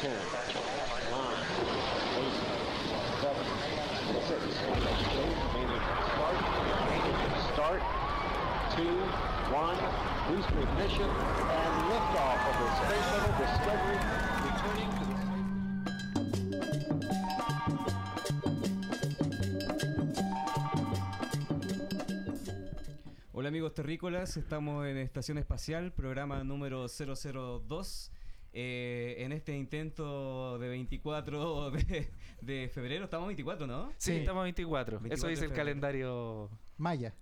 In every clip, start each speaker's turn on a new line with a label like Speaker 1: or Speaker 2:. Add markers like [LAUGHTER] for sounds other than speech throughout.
Speaker 1: ten, nine, eight, seven, six, eight, main engine start, main engine start, two, one, booster ignition, and liftoff of the Space Shuttle Discovery returning to the space.
Speaker 2: Hola amigos terrícolas, estamos en Estación Espacial, programa número 002. Eh, en este intento de 24 de, de febrero, estamos 24, ¿no?
Speaker 3: Sí,
Speaker 4: Sí.
Speaker 3: estamos 24.
Speaker 2: 24
Speaker 3: Eso dice
Speaker 2: de
Speaker 3: el
Speaker 2: febrero.
Speaker 3: calendario.
Speaker 4: Maya.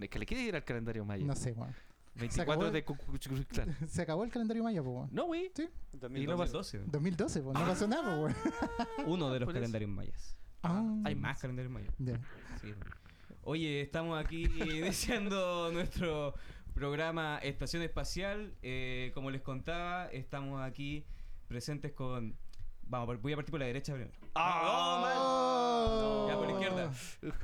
Speaker 3: Es que le quiere ir al calendario maya.
Speaker 4: No sé, weón. [LAUGHS] se
Speaker 3: 24
Speaker 4: acabó
Speaker 3: de
Speaker 4: el-
Speaker 3: Ku Klux Klan.
Speaker 4: Se acabó el calendario maya, po, weón.
Speaker 3: No, güey.
Speaker 4: Sí.
Speaker 3: Y no pasó.
Speaker 2: 2012.
Speaker 4: 2012, po. No pasó nada, po, weón.
Speaker 2: Uno de los
Speaker 3: Por eso.
Speaker 2: calendarios mayas.
Speaker 4: Ah.
Speaker 2: Hay más calendarios mayas.
Speaker 4: Ya.
Speaker 2: Sí. Oye, estamos
Speaker 3: [LAUGHS]
Speaker 2: aquí iniciando nuestro programa Estación Espacial. Eh, como les contaba, estamos aquí presentes con... Vamos, por- voy a partir por la derecha primero.
Speaker 3: Ah,
Speaker 4: Oh.
Speaker 2: Ya, por la izquierda.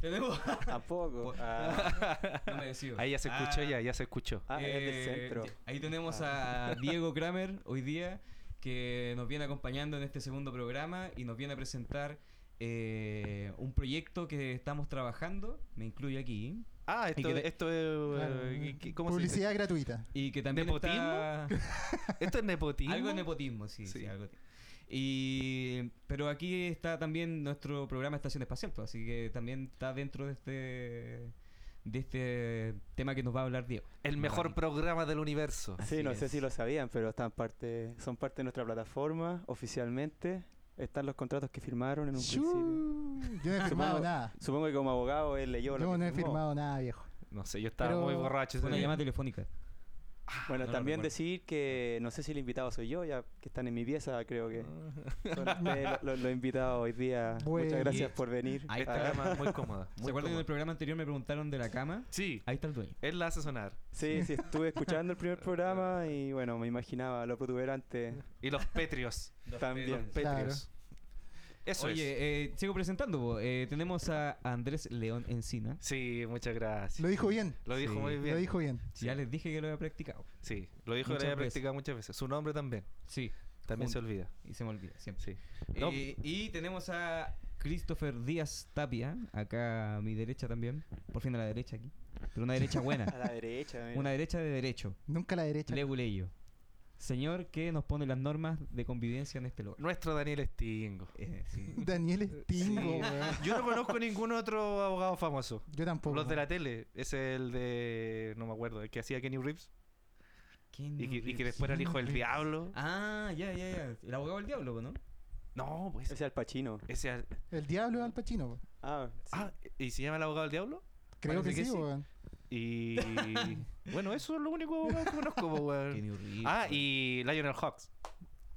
Speaker 2: Tenemos... [LAUGHS]
Speaker 5: Tampoco. Ah,
Speaker 2: no me decido.
Speaker 3: Ahí ya se escuchó,
Speaker 2: Ah,
Speaker 3: ya, ya se escuchó.
Speaker 5: ah, es del
Speaker 2: eh,
Speaker 5: centro. Ah.
Speaker 2: ya- Ahí tenemos
Speaker 5: [LAUGHS]
Speaker 2: a Diego Kramer hoy día, que nos viene acompañando en este segundo programa y nos viene a presentar eh, un proyecto que estamos trabajando, me incluyo aquí,
Speaker 3: Ah, esto,
Speaker 2: Y que-
Speaker 3: esto es.
Speaker 4: Claro.
Speaker 3: eh, ¿qué- ¿Cómo
Speaker 4: Oh. Publicidad gratuita.
Speaker 2: y que también
Speaker 3: ¿Nepotismo?
Speaker 2: está...
Speaker 3: se dice? Esto es
Speaker 2: [LAUGHS]
Speaker 3: nepotismo.
Speaker 2: Algo de nepotismo, sí, sí,
Speaker 3: Sí.
Speaker 2: algo. de- Y, pero aquí está también nuestro programa Estación Espacial, pues, así que también está dentro de este de este tema que nos va a hablar Diego.
Speaker 3: El mejor
Speaker 2: Ratito.
Speaker 3: programa del universo.
Speaker 2: así
Speaker 5: Sí, no sé
Speaker 2: es.
Speaker 5: si lo sabían, pero están parte, son parte de nuestra plataforma oficialmente. Están los contratos que firmaron en un principio.
Speaker 4: Shuu. Yo no he firmado
Speaker 5: Supongo,
Speaker 4: nada.
Speaker 5: supongo que como abogado él leyó lo
Speaker 4: Yo
Speaker 5: que
Speaker 4: no he
Speaker 5: firmó.
Speaker 4: firmado nada, viejo.
Speaker 3: No sé, yo estaba
Speaker 4: Pero-
Speaker 3: muy borracho. ese
Speaker 2: Una
Speaker 3: día.
Speaker 2: llamada telefónica.
Speaker 5: Bueno,
Speaker 2: No lo
Speaker 5: también
Speaker 2: recuerdo.
Speaker 5: decir que no sé si el invitado soy yo, ya que están en mi pieza, creo que son ustedes lo- lo- los invitados hoy día.
Speaker 4: Bueno.
Speaker 5: Muchas gracias
Speaker 2: Ah. Y-
Speaker 5: por venir. Ah.
Speaker 2: Ahí
Speaker 3: Esta
Speaker 2: está.
Speaker 3: cama es muy cómoda.
Speaker 2: ¿Se
Speaker 3: Muy
Speaker 2: acuerdan que en
Speaker 3: cómoda.
Speaker 2: el programa anterior me preguntaron de la cama?
Speaker 3: Sí,
Speaker 2: Ahí está el dueño.
Speaker 3: él la hace sonar.
Speaker 5: Sí, sí, estuve escuchando el primer programa y bueno, me imaginaba lo protuberante.
Speaker 3: Y los Petrios. Los
Speaker 5: También.
Speaker 4: Claro.
Speaker 3: Petrios. Eso
Speaker 2: Oye, eh,
Speaker 3: es.
Speaker 2: sigo presentando. po. Eh, tenemos a Andrés León Encina.
Speaker 3: Sí, muchas gracias.
Speaker 4: Lo dijo bien.
Speaker 3: Lo dijo
Speaker 2: Sí.
Speaker 3: muy bien.
Speaker 4: Lo dijo bien.
Speaker 2: Ya les dije que lo había practicado.
Speaker 3: Sí, lo dijo
Speaker 2: Muchas
Speaker 3: que lo había
Speaker 2: veces.
Speaker 3: practicado muchas veces. Su nombre también.
Speaker 2: Sí.
Speaker 3: También se
Speaker 2: Junto.
Speaker 3: olvida.
Speaker 2: Y se me olvida siempre.
Speaker 3: Sí. No,
Speaker 2: Eh, y tenemos a Christopher Díaz Tapia, acá a mi derecha también. Por fin a la derecha aquí. Pero una
Speaker 5: [LAUGHS]
Speaker 2: derecha
Speaker 5: A
Speaker 2: buena.
Speaker 5: la derecha. mira.
Speaker 2: una derecha de derecho.
Speaker 4: Nunca la derecha.
Speaker 2: Leguleyo. Señor que nos pone las normas de convivencia en este lugar.
Speaker 3: nuestro Daniel Estingo.
Speaker 2: Eh, sí.
Speaker 4: Daniel Estingo,
Speaker 3: Sí.
Speaker 4: weón.
Speaker 3: Yo no conozco ningún otro abogado famoso.
Speaker 4: Yo tampoco.
Speaker 3: Los de la tele. Es el de. No me acuerdo. El que hacía Kenny Reeves.
Speaker 2: ¿Quién
Speaker 3: Y que, y que
Speaker 2: nos-
Speaker 3: después era el hijo del
Speaker 4: Reeves.
Speaker 3: diablo.
Speaker 2: Ah, ya, ya, ya. El abogado del diablo, po, ¿no?
Speaker 3: No, pues.
Speaker 5: Ese es el Pachino.
Speaker 3: Ese al-
Speaker 4: El diablo es Al Pacino. po.
Speaker 5: Ah, sí.
Speaker 3: Ah, ¿y se llama el abogado del diablo?
Speaker 4: Creo
Speaker 2: Parece
Speaker 4: que,
Speaker 2: que
Speaker 4: sí,
Speaker 2: sí.
Speaker 4: weón.
Speaker 3: Y. bueno, eso es lo único abogado que conozco, po, weón.
Speaker 2: Kenny Reeves,
Speaker 3: Ah,
Speaker 2: weón.
Speaker 3: y Lionel Hawks.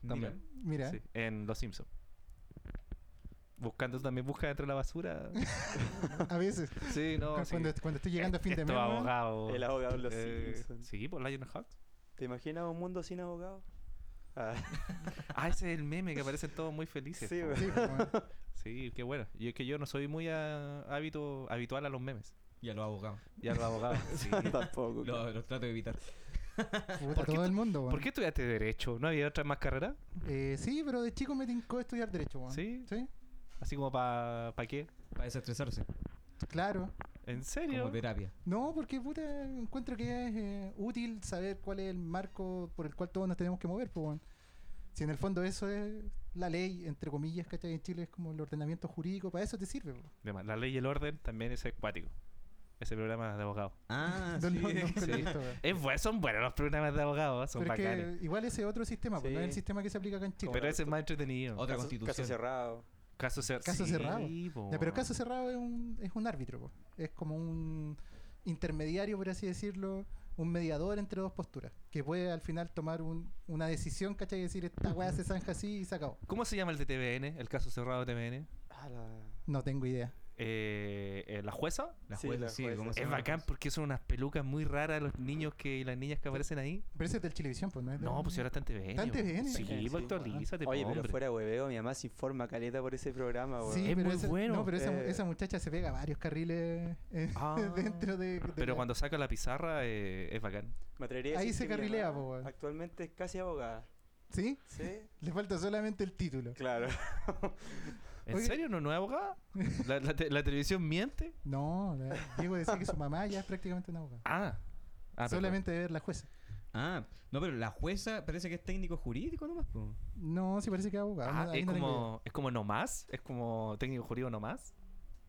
Speaker 2: Mira.
Speaker 3: también.
Speaker 4: Mira.
Speaker 3: Sí, en Los Simpsons. Buscando también busca entre la basura.
Speaker 4: A veces.
Speaker 3: Sí, no.
Speaker 4: cu-
Speaker 3: sí.
Speaker 4: cuando, cuando estoy llegando a fin de mes.
Speaker 3: Estos
Speaker 4: weón.
Speaker 3: abogados. Eh,
Speaker 5: El abogado de los Simpsons.
Speaker 3: Sí, por Lionel Hawks.
Speaker 5: ¿Te imaginas un mundo sin abogado?
Speaker 3: [LAUGHS]
Speaker 5: Ah, [LAUGHS]
Speaker 3: Ah, ese es el meme que aparecen todos muy felices.
Speaker 5: Sí,
Speaker 3: po.
Speaker 5: weón.
Speaker 4: Sí, po, weón.
Speaker 3: Sí, qué bueno. Y es que yo no soy muy ah, hábito, habitual a los memes.
Speaker 2: Y a los abogados.
Speaker 3: Y a
Speaker 5: [LAUGHS]
Speaker 3: los abogados. Sí.
Speaker 5: tampoco. claro.
Speaker 2: Los, los trato de evitar.
Speaker 4: Puta,
Speaker 3: ¿Por qué
Speaker 4: todo
Speaker 3: tú-
Speaker 4: el mundo, weón.
Speaker 3: ¿Por qué estudiaste Derecho? ¿No había otra más carrera?
Speaker 4: Eh, sí, pero de chico me tincó estudiar Derecho, weón.
Speaker 3: ¿Sí?
Speaker 4: Sí.
Speaker 3: Así como para pa qué.
Speaker 2: Para desestresarse.
Speaker 4: Claro.
Speaker 3: ¿En
Speaker 2: Como
Speaker 3: serio?
Speaker 2: terapia.
Speaker 4: No, porque puta, encuentro que es eh, útil saber cuál es el marco por el cual todos nos tenemos que mover, pues, weón. Si en el fondo eso es la ley, entre comillas, ¿cachai? En Chile es como el ordenamiento jurídico, para eso te sirve, po.
Speaker 3: De más, La ley y el orden también es acuático. Ese programa de abogados.
Speaker 2: Ah,
Speaker 4: No,
Speaker 2: sí.
Speaker 4: no,
Speaker 3: [LAUGHS]
Speaker 4: no, con esto, weón.
Speaker 3: Es bu- son buenos los programas de abogados, ¿eh? son
Speaker 4: Pero es
Speaker 3: bacanes.
Speaker 4: que igual ese es otro sistema, pues,
Speaker 5: Sí.
Speaker 4: no es el sistema que se aplica acá en Chile.
Speaker 3: Pero ese es más entretenido.
Speaker 2: Otra
Speaker 5: Caso-
Speaker 2: constitución.
Speaker 5: Caso cerrado.
Speaker 3: Caso, cer-
Speaker 4: Caso
Speaker 3: sí,
Speaker 4: cerrado.
Speaker 3: po.
Speaker 4: Ya, pero caso cerrado es un, es un árbitro, po. es como un intermediario, por así decirlo, un mediador entre dos posturas, que puede al final tomar un- una decisión, ¿cachai? Y decir, esta weá se zanja así y se acabó.
Speaker 3: ¿Cómo se llama el de TVN? El caso cerrado de TVN.
Speaker 5: Ah, la-
Speaker 4: No tengo idea.
Speaker 3: Eh, eh, la jueza.
Speaker 2: La
Speaker 5: Sí,
Speaker 2: jueza,
Speaker 5: la
Speaker 2: sí,
Speaker 5: jueza.
Speaker 2: ¿cómo se
Speaker 3: Es
Speaker 2: llama?
Speaker 3: bacán porque son unas pelucas muy raras los niños que y las niñas que aparecen ahí.
Speaker 4: Pero ese es del Chilevisión, pues no es del-
Speaker 3: No, pues si ahora está en TVN.
Speaker 4: Está en
Speaker 3: po.
Speaker 4: TVN.
Speaker 3: Sí,
Speaker 5: Sí,
Speaker 3: pues
Speaker 5: sí.
Speaker 3: actualízate,
Speaker 5: Oye, pero
Speaker 3: hombre.
Speaker 5: fuera de hueveo, mi mamá se informa caleta por ese programa, weón.
Speaker 4: Sí,
Speaker 3: Es
Speaker 4: pero
Speaker 3: muy
Speaker 4: esa,
Speaker 3: bueno.
Speaker 4: No, pero esa,
Speaker 5: Eh.
Speaker 4: esa muchacha se pega varios carriles
Speaker 3: [LAUGHS]
Speaker 4: eh, [LAUGHS]
Speaker 3: Ah.
Speaker 4: dentro de. de
Speaker 3: Pero
Speaker 4: la-
Speaker 3: cuando saca la pizarra eh, es bacán.
Speaker 5: Me atrevería a
Speaker 4: Ahí
Speaker 5: decir
Speaker 4: se
Speaker 5: que mi
Speaker 4: carrilea,
Speaker 5: mamá
Speaker 4: po, weón.
Speaker 5: Actualmente es casi abogada.
Speaker 4: ¿Sí?
Speaker 3: [LAUGHS]
Speaker 5: Sí.
Speaker 4: Le falta solamente el título.
Speaker 5: Claro.
Speaker 3: ¿En
Speaker 4: Oye.
Speaker 3: serio? ¿No, no es abogada? ¿La, la te- la televisión miente?
Speaker 4: No, la- Diego decía que su mamá ya es prácticamente una abogada.
Speaker 3: Ah. Ah, perdón.
Speaker 4: solamente de ver la jueza.
Speaker 2: Ah, no, pero la jueza parece que es técnico jurídico nomás. po.
Speaker 4: No, sí parece que es abogada.
Speaker 3: Ah,
Speaker 4: no, ahí
Speaker 3: es
Speaker 4: no tengo
Speaker 3: como, es como nomás, es como técnico jurídico nomás.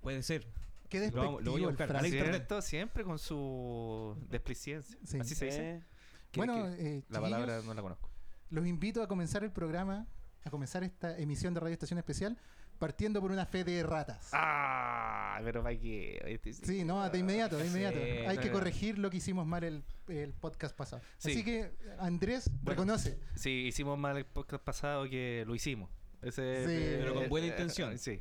Speaker 2: Puede ser.
Speaker 4: idea. Qué
Speaker 2: lo vamos- lo
Speaker 4: despectivo
Speaker 2: voy a
Speaker 4: el
Speaker 2: buscar.
Speaker 4: Fran.
Speaker 2: Al Así internet.
Speaker 3: Cierto, siempre con su desplicencia.
Speaker 4: Sí.
Speaker 3: Así se dice. Que-
Speaker 4: Bueno,
Speaker 3: que-
Speaker 4: eh,
Speaker 3: la palabra
Speaker 4: chiquillos,
Speaker 3: no la conozco.
Speaker 4: los invito a comenzar el programa, a comenzar esta emisión de Radio Estación Especial, partiendo por una fe de ratas.
Speaker 3: Ah, pero para qué. Este sí.
Speaker 4: Sí, no, de inmediato, de inmediato.
Speaker 2: Sí,
Speaker 4: Hay que
Speaker 3: no.
Speaker 4: corregir lo que hicimos mal el, el podcast pasado.
Speaker 3: Sí.
Speaker 4: Así que Andrés
Speaker 3: Bueno.
Speaker 4: reconoce.
Speaker 3: Sí, hicimos mal el podcast pasado que lo hicimos. Ese,
Speaker 4: Sí. Pero
Speaker 2: con buena
Speaker 3: eh,
Speaker 2: intención.
Speaker 3: sí.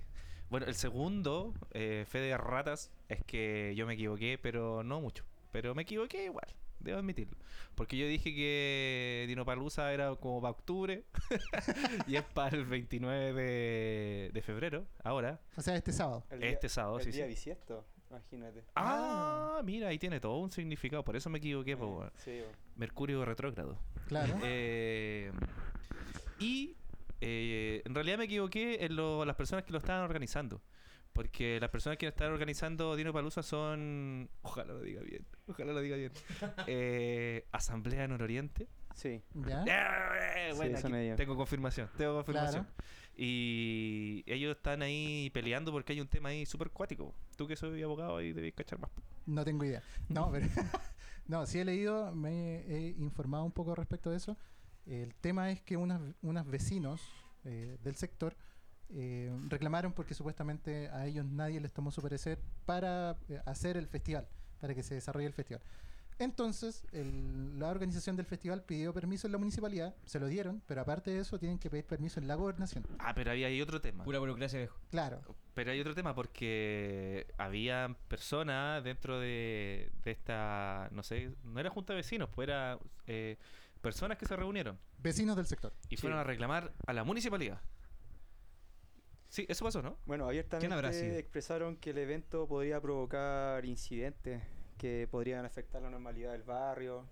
Speaker 3: Bueno, el segundo, eh, fe de ratas, es que yo me equivoqué, pero no mucho. Pero me equivoqué igual, debo admitirlo. Porque yo dije que Dinopalooza era como para octubre [LAUGHS] y es para el 29 de, de febrero, ahora.
Speaker 4: O sea, este sábado.
Speaker 5: El
Speaker 3: Este
Speaker 5: día-
Speaker 3: sábado,
Speaker 5: el
Speaker 3: sí,
Speaker 5: día
Speaker 3: sí.
Speaker 5: bisiesto, imagínate.
Speaker 3: Ah, mira, ahí tiene todo un significado. Por eso me equivoqué, po, weón.
Speaker 5: Eh, Sí, po.
Speaker 3: Mercurio retrógrado.
Speaker 4: Claro.
Speaker 3: Eh, y eh, en realidad me equivoqué en lo- las personas que lo estaban organizando. Porque las personas que están organizando Dino Palusa son. Ojalá lo diga bien. Ojalá lo diga bien. eh, Asamblea Nororiente.
Speaker 5: Sí.
Speaker 4: ¿Ya?
Speaker 3: Eh, bueno,
Speaker 5: son
Speaker 3: aquí
Speaker 5: ellos.
Speaker 3: tengo confirmación. Tengo confirmación.
Speaker 4: Claro.
Speaker 3: Y ellos están ahí peleando porque hay un tema ahí súper cuático. Tú que soy abogado ahí debes cachar más.
Speaker 4: No tengo idea. No, pero. [LAUGHS] no, sí he leído, me he informado un poco respecto de eso. El tema es que unas, unos vecinos eh, del sector eh, reclamaron porque supuestamente a ellos nadie les tomó su parecer para eh, hacer el festival, para que se desarrolle el festival. Entonces, el- la organización del festival pidió permiso en la municipalidad, se lo dieron, pero aparte de eso tienen que pedir permiso en la gobernación.
Speaker 3: Ah, pero había ahí otro tema.
Speaker 2: Pura burocracia viejo.
Speaker 4: Claro,
Speaker 3: Pero hay otro tema, porque había personas dentro de, de esta, no sé, no era junta de vecinos, pues era eh, personas que se reunieron
Speaker 4: vecinos del sector.
Speaker 3: y fueron a reclamar a la municipalidad. Sí, eso pasó, ¿no?
Speaker 5: Bueno,
Speaker 2: habrá sido?
Speaker 5: abiertamente expresaron que el evento podría provocar incidentes que podrían afectar la normalidad del barrio.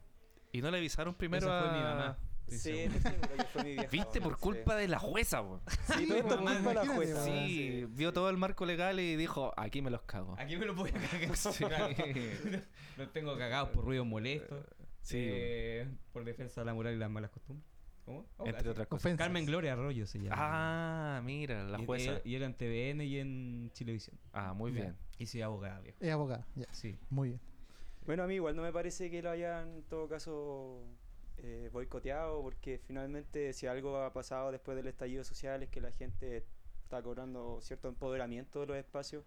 Speaker 3: Y no le avisaron primero
Speaker 2: Esa fue
Speaker 3: a...
Speaker 2: mi mamá. estoy
Speaker 5: Sí,
Speaker 2: seguro.
Speaker 5: estoy seguro que fue mi vieja,
Speaker 3: Viste,
Speaker 5: bueno,
Speaker 3: por
Speaker 5: sí.
Speaker 3: culpa de la jueza, po.
Speaker 5: Sí, todo por
Speaker 4: mamá,
Speaker 5: culpa de la
Speaker 4: imagínate,
Speaker 5: jueza.
Speaker 4: Ah,
Speaker 3: Ah, Sí,
Speaker 4: weón.
Speaker 3: vio todo el marco legal y dijo, aquí me los cago.
Speaker 2: Aquí me lo puedo cagar. [LAUGHS]
Speaker 3: [LAUGHS] Sí.
Speaker 2: Los tengo cagados por ruidos molestos.
Speaker 3: Sí,
Speaker 2: eh, por defensa de la moral y las malas costumbres. ¿Cómo? Oh,
Speaker 3: entre
Speaker 2: así.
Speaker 3: otras cosas.
Speaker 4: Ofensas.
Speaker 2: Carmen Gloria Arroyo se llama.
Speaker 3: Ah, mira, la
Speaker 2: Y-
Speaker 3: jueza.
Speaker 2: Y, era en TVN y en Chilevisión.
Speaker 3: Ah, muy
Speaker 4: Ya.
Speaker 3: bien.
Speaker 2: Y sí, abogada, viejo.
Speaker 4: Es abogada, ya.
Speaker 2: Sí.
Speaker 4: Muy bien.
Speaker 5: Bueno, a mí igual no me parece que lo hayan en todo caso eh, boicoteado, porque finalmente si algo ha pasado después del estallido social es que la gente está cobrando cierto empoderamiento de los espacios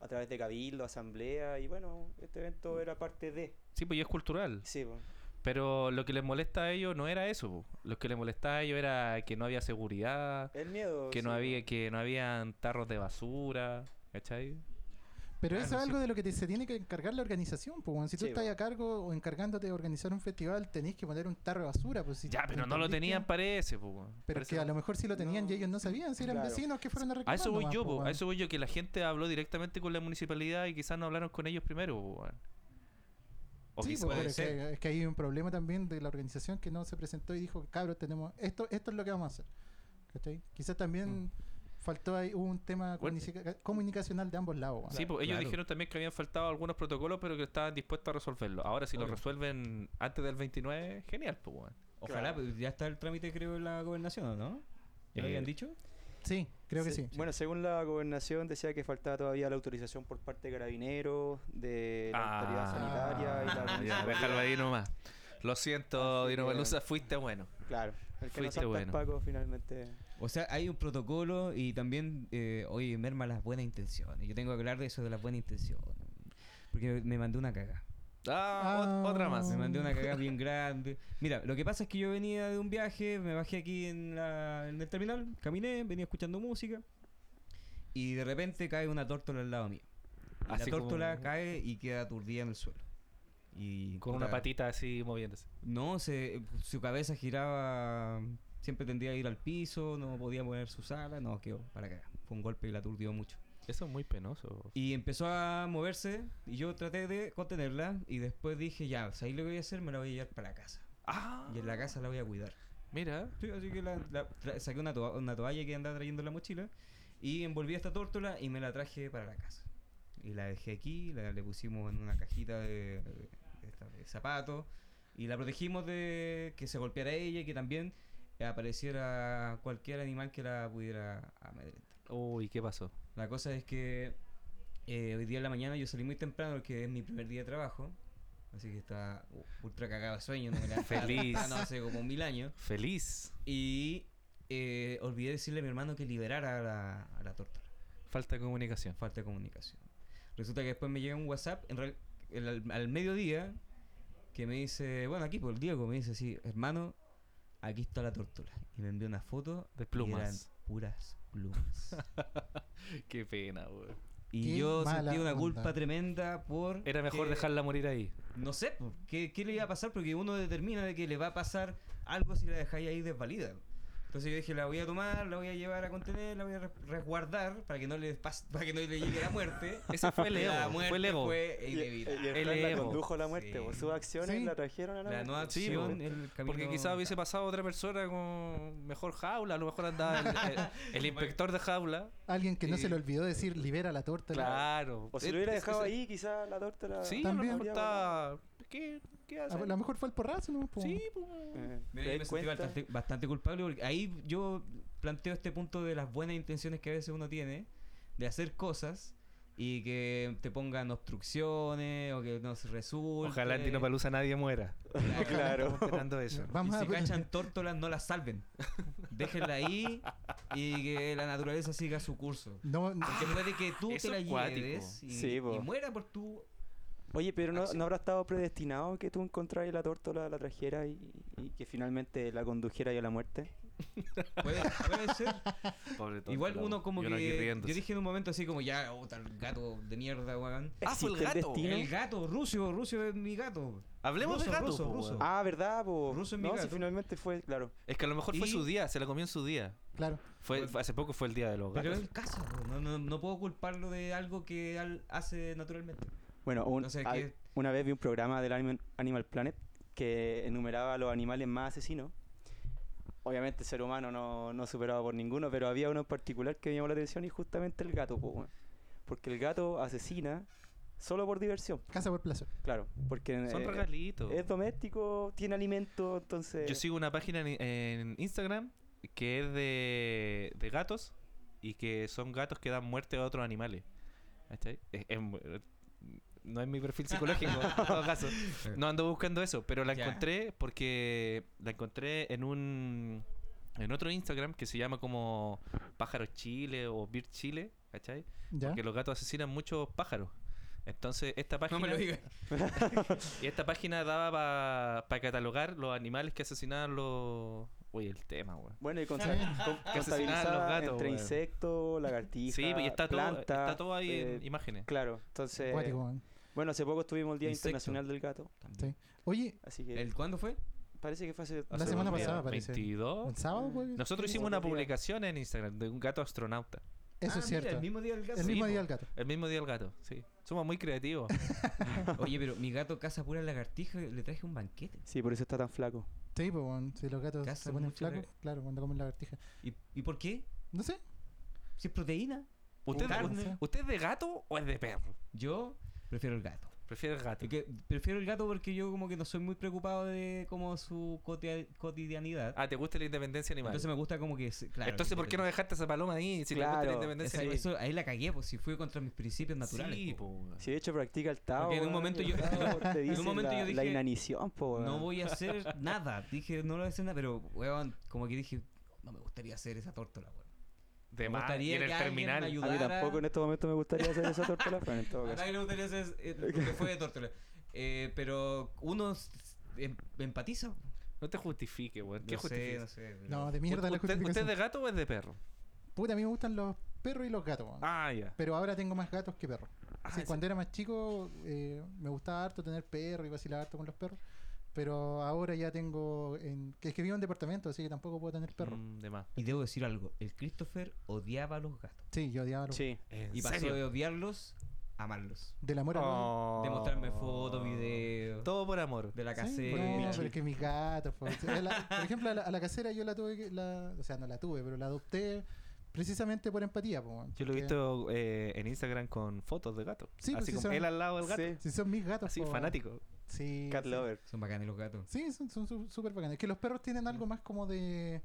Speaker 5: a través de cabildo, asamblea, y bueno, este evento era parte de...
Speaker 3: Sí, pues y es cultural.
Speaker 5: Sí, po.
Speaker 3: Pero lo que les molesta a ellos no era eso. po. Lo que les molestaba a ellos era que no había seguridad,
Speaker 5: el miedo.
Speaker 3: que no
Speaker 5: sí,
Speaker 3: había
Speaker 5: po.
Speaker 3: que no habían tarros de basura, ¿cachai?
Speaker 4: Pero
Speaker 3: Claro,
Speaker 4: eso es
Speaker 3: sí.
Speaker 4: algo de lo que te- se tiene que encargar la organización. Pues, si tú
Speaker 5: Sí,
Speaker 4: estás
Speaker 5: po.
Speaker 4: a cargo o encargándote de organizar un festival, tenés que poner un tarro de basura. Pues, si
Speaker 3: ya, pero no lo
Speaker 4: entendiste,
Speaker 3: tenían, parece, po, weón.
Speaker 4: Pero
Speaker 3: Parece
Speaker 4: que a
Speaker 3: no.
Speaker 4: lo mejor sí lo tenían y
Speaker 5: No,
Speaker 4: ellos no sabían si eran
Speaker 5: claro.
Speaker 4: vecinos que fueron a
Speaker 3: A
Speaker 4: reclamar
Speaker 3: eso voy
Speaker 4: nomás,
Speaker 3: yo,
Speaker 4: po,
Speaker 3: po, a
Speaker 4: weón.
Speaker 3: eso voy yo, que la gente habló directamente con la municipalidad y quizás no hablaron con ellos primero, po, weón. O
Speaker 4: Sí,
Speaker 3: quizá-
Speaker 4: po,
Speaker 2: puede
Speaker 4: pero es
Speaker 2: ser.
Speaker 4: que, es que hay un problema también de la organización que no se presentó y dijo, cabros, tenemos esto, esto es lo que vamos a hacer. ¿Cachai? Quizás también
Speaker 3: Mm.
Speaker 4: faltó ahí hubo un tema
Speaker 3: Bueno.
Speaker 4: comunica- comunicacional de ambos lados. weón.
Speaker 3: Sí, pues ellos
Speaker 2: Claro.
Speaker 3: dijeron también que habían faltado algunos protocolos, pero que estaban dispuestos a resolverlo. Ahora, si lo
Speaker 2: Obvio.
Speaker 3: resuelven antes del 29, genial, pues, weón.
Speaker 2: Ojalá,
Speaker 5: Claro.
Speaker 2: pues, ya está el trámite, creo, en la gobernación, ¿o ¿no? ¿Ya lo
Speaker 3: Eh,
Speaker 2: habían dicho?
Speaker 4: Sí, creo que
Speaker 5: Se-
Speaker 4: sí.
Speaker 5: Bueno, según la gobernación decía que faltaba todavía la autorización por parte de carabineros, de la autoridad sanitaria y la
Speaker 3: Ah, ya,
Speaker 5: municipalidad.
Speaker 3: déjalo ahí nomás. Lo siento,
Speaker 5: Así
Speaker 3: Dino
Speaker 5: que-
Speaker 3: Baluza, fuiste bueno.
Speaker 5: Claro, el que
Speaker 3: Fuiste
Speaker 5: no salta
Speaker 3: bueno.
Speaker 5: el Paco finalmente...
Speaker 2: O sea, hay un protocolo y también, eh, oye, merma las buenas intenciones. Yo tengo que hablar de eso de las buenas intenciones. Porque me mandé una caga.
Speaker 3: Ah, ot- otra más.
Speaker 2: Me mandé una cagada bien grande. Mira, lo que pasa es que yo venía de un viaje, me bajé aquí en, la- en el terminal, caminé, venía escuchando música. Y de repente cae una tórtola al lado mío. Y
Speaker 3: Así
Speaker 2: la
Speaker 3: como-
Speaker 2: tórtola cae y queda aturdida en el suelo. Y
Speaker 3: Con una
Speaker 2: puta,
Speaker 3: patita así moviéndose.
Speaker 2: No, se, su cabeza giraba, siempre tendía a ir al piso, no podía mover sus alas, no, quedó para cagar. Fue un golpe y la aturdió mucho.
Speaker 3: Eso es muy penoso.
Speaker 2: Y empezó a moverse y yo traté de pues contenerla y después dije, ya, ahí lo que voy a hacer, me la voy a llevar para la casa.
Speaker 3: Ah,
Speaker 2: Y en la casa la voy a cuidar.
Speaker 3: Mira.
Speaker 2: Sí, así que la, la- tra- saqué una, toa- una toalla que andaba trayendo en la mochila y envolví esta tórtola y me la traje para la casa. Y la dejé aquí, la, le pusimos en una cajita de, de esta- de zapatos y la protegimos de que se golpeara ella y que también apareciera cualquier animal que la pudiera amedrentar.
Speaker 3: Uy, ¿qué pasó?
Speaker 2: La cosa es que eh, hoy día en la mañana yo salí muy temprano porque es mi primer día de trabajo. Así que estaba u- ultra cagado de sueño, no me levantaba
Speaker 3: Feliz.
Speaker 2: temprano hace como mil años.
Speaker 3: Feliz.
Speaker 2: Y eh, olvidé decirle a mi hermano que liberara a la, a la tórtola.
Speaker 3: Falta de comunicación.
Speaker 2: Falta de comunicación. Resulta que después me llega un WhatsApp en real- el- al, al mediodía que me dice, bueno, aquí por el Diego, me dice así, hermano, aquí está la tórtola. Y me envió una foto
Speaker 3: De
Speaker 2: y
Speaker 3: plumas.
Speaker 2: eran puras
Speaker 3: [LAUGHS]
Speaker 2: plumas.
Speaker 3: [LAUGHS] Qué pena, weón.
Speaker 2: y
Speaker 4: Qué
Speaker 2: yo sentí
Speaker 4: mala
Speaker 2: una
Speaker 4: onda.
Speaker 2: culpa tremenda por...
Speaker 3: Era mejor
Speaker 2: que-
Speaker 3: dejarla morir ahí.
Speaker 2: No sé, po, ¿qué, ¿qué le iba a pasar? Porque uno determina de que le va a pasar algo si la dejáis ahí desvalida. Entonces yo dije, la voy a tomar, la voy a llevar a contener, la voy a res- resguardar para que no le, pas- para que no le llegue la muerte.
Speaker 3: [LAUGHS] Ese fue el
Speaker 2: Y la
Speaker 3: ego.
Speaker 2: muerte
Speaker 3: Fue el ego.
Speaker 2: fue
Speaker 5: Y, y
Speaker 2: inevitable.
Speaker 5: el
Speaker 3: El
Speaker 5: Fran la
Speaker 3: ego.
Speaker 5: condujo a la muerte,
Speaker 2: Sí.
Speaker 5: po. sus acciones
Speaker 4: Sí.
Speaker 5: la trajeron a la,
Speaker 2: La
Speaker 5: muerte.
Speaker 2: no
Speaker 3: Sí, po.
Speaker 2: acción, el camino...
Speaker 3: Porque quizás hubiese pasado otra persona con mejor jaula. A lo mejor andaba el, el- [LAUGHS] el inspector de jaula.
Speaker 4: Alguien que no
Speaker 3: Sí.
Speaker 4: se le olvidó decir libera la torta.
Speaker 3: Claro.
Speaker 5: O si
Speaker 3: Eh,
Speaker 5: lo hubiera
Speaker 3: es que
Speaker 5: dejado
Speaker 3: se-
Speaker 5: ahí, quizá la tórtola.
Speaker 3: Sí,
Speaker 4: También.
Speaker 3: a lo mejor está...
Speaker 4: Ah, pues,
Speaker 3: ¿Qué, qué
Speaker 4: A
Speaker 3: hace?
Speaker 4: lo mejor fue el porrazo, ¿no? Po.
Speaker 3: Sí, pues.
Speaker 5: Eh,
Speaker 2: Me,
Speaker 5: ¿te
Speaker 2: me
Speaker 5: das
Speaker 2: sentí
Speaker 5: cuenta?
Speaker 2: bastante, bastante culpable porque ahí yo planteo este punto de las buenas intenciones que a veces uno tiene de hacer cosas y que te pongan obstrucciones o que no se resulte.
Speaker 3: Ojalá en Dinopalusa nadie muera.
Speaker 5: [LAUGHS] Claro.
Speaker 3: Estamos esperando eso.
Speaker 4: Vamos
Speaker 2: y
Speaker 4: a
Speaker 2: si cachan tórtolas, no las salven. Déjenla ahí y que la naturaleza siga su curso.
Speaker 4: [LAUGHS] No, no-
Speaker 3: Ah.
Speaker 2: Porque puede que tú
Speaker 3: eso
Speaker 2: te la
Speaker 3: es cuático.
Speaker 2: lleves y,
Speaker 5: Sí, po.
Speaker 2: y muera por tu...
Speaker 5: Oye, pero no,
Speaker 2: Acción.
Speaker 5: ¿no habrá estado predestinado que tú encontraras la tórtola, la trajeras y, y que finalmente la condujeras a la muerte?
Speaker 2: Puede, puede
Speaker 3: [LAUGHS]
Speaker 2: ser.
Speaker 3: [LAUGHS] Pobre este tonto,
Speaker 2: Igual
Speaker 3: la-
Speaker 2: uno como
Speaker 3: y uno aquí
Speaker 2: que...
Speaker 3: riéndose.
Speaker 2: Yo dije en un momento así como ya, oh, tal gato de mierda, weón.
Speaker 3: Ah, fue el
Speaker 5: ¿Existe
Speaker 3: gato.
Speaker 5: destino?
Speaker 2: El gato, Rusio, Rusio es mi gato.
Speaker 3: Hablemos
Speaker 2: Ruso,
Speaker 3: de gato.
Speaker 2: ruso,
Speaker 3: po,
Speaker 2: ruso.
Speaker 3: weón.
Speaker 5: Ah, ¿verdad? po?
Speaker 2: Ruso es mi
Speaker 5: no, si
Speaker 2: gato.
Speaker 5: finalmente fue, claro.
Speaker 3: Es que a lo mejor fue
Speaker 2: Y-
Speaker 3: su día, se la comió en su día.
Speaker 4: claro.
Speaker 3: Fue,
Speaker 2: Bueno.
Speaker 3: hace poco fue el día de los
Speaker 2: Pero
Speaker 3: gatos.
Speaker 2: es el caso, po. no, no, no puedo culparlo de algo que al- hace
Speaker 4: [LAUGHS]
Speaker 2: naturalmente.
Speaker 5: Bueno, un-
Speaker 2: No sé
Speaker 5: al-
Speaker 2: qué-
Speaker 5: una vez vi un programa del Anima- Animal Planet que enumeraba a los animales más asesinos. Obviamente el ser humano no, no superaba por ninguno, pero había uno en particular que me llamó la atención y justamente el gato. po, weón. Porque el gato asesina solo por diversión,
Speaker 4: Casa por placer.
Speaker 5: claro. Porque
Speaker 3: Son
Speaker 5: eh,
Speaker 3: regalitos.
Speaker 5: es doméstico, tiene alimento, entonces...
Speaker 3: Yo sigo una página en, en Instagram que es de, de gatos y que son gatos que dan muerte a otros animales. ¿Cachai? Es- es mu- no es mi perfil psicológico,
Speaker 2: [LAUGHS]
Speaker 3: en todo caso. No ando buscando eso, pero la
Speaker 2: Ya.
Speaker 3: encontré porque la encontré en un en otro Instagram que se llama como Pájaros Chile o Bird Chile, ¿cachai?
Speaker 4: ¿Ya?
Speaker 3: Que los gatos asesinan muchos pájaros. Entonces, esta página
Speaker 2: No me lo digas.
Speaker 3: y esta página daba para catalogar los animales que asesinaban los. Oye, el tema, weón.
Speaker 5: Bueno, y con,
Speaker 4: Está bien.
Speaker 5: con- contabilizada
Speaker 3: los gatos,
Speaker 5: entre
Speaker 3: weón.
Speaker 5: insectos, lagartijas,
Speaker 3: Sí, pues, y está, todo,
Speaker 5: plantas,
Speaker 3: está todo ahí
Speaker 5: eh,
Speaker 3: en imágenes.
Speaker 5: Claro, entonces...
Speaker 4: Cuático, man.
Speaker 5: Bueno, hace poco estuvimos el Día
Speaker 2: Insecto.
Speaker 5: Internacional del Gato,
Speaker 4: Sí. Oye,
Speaker 5: así que...
Speaker 2: ¿El cuándo fue?
Speaker 5: Parece que fue hace...
Speaker 4: La
Speaker 5: hace
Speaker 4: semana
Speaker 5: dos días.
Speaker 4: pasada, parece.
Speaker 3: 22.
Speaker 4: ¿el sábado? pues?
Speaker 3: Ah. Nosotros
Speaker 5: Sí,
Speaker 3: hicimos una
Speaker 5: otro día.
Speaker 3: publicación en Instagram de un gato astronauta.
Speaker 4: Eso
Speaker 2: Ah,
Speaker 4: es
Speaker 2: mira,
Speaker 4: cierto.
Speaker 2: el mismo día del gato.
Speaker 4: el mismo
Speaker 3: Sí,
Speaker 4: día
Speaker 3: po.
Speaker 4: del gato.
Speaker 3: El mismo día del gato, sí. Somos muy creativos.
Speaker 2: Oye, pero mi gato caza pura lagartija, le traje un banquete.
Speaker 5: Sí, por eso está tan flaco.
Speaker 4: Sí, pues, bueno, si los gatos se
Speaker 2: Cazan
Speaker 4: ponen
Speaker 2: mucho la-
Speaker 4: flacos, claro, cuando comen lagartija.
Speaker 2: ¿Y, y por qué?
Speaker 4: No sé.
Speaker 2: Si es proteína.
Speaker 3: ¿Usted,
Speaker 2: Carne.
Speaker 3: ¿Usted es de gato o es de perro?
Speaker 2: Yo prefiero el gato.
Speaker 3: Prefiero el gato.
Speaker 2: Es que prefiero el gato porque yo como que no soy muy preocupado de como su cotia- cotidianidad.
Speaker 3: Ah, ¿te gusta la independencia animal?
Speaker 2: Entonces
Speaker 3: Entonces,
Speaker 2: me gusta como que... se- Claro, que-
Speaker 3: ¿por qué no dejaste esa paloma ahí si te gusta la
Speaker 5: Claro,
Speaker 3: independencia
Speaker 2: Esa-
Speaker 3: animal?
Speaker 2: eso, ahí la cagué, pues si fui contra mis principios naturales.
Speaker 3: Sí,
Speaker 2: po.
Speaker 3: po, weón.
Speaker 5: Si de hecho practica el Tao.
Speaker 2: Porque en un
Speaker 5: weón,
Speaker 2: momento
Speaker 5: el
Speaker 2: yo- [LAUGHS]
Speaker 5: Tao
Speaker 2: en un-
Speaker 5: te
Speaker 2: en un
Speaker 5: dice
Speaker 2: momento
Speaker 5: la,
Speaker 2: yo
Speaker 5: la
Speaker 2: dije,
Speaker 5: inanición, po,
Speaker 2: No
Speaker 5: weón.
Speaker 2: voy a hacer
Speaker 3: [LAUGHS]
Speaker 2: nada. Dije, no lo voy a hacer nada, pero, weón, como que dije, no me gustaría hacer esa tórtola, weón.
Speaker 3: De
Speaker 2: Me
Speaker 3: más. Y
Speaker 2: gustaría
Speaker 3: en el
Speaker 2: que alguien me
Speaker 3: terminal.
Speaker 5: A
Speaker 2: ayudara.
Speaker 5: mí tampoco en estos momentos me gustaría hacer esa torta pero en todo
Speaker 2: A [LAUGHS]
Speaker 5: caso.
Speaker 2: nadie le gustaría hacer eh, lo que fue de tórtola. Eh, pero uno s- em- empatiza.
Speaker 3: No te justifique, weón. ¿Qué
Speaker 2: No sé,
Speaker 3: justifica?
Speaker 2: no sé. pero-
Speaker 4: No, de mierda la
Speaker 3: ¿Usted, usted
Speaker 4: justificación.
Speaker 3: es de gato o es de perro?
Speaker 4: Puta, a mí me gustan los perros y los gatos, weón.
Speaker 3: Ah, ya.
Speaker 4: Pero ahora tengo más gatos que perros.
Speaker 3: Ah,
Speaker 4: Sí,
Speaker 3: ese-
Speaker 4: cuando era más chico eh, me gustaba harto tener perro y vacilar harto con los perros. Pero ahora ya tengo... En, que es que vivo en departamento, así que tampoco puedo tener perro.
Speaker 3: Mm, de más.
Speaker 2: Y debo decir algo, el Christopher odiaba a los gatos.
Speaker 4: Sí, yo odiaba a los
Speaker 5: Sí.
Speaker 3: ¿En
Speaker 2: Y pasó
Speaker 3: serio?
Speaker 2: de odiarlos amarlos.
Speaker 4: Del amor al odio.
Speaker 3: Oh.
Speaker 2: De mostrarme fotos, videos,
Speaker 3: Todo por amor.
Speaker 2: de la
Speaker 4: Sí,
Speaker 2: casera.
Speaker 4: No, pero es que mis gatos. po. Sí, a la- por ejemplo, a la, a la casera yo la tuve. que- La, o sea, no la tuve, pero la adopté precisamente por empatía. po,
Speaker 3: Yo lo he
Speaker 4: porque
Speaker 3: visto eh, en Instagram con fotos de gatos.
Speaker 4: Sí, pues
Speaker 3: así
Speaker 4: sí
Speaker 3: como
Speaker 4: son-
Speaker 3: él al lado del gato.
Speaker 4: Si son mis gatos.
Speaker 3: Así,
Speaker 2: pues.
Speaker 4: po,
Speaker 3: fanático.
Speaker 4: Sí.
Speaker 5: Cat
Speaker 4: sí.
Speaker 5: Lover. [LAUGHS]
Speaker 2: Son bacanes los gatos.
Speaker 4: Sí, son son su- súper bacanas. Es que los perros tienen algo más como de.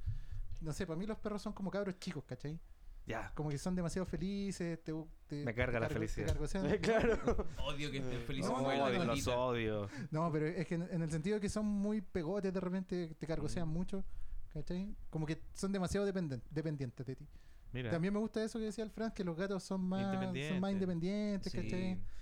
Speaker 4: No sé, para mí los perros son como cabros chicos, ¿cachai?
Speaker 3: Ya.
Speaker 4: Como que son demasiado felices. Te, te-
Speaker 3: Me carga
Speaker 4: te
Speaker 3: la
Speaker 4: te
Speaker 3: felicidad.
Speaker 4: carga,
Speaker 3: [LAUGHS]
Speaker 4: o sea,
Speaker 5: claro.
Speaker 2: Odio que estén felices
Speaker 4: No,
Speaker 2: como la
Speaker 4: no, no,
Speaker 3: Odio, Oh, los
Speaker 2: Lolita.
Speaker 3: odio.
Speaker 4: No, pero es que en, en el sentido de que son muy pegotes, de repente te cargosean
Speaker 3: Mm.
Speaker 4: mucho, ¿cachai? Como que son demasiado dependen- dependientes de ti.
Speaker 3: Mira.
Speaker 4: También me gusta eso que decía el Franz, que los gatos son más independientes, son más
Speaker 3: Independientes.
Speaker 4: independientes
Speaker 2: Sí.
Speaker 4: ¿cachai?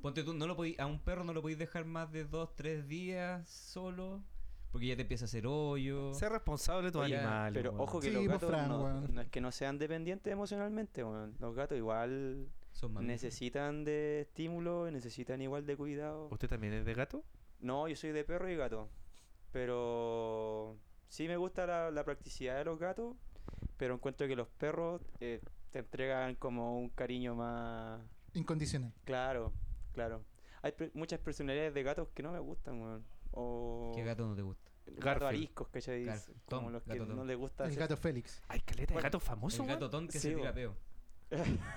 Speaker 2: Ponte tú, no lo podí- a un perro no lo podéis dejar más de dos, tres días solo, porque ya te empieza a hacer hoyo.
Speaker 3: Sé responsable de tu
Speaker 2: Oye,
Speaker 3: animal.
Speaker 5: Pero
Speaker 3: weón.
Speaker 5: ojo que
Speaker 4: Sí,
Speaker 5: los
Speaker 4: pues,
Speaker 5: gatos
Speaker 4: Fran,
Speaker 5: no,
Speaker 4: weón.
Speaker 5: no es que no sean dependientes emocionalmente, weón. Los gatos igual
Speaker 2: Son mamíferos.
Speaker 5: necesitan de estímulo, y necesitan igual de cuidado.
Speaker 3: ¿Usted también es de gato?
Speaker 5: No, yo soy de perro y gato. Pero sí me gusta la, la practicidad de los gatos, pero encuentro que los perros eh, te entregan como un cariño más...
Speaker 4: Incondicional.
Speaker 5: Claro, claro. Hay per- muchas personalidades de gatos que no me gustan, weón. O
Speaker 2: ¿Qué gato no te gusta?
Speaker 5: gatos
Speaker 3: Garfield.
Speaker 5: ariscos, ¿cachai?
Speaker 2: Garfield.
Speaker 5: Como
Speaker 2: Tom,
Speaker 5: los que
Speaker 2: gato Tom.
Speaker 5: no les gusta
Speaker 4: El
Speaker 5: hacer-
Speaker 4: gato Félix.
Speaker 3: Ay, caleta de
Speaker 5: Bueno,
Speaker 3: gato famoso,
Speaker 2: El
Speaker 3: weón.
Speaker 2: gato ton que
Speaker 5: Sí,
Speaker 2: se tira
Speaker 5: bo.
Speaker 2: peo.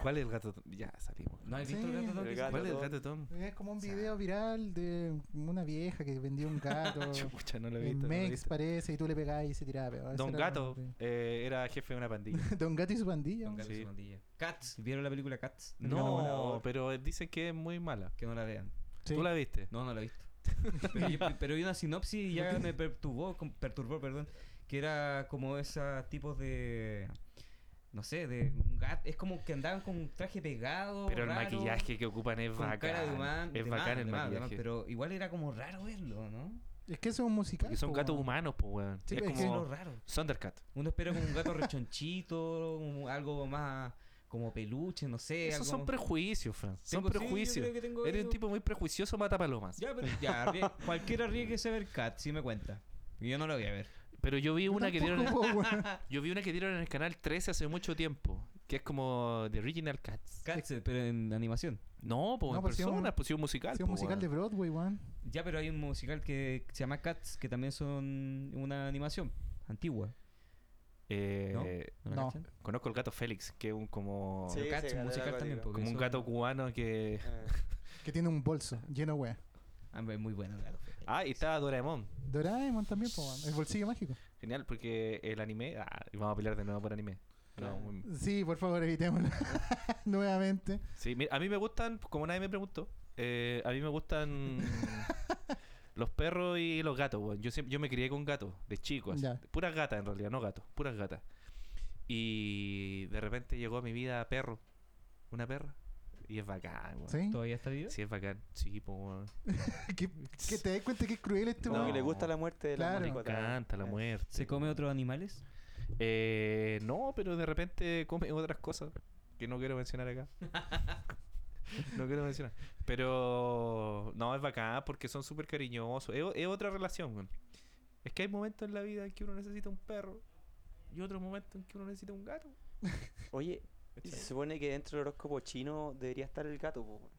Speaker 3: ¿Cuál es el gato? Ya salimos.
Speaker 2: ¿No has
Speaker 4: Sí,
Speaker 2: visto el gato ton
Speaker 5: el
Speaker 2: que
Speaker 5: gato
Speaker 2: se
Speaker 3: ¿Cuál es
Speaker 2: tira
Speaker 5: Tom.
Speaker 3: el gato Tom?
Speaker 4: Es como un
Speaker 2: O sea-
Speaker 4: video viral de una vieja que vendió un
Speaker 3: [LAUGHS]
Speaker 4: gato.
Speaker 3: Chucha, no lo he
Speaker 4: en
Speaker 3: visto. no lo he
Speaker 4: Mex
Speaker 3: visto.
Speaker 4: parece, y tú le pegás y se tiraba. pero eso
Speaker 3: Don
Speaker 4: era-
Speaker 3: Gato eh, era jefe de una pandilla. [LAUGHS]
Speaker 4: [LAUGHS] Don Gato y su pandilla.
Speaker 2: Don Gato y
Speaker 3: Sí.
Speaker 2: su pandilla. Cats. ¿Vieron la película Cats?
Speaker 3: No, pero dicen que es muy mala.
Speaker 2: Que no la vean.
Speaker 4: Sí.
Speaker 3: ¿Tú la viste?
Speaker 2: No, no la he [LAUGHS] visto. pero, yo- pero vi una sinopsis y ya me perturbó, com- perturbó, perdón, que era como esos tipos de... No sé, de un gato. Es como que andaban con un traje pegado.
Speaker 3: Pero el
Speaker 2: raro,
Speaker 3: maquillaje que ocupan es
Speaker 2: Con cara de
Speaker 3: bacán.
Speaker 2: humano.
Speaker 3: Es bacán el maquillaje.
Speaker 2: pero igual era como raro verlo, ¿no?
Speaker 4: Es que eso es un musical.
Speaker 3: Porque son
Speaker 4: po,
Speaker 3: gatos
Speaker 4: weón.
Speaker 3: humanos, pues, weón.
Speaker 4: Sí,
Speaker 3: es
Speaker 4: pero es que
Speaker 2: Lo
Speaker 3: como
Speaker 2: raro.
Speaker 3: Thundercat.
Speaker 2: Uno espera como un gato rechonchito, un- algo más como peluche, no sé.
Speaker 3: Esos son
Speaker 2: algo-
Speaker 3: prejuicios, Fran. Son
Speaker 2: Tengo- sí, yo
Speaker 3: prejuicios.
Speaker 2: creo que tengo
Speaker 3: Eres un
Speaker 2: eso.
Speaker 3: tipo muy prejuicioso, mata palomas.
Speaker 2: Ya, pero ya, arrie- cualquiera ríe que se ve el cat, si me cuenta. Y Yo no lo voy a ver.
Speaker 3: Pero yo vi
Speaker 4: Yo
Speaker 3: una que dieron
Speaker 4: tampoco,
Speaker 3: [LAUGHS]
Speaker 4: po, weón.
Speaker 3: yo vi una que dieron en el canal 13 hace mucho tiempo, que es como The Original Cats.
Speaker 2: Cats, eh, pero en animación.
Speaker 3: No, pues
Speaker 4: No,
Speaker 3: en
Speaker 4: pues, sí, un-
Speaker 3: persona, pues sí, un musical.
Speaker 4: Sí, un
Speaker 3: pues,
Speaker 4: musical de
Speaker 3: weón.
Speaker 4: Broadway, weón.
Speaker 2: Ya, pero hay un musical que se llama Cats, que también son una animación antigua.
Speaker 3: Eh,
Speaker 2: ¿No la
Speaker 4: No.
Speaker 2: cachan?
Speaker 3: Conozco el gato Félix, que es un como
Speaker 5: Sí,
Speaker 2: Pero Cats,
Speaker 5: sí,
Speaker 2: un
Speaker 5: gato
Speaker 2: musical
Speaker 5: acuático.
Speaker 2: también. porque
Speaker 3: como un
Speaker 2: son-
Speaker 3: gato cubano que
Speaker 5: Eh,
Speaker 4: Que tiene un bolso lleno, de weón.
Speaker 2: Ah, es muy bueno el gato.
Speaker 3: Ah, y está Doraemon.
Speaker 4: Doraemon también, po, weón. El bolsillo mágico.
Speaker 3: Genial, porque el anime. Ah, y vamos a pelear de nuevo por anime. No,
Speaker 5: Claro.
Speaker 3: muy-
Speaker 4: Sí, por favor, evitémoslo. [LAUGHS] Nuevamente.
Speaker 3: Sí, mi- a mí me gustan, pues, como nadie me preguntó, eh, a mí me
Speaker 4: [LAUGHS]
Speaker 3: gustan los perros y los gatos, weón. Yo, siempre, yo me crié con gatos, de chico, así.
Speaker 4: Ya.
Speaker 3: Puras gatas en realidad, no gatos, puras gatas. Y de repente llegó a mi vida perro, una perra. Y es bacán, weón.
Speaker 4: ¿Sí?
Speaker 2: ¿Todavía está vivo?
Speaker 3: Sí, es bacán. Sí, po, weón.
Speaker 4: Que, que te das cuenta que es cruel este
Speaker 5: como
Speaker 3: No.
Speaker 5: que
Speaker 4: weón.
Speaker 5: le gusta la muerte de
Speaker 4: Claro.
Speaker 5: la
Speaker 4: Me
Speaker 3: Me encanta la muerte.
Speaker 2: ¿Se come otros animales?
Speaker 3: Eh, no, pero de repente come otras cosas que no quiero mencionar [LAUGHS] acá. no quiero mencionar. Pero no, es bacán porque son súper cariñosos. Es, o- es otra relación, weón. Es que hay momentos en la vida en que uno necesita un perro y otros momentos en que uno necesita un gato.
Speaker 5: Eh, Oye, se supone que dentro del horóscopo chino debería estar el gato, po, weón.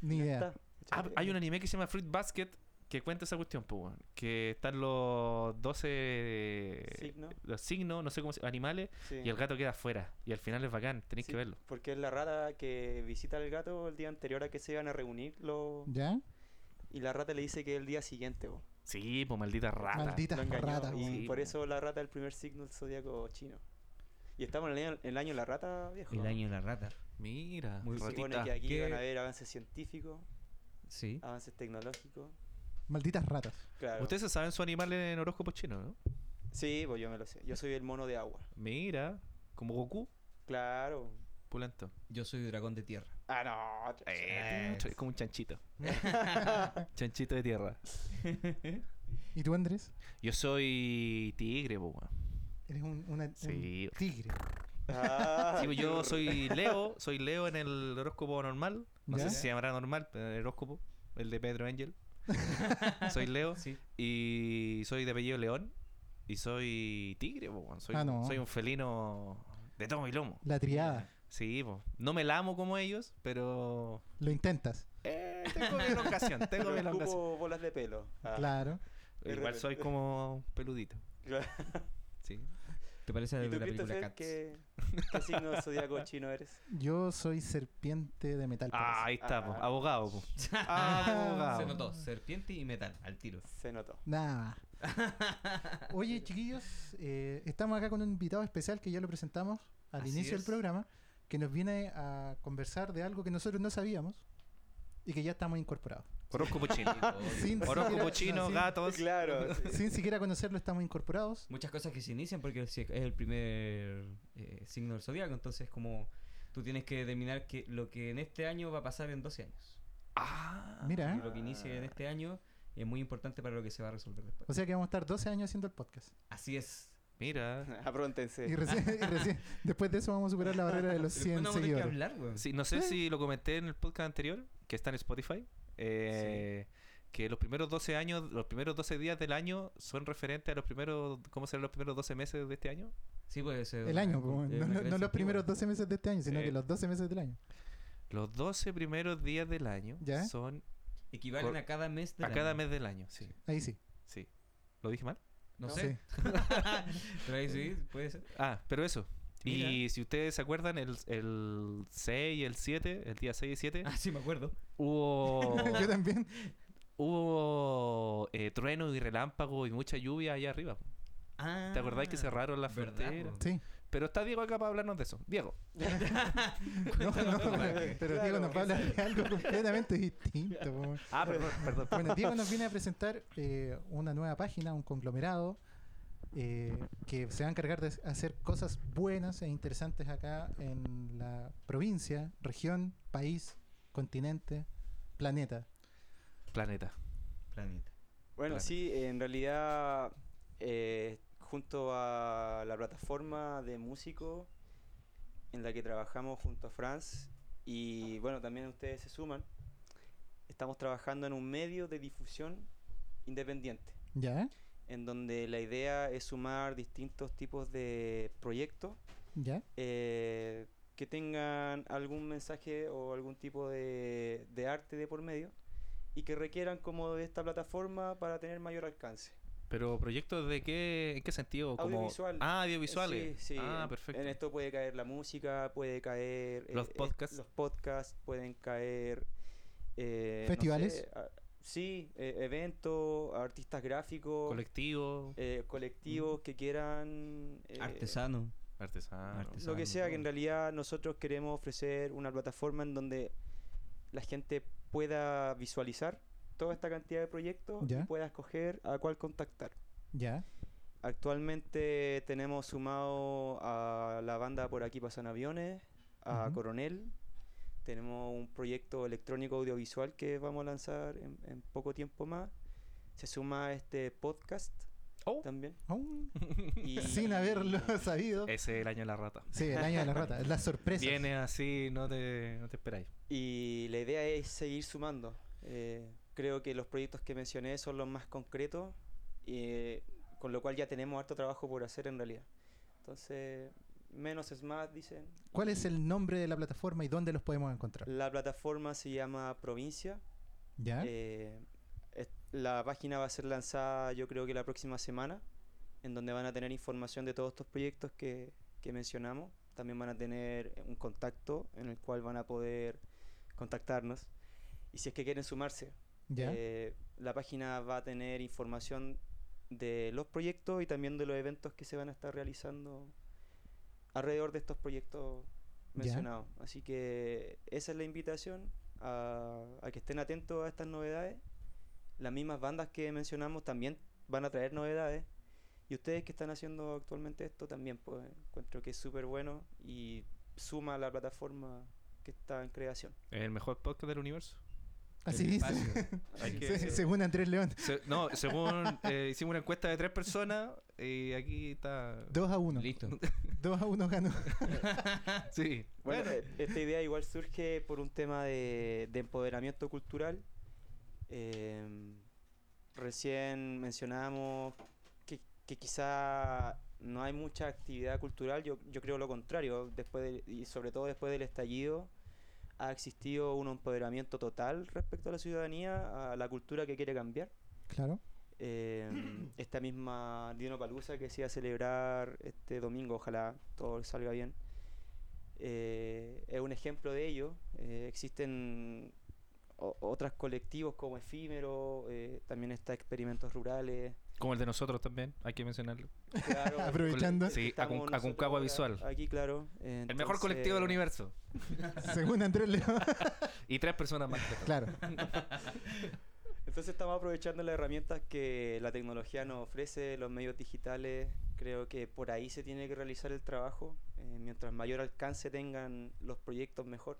Speaker 4: Ni
Speaker 5: Ya
Speaker 4: idea.
Speaker 5: está,
Speaker 3: Ah,
Speaker 5: ¿cachai?
Speaker 3: hay un anime que se llama Fruit Basket que cuenta esa cuestión, pues, weón. Que están los 12
Speaker 5: Signo.
Speaker 2: eh,
Speaker 3: los signos, no sé cómo se animales,
Speaker 5: Sí.
Speaker 3: y el gato queda afuera. Y al final es bacán, tenéis
Speaker 5: Sí,
Speaker 3: que verlo.
Speaker 5: Porque es la rata que visita al gato el día anterior a que se iban a reunir los-
Speaker 4: ¿Ya?
Speaker 5: y la rata le dice que es el día siguiente. po.
Speaker 3: Sí, pues maldita rata.
Speaker 4: Malditas
Speaker 5: Lo engañó,
Speaker 4: ratas,
Speaker 5: y
Speaker 4: weón.
Speaker 3: Sí,
Speaker 5: por
Speaker 3: po.
Speaker 5: eso la rata es el primer signo del zodíaco chino. Y estamos en el año, el año de la rata, viejo.
Speaker 2: El año de la rata.
Speaker 3: Mira,
Speaker 2: Muy
Speaker 5: Se supone
Speaker 3: ratita.
Speaker 5: que aquí
Speaker 2: ¿Qué?
Speaker 5: van a haber avances científicos,
Speaker 2: Sí.
Speaker 5: avances tecnológicos.
Speaker 4: Malditas ratas.
Speaker 5: Claro.
Speaker 3: Ustedes se saben su animal en horóscopo chino, ¿no?
Speaker 5: Sí, pues yo me lo sé. Yo soy el mono de agua.
Speaker 3: Mira, como Goku,
Speaker 5: Claro.
Speaker 3: pulento.
Speaker 2: Yo soy dragón de tierra.
Speaker 5: Ah, no. tra-
Speaker 3: Eh,
Speaker 2: Sí.
Speaker 3: es como un chanchito. chanchito de tierra.
Speaker 4: ¿Y tú, Andrés?
Speaker 3: Yo soy tigre, po, weón.
Speaker 4: Eres un, una- un
Speaker 3: Sí.
Speaker 4: tigre.
Speaker 5: Ah,
Speaker 3: Sí, pues yo
Speaker 5: burro.
Speaker 3: soy Leo, soy Leo en el horóscopo normal. No
Speaker 4: ¿Ya?
Speaker 3: sé si se llamará normal, pero el horóscopo, el de Pedro Angel. soy Leo
Speaker 2: Sí.
Speaker 3: y soy de apellido León y soy tigre, po, weón. Soy,
Speaker 4: Ah,
Speaker 3: un-
Speaker 4: no.
Speaker 3: soy un felino de tomo y lomo.
Speaker 4: La triada.
Speaker 3: Sí, po. no me la amo como ellos, pero
Speaker 4: Lo intentas.
Speaker 3: eh, tengo mi
Speaker 5: [LAUGHS]
Speaker 3: elongación, tengo mi
Speaker 5: Pero
Speaker 3: elongación.
Speaker 5: ocupo bolas de pelo. Ah,
Speaker 4: Claro.
Speaker 5: de
Speaker 3: Igual soy
Speaker 5: repente.
Speaker 3: como
Speaker 5: [LAUGHS]
Speaker 3: peludito, sí.
Speaker 2: ¿Te parece
Speaker 5: ¿Y
Speaker 2: de
Speaker 5: tú,
Speaker 2: la película
Speaker 5: Christopher,
Speaker 2: Cats?
Speaker 5: qué, qué signo zodiaco chino eres?
Speaker 4: Yo soy serpiente de metal.
Speaker 3: Ah, ahí está, po.
Speaker 5: Ah.
Speaker 3: abogado, po.
Speaker 2: Se
Speaker 4: Ah,
Speaker 3: ah,
Speaker 4: [LAUGHS]
Speaker 3: abogado.
Speaker 2: notó, serpiente y metal, al tiro.
Speaker 5: Se notó.
Speaker 3: [LAUGHS]
Speaker 4: Nada. Oye, chiquillos, eh, estamos acá con un invitado especial que ya lo presentamos al
Speaker 3: Así
Speaker 4: inicio
Speaker 3: es.
Speaker 4: del programa, que nos viene a conversar de algo que nosotros no sabíamos y que ya estamos incorporados.
Speaker 5: [LAUGHS]
Speaker 3: Horóscopo chino.
Speaker 2: Ah,
Speaker 4: Sin siquiera-
Speaker 3: Horóscopo
Speaker 4: no,
Speaker 3: chino,
Speaker 4: sin-
Speaker 3: gatos.
Speaker 5: Claro. sí.
Speaker 4: Sin siquiera conocerlo, estamos incorporados.
Speaker 2: Muchas cosas que se inician porque es es el primer eh, signo del zodiaco, entonces como tú tienes que determinar que lo que en este año va a pasar en 12 años.
Speaker 3: Ah,
Speaker 4: Mira,
Speaker 2: Y
Speaker 4: ¿eh?
Speaker 2: lo que inicie
Speaker 5: [LAUGHS]
Speaker 2: en este año es muy importante para lo que se va a resolver después.
Speaker 4: o sea que vamos a estar 12 años haciendo el podcast.
Speaker 2: Así es.
Speaker 3: mira.
Speaker 5: Ah, Apróntense.
Speaker 4: Y recién, y recién- después de eso vamos a superar la barrera de los
Speaker 2: Pero después
Speaker 4: 100
Speaker 2: no vamos a tener que
Speaker 4: seguidores.
Speaker 2: hablar, weón.
Speaker 3: Sí, no sé si lo comenté en el podcast anterior, que está en Spotify, eh, que los primeros 12 años, los primeros 12 días del año son referentes a los primeros, ¿cómo serán los primeros 12 meses de este año?
Speaker 2: Sí, pues eso es
Speaker 4: El
Speaker 2: una-
Speaker 4: año,
Speaker 2: es
Speaker 4: po,
Speaker 2: una
Speaker 4: no, no- no
Speaker 2: creencia
Speaker 4: los primeros
Speaker 2: antigua.
Speaker 4: 12 meses de este año, sino
Speaker 3: Sí.
Speaker 4: que los 12 meses del año.
Speaker 3: Los 12 primeros días del año
Speaker 4: ¿Ya?
Speaker 3: son
Speaker 2: Equivalen
Speaker 3: Por-
Speaker 2: a cada mes del
Speaker 3: a cada
Speaker 2: año.
Speaker 3: mes del año, sí,
Speaker 4: Ahí sí.
Speaker 3: sí. ¿Lo dije mal?
Speaker 2: No
Speaker 5: ¿no?
Speaker 4: [LAUGHS]
Speaker 2: sé. Pero ahí sí, puede ser.
Speaker 3: Ah, pero eso.
Speaker 2: Mira.
Speaker 3: Y si ustedes se acuerdan, el, el 6 y el 7, el día 6 y 7,
Speaker 2: Ah, sí, me acuerdo. [LAUGHS]
Speaker 3: hubo,
Speaker 4: Sí. Yo también.
Speaker 3: hubo eh, trueno y relámpago y mucha lluvia allá arriba.
Speaker 2: Ah,
Speaker 3: ¿Te acordás que cerraron la
Speaker 2: ¿verdad,
Speaker 3: frontera?
Speaker 2: po? [LAUGHS]
Speaker 4: Sí.
Speaker 3: Pero está Diego acá para hablarnos de eso. Diego.
Speaker 4: No, no,
Speaker 2: Cuéntanos,
Speaker 4: pero,
Speaker 2: compadre.
Speaker 4: pero Diego nos va a hablar de algo completamente distinto. po.
Speaker 3: Ah, perdón,
Speaker 2: [LAUGHS]
Speaker 3: perdón.
Speaker 4: Bueno, Diego nos viene a presentar eh, una nueva página, un conglomerado eh, que se va a encargar de hacer cosas buenas e interesantes acá en la provincia, región, país, continente, planeta.
Speaker 3: Planeta.
Speaker 2: Planeta.
Speaker 5: Bueno,
Speaker 3: Claro.
Speaker 5: sí, en realidad, eh, junto a la plataforma de músico en la que trabajamos junto a Franz, y bueno, también ustedes se suman, estamos trabajando en un medio de difusión independiente,
Speaker 4: ¿Ya?
Speaker 5: en donde la idea es sumar distintos tipos de proyectos
Speaker 4: ¿Ya?
Speaker 5: eh, que tengan algún mensaje o algún tipo de, de arte de por medio y que requieran como de esta plataforma para tener mayor alcance.
Speaker 3: Pero proyectos de qué, en qué sentido? Como...
Speaker 5: Audiovisual.
Speaker 3: Ah,
Speaker 5: Eh,
Speaker 3: audiovisuales.
Speaker 5: Sí, sí,
Speaker 3: Ah,
Speaker 5: en-
Speaker 3: perfecto.
Speaker 5: En esto puede caer la música, puede caer... eh,
Speaker 3: Los podcasts.
Speaker 5: los podcasts, pueden caer... eh, no
Speaker 4: Festivales.
Speaker 5: sé, a- sí, eh, eventos, artistas gráficos,
Speaker 3: Colectivo,
Speaker 5: eh,
Speaker 3: Mm.
Speaker 5: colectivos que quieran... eh,
Speaker 2: Artesano.
Speaker 3: artesano.
Speaker 2: artes-
Speaker 5: Lo que
Speaker 2: Pensando
Speaker 5: sea, que en
Speaker 2: todo.
Speaker 5: realidad nosotros queremos ofrecer una plataforma en donde la gente pueda visualizar toda esta cantidad de proyectos
Speaker 4: Ya.
Speaker 5: y pueda escoger a cuál contactar.
Speaker 4: ¿Ya?
Speaker 5: Actualmente tenemos sumado a la banda Por aquí pasan aviones, a
Speaker 4: Ujú.
Speaker 5: Coronel. Tenemos un proyecto electrónico audiovisual que vamos a lanzar en, en poco tiempo más. Se suma a este podcast
Speaker 3: Oh,
Speaker 4: [LAUGHS]
Speaker 5: también.
Speaker 4: Aún
Speaker 5: Y-
Speaker 4: sin haberlo [LAUGHS] sabido.
Speaker 3: ese es el año de la rata.
Speaker 4: Sí, el año de la rata, las sorpresas.
Speaker 3: Viene así, no te, no te esperáis.
Speaker 5: Y la idea es seguir sumando. Eh, creo que los proyectos que mencioné son los más concretos, eh, con lo cual ya tenemos harto trabajo por hacer en realidad. Entonces, menos es más, dicen.
Speaker 4: ¿Cuál es el nombre de la plataforma y dónde los podemos encontrar?
Speaker 5: La plataforma se llama Provincia.
Speaker 4: ¿Ya?
Speaker 5: Eh, es- la página va a ser lanzada yo creo que la próxima semana, en donde van a tener información de todos estos proyectos que, que mencionamos. También van a tener un contacto en el cual van a poder contactarnos. Y si es que quieren sumarse,
Speaker 4: ¿Ya?
Speaker 5: eh, la página va a tener información de los proyectos y también de los eventos que se van a estar realizando alrededor de estos proyectos
Speaker 4: Ya.
Speaker 5: mencionados. Así que esa es la invitación a, a que estén atentos a estas novedades. Las mismas bandas que mencionamos también van a traer novedades. Y ustedes que están haciendo actualmente esto también, pues encuentro que es súper bueno y suma a la plataforma que está en creación.
Speaker 3: El mejor podcast del universo.
Speaker 4: Así
Speaker 2: El
Speaker 4: dice.
Speaker 2: espacio.
Speaker 4: [LAUGHS]
Speaker 5: Así
Speaker 3: que-
Speaker 5: que-
Speaker 4: Se- según Andrés León,
Speaker 3: Se- no, según eh, hicimos una encuesta de tres personas y aquí está.
Speaker 4: 2 a 1.
Speaker 2: Listo.
Speaker 4: 2 a 1 ganó.
Speaker 3: Sí.
Speaker 5: Bueno, eh, esta idea igual surge por un tema de, de empoderamiento cultural. Em, recién mencionábamos que, que quizá no hay mucha actividad cultural, yo, yo creo lo contrario, después del- y sobre todo después del estallido ha existido un empoderamiento total respecto a la ciudadanía, a la cultura que quiere cambiar.
Speaker 4: Claro.
Speaker 5: Eh, esta misma Dino Palusa que se iba a celebrar este domingo, ojalá todo salga bien, eh, es un ejemplo de ello. Eh, existen o- otros colectivos como Efímero, eh, también está Experimentos Rurales.
Speaker 3: Como el de nosotros también, hay que mencionarlo.
Speaker 5: Claro,
Speaker 4: Aprovechando.
Speaker 3: Sí,
Speaker 5: estamos
Speaker 3: Acun-
Speaker 5: nosotros
Speaker 3: Aconcagua
Speaker 5: ahora
Speaker 3: Visual.
Speaker 5: Aquí, claro.
Speaker 3: El mejor colectivo del
Speaker 5: entonces-
Speaker 3: universo.
Speaker 4: Según Andrés León. [LAUGHS]
Speaker 3: Y tres personas más.
Speaker 4: claro.
Speaker 5: Entonces estamos aprovechando las herramientas que la tecnología nos ofrece, los medios digitales. Creo que por ahí se tiene que realizar el trabajo. Eh, mientras mayor alcance tengan los proyectos, mejor.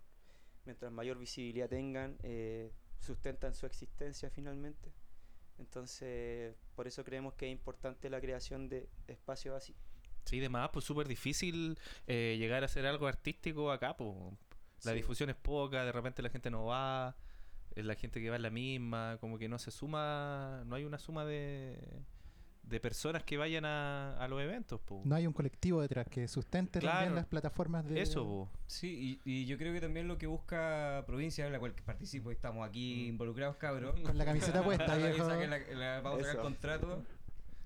Speaker 5: Mientras mayor visibilidad tengan, eh, sustentan su existencia finalmente. Entonces, por eso creemos que es importante la creación de espacios así.
Speaker 3: [LAUGHS] Sí, de más, pues súper difícil eh, llegar a hacer algo artístico acá, pues. La
Speaker 5: Sí.
Speaker 3: difusión es poca, de repente la gente no va, eh, la gente que va es la misma, como que no se suma, no hay una suma de, de personas que vayan a, a los eventos, pues.
Speaker 4: No hay un colectivo detrás que sustente
Speaker 3: Claro.
Speaker 4: también las plataformas de.
Speaker 3: Eso, pues, po.
Speaker 2: Sí, y, y yo creo que también lo que busca provincia en la cual que participo, y estamos aquí involucrados, cabros.
Speaker 4: Con la camiseta
Speaker 2: [LAUGHS]
Speaker 4: puesta,
Speaker 2: Ahora que
Speaker 4: viejo.
Speaker 2: saquen la- la- vamos a sacar
Speaker 5: Eso.
Speaker 2: contrato.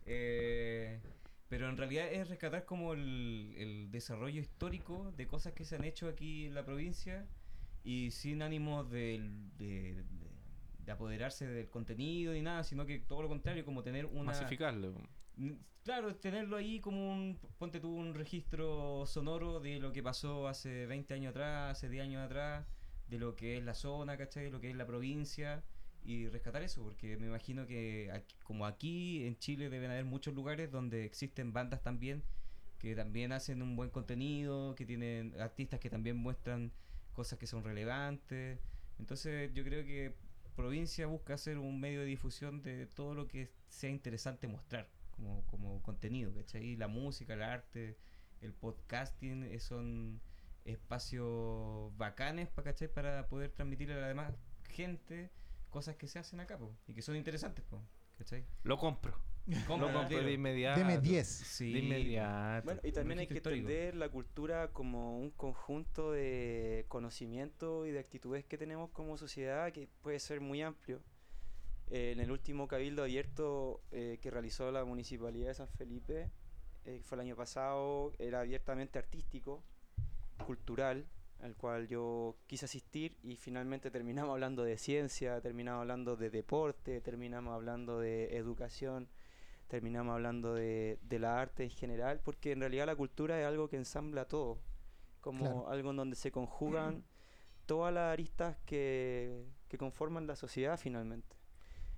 Speaker 2: Eh, pero en realidad es rescatar como el, el desarrollo histórico de cosas que se han hecho aquí en la provincia y sin ánimo de, de- de- de apoderarse del contenido ni nada, sino que todo lo contrario, como tener una...
Speaker 3: Masificarlo. po.
Speaker 2: N- Claro, tenerlo ahí como un, ponte tú un registro sonoro de lo que pasó hace 20 años atrás, hace 10 años atrás, de lo que es la zona, ¿cachai? De lo que es la provincia y rescatar eso, porque me imagino que aquí- como aquí en Chile deben haber muchos lugares donde existen bandas también que también hacen un buen contenido, que tienen artistas que también muestran cosas que son relevantes. Entonces yo creo que provincia busca ser un medio de difusión de todo lo que sea interesante mostrar como, como contenido, ¿cachai? Y La música, el arte, el podcasting eh, son espacios bacanes pa', ¿cachai? para poder transmitirle a la demás gente cosas que se hacen acá po, y que son interesantes, po, ¿cachai?
Speaker 3: Lo compro.
Speaker 2: Compra
Speaker 3: [LAUGHS] Lo
Speaker 2: al
Speaker 3: compro
Speaker 2: tiro.
Speaker 3: de inmediato.
Speaker 4: Deme 10.
Speaker 2: Sí,
Speaker 3: De inmediato.
Speaker 5: Bueno, y también hay que
Speaker 2: registro histórico.
Speaker 5: entender la cultura como un conjunto de conocimiento y de actitudes que tenemos como sociedad que puede ser muy amplio. Eh, en el último cabildo abierto eh, que realizó la Municipalidad de San Felipe, eh, fue el año pasado, era abiertamente artístico, cultural, al cual yo quise asistir y finalmente terminamos hablando de ciencia, terminamos hablando de deporte, terminamos hablando de educación terminamos hablando de, de la arte en general, porque en realidad la cultura es algo que ensambla todo, como
Speaker 4: Claro.
Speaker 5: algo en donde se conjugan todas las aristas que, que conforman la sociedad finalmente.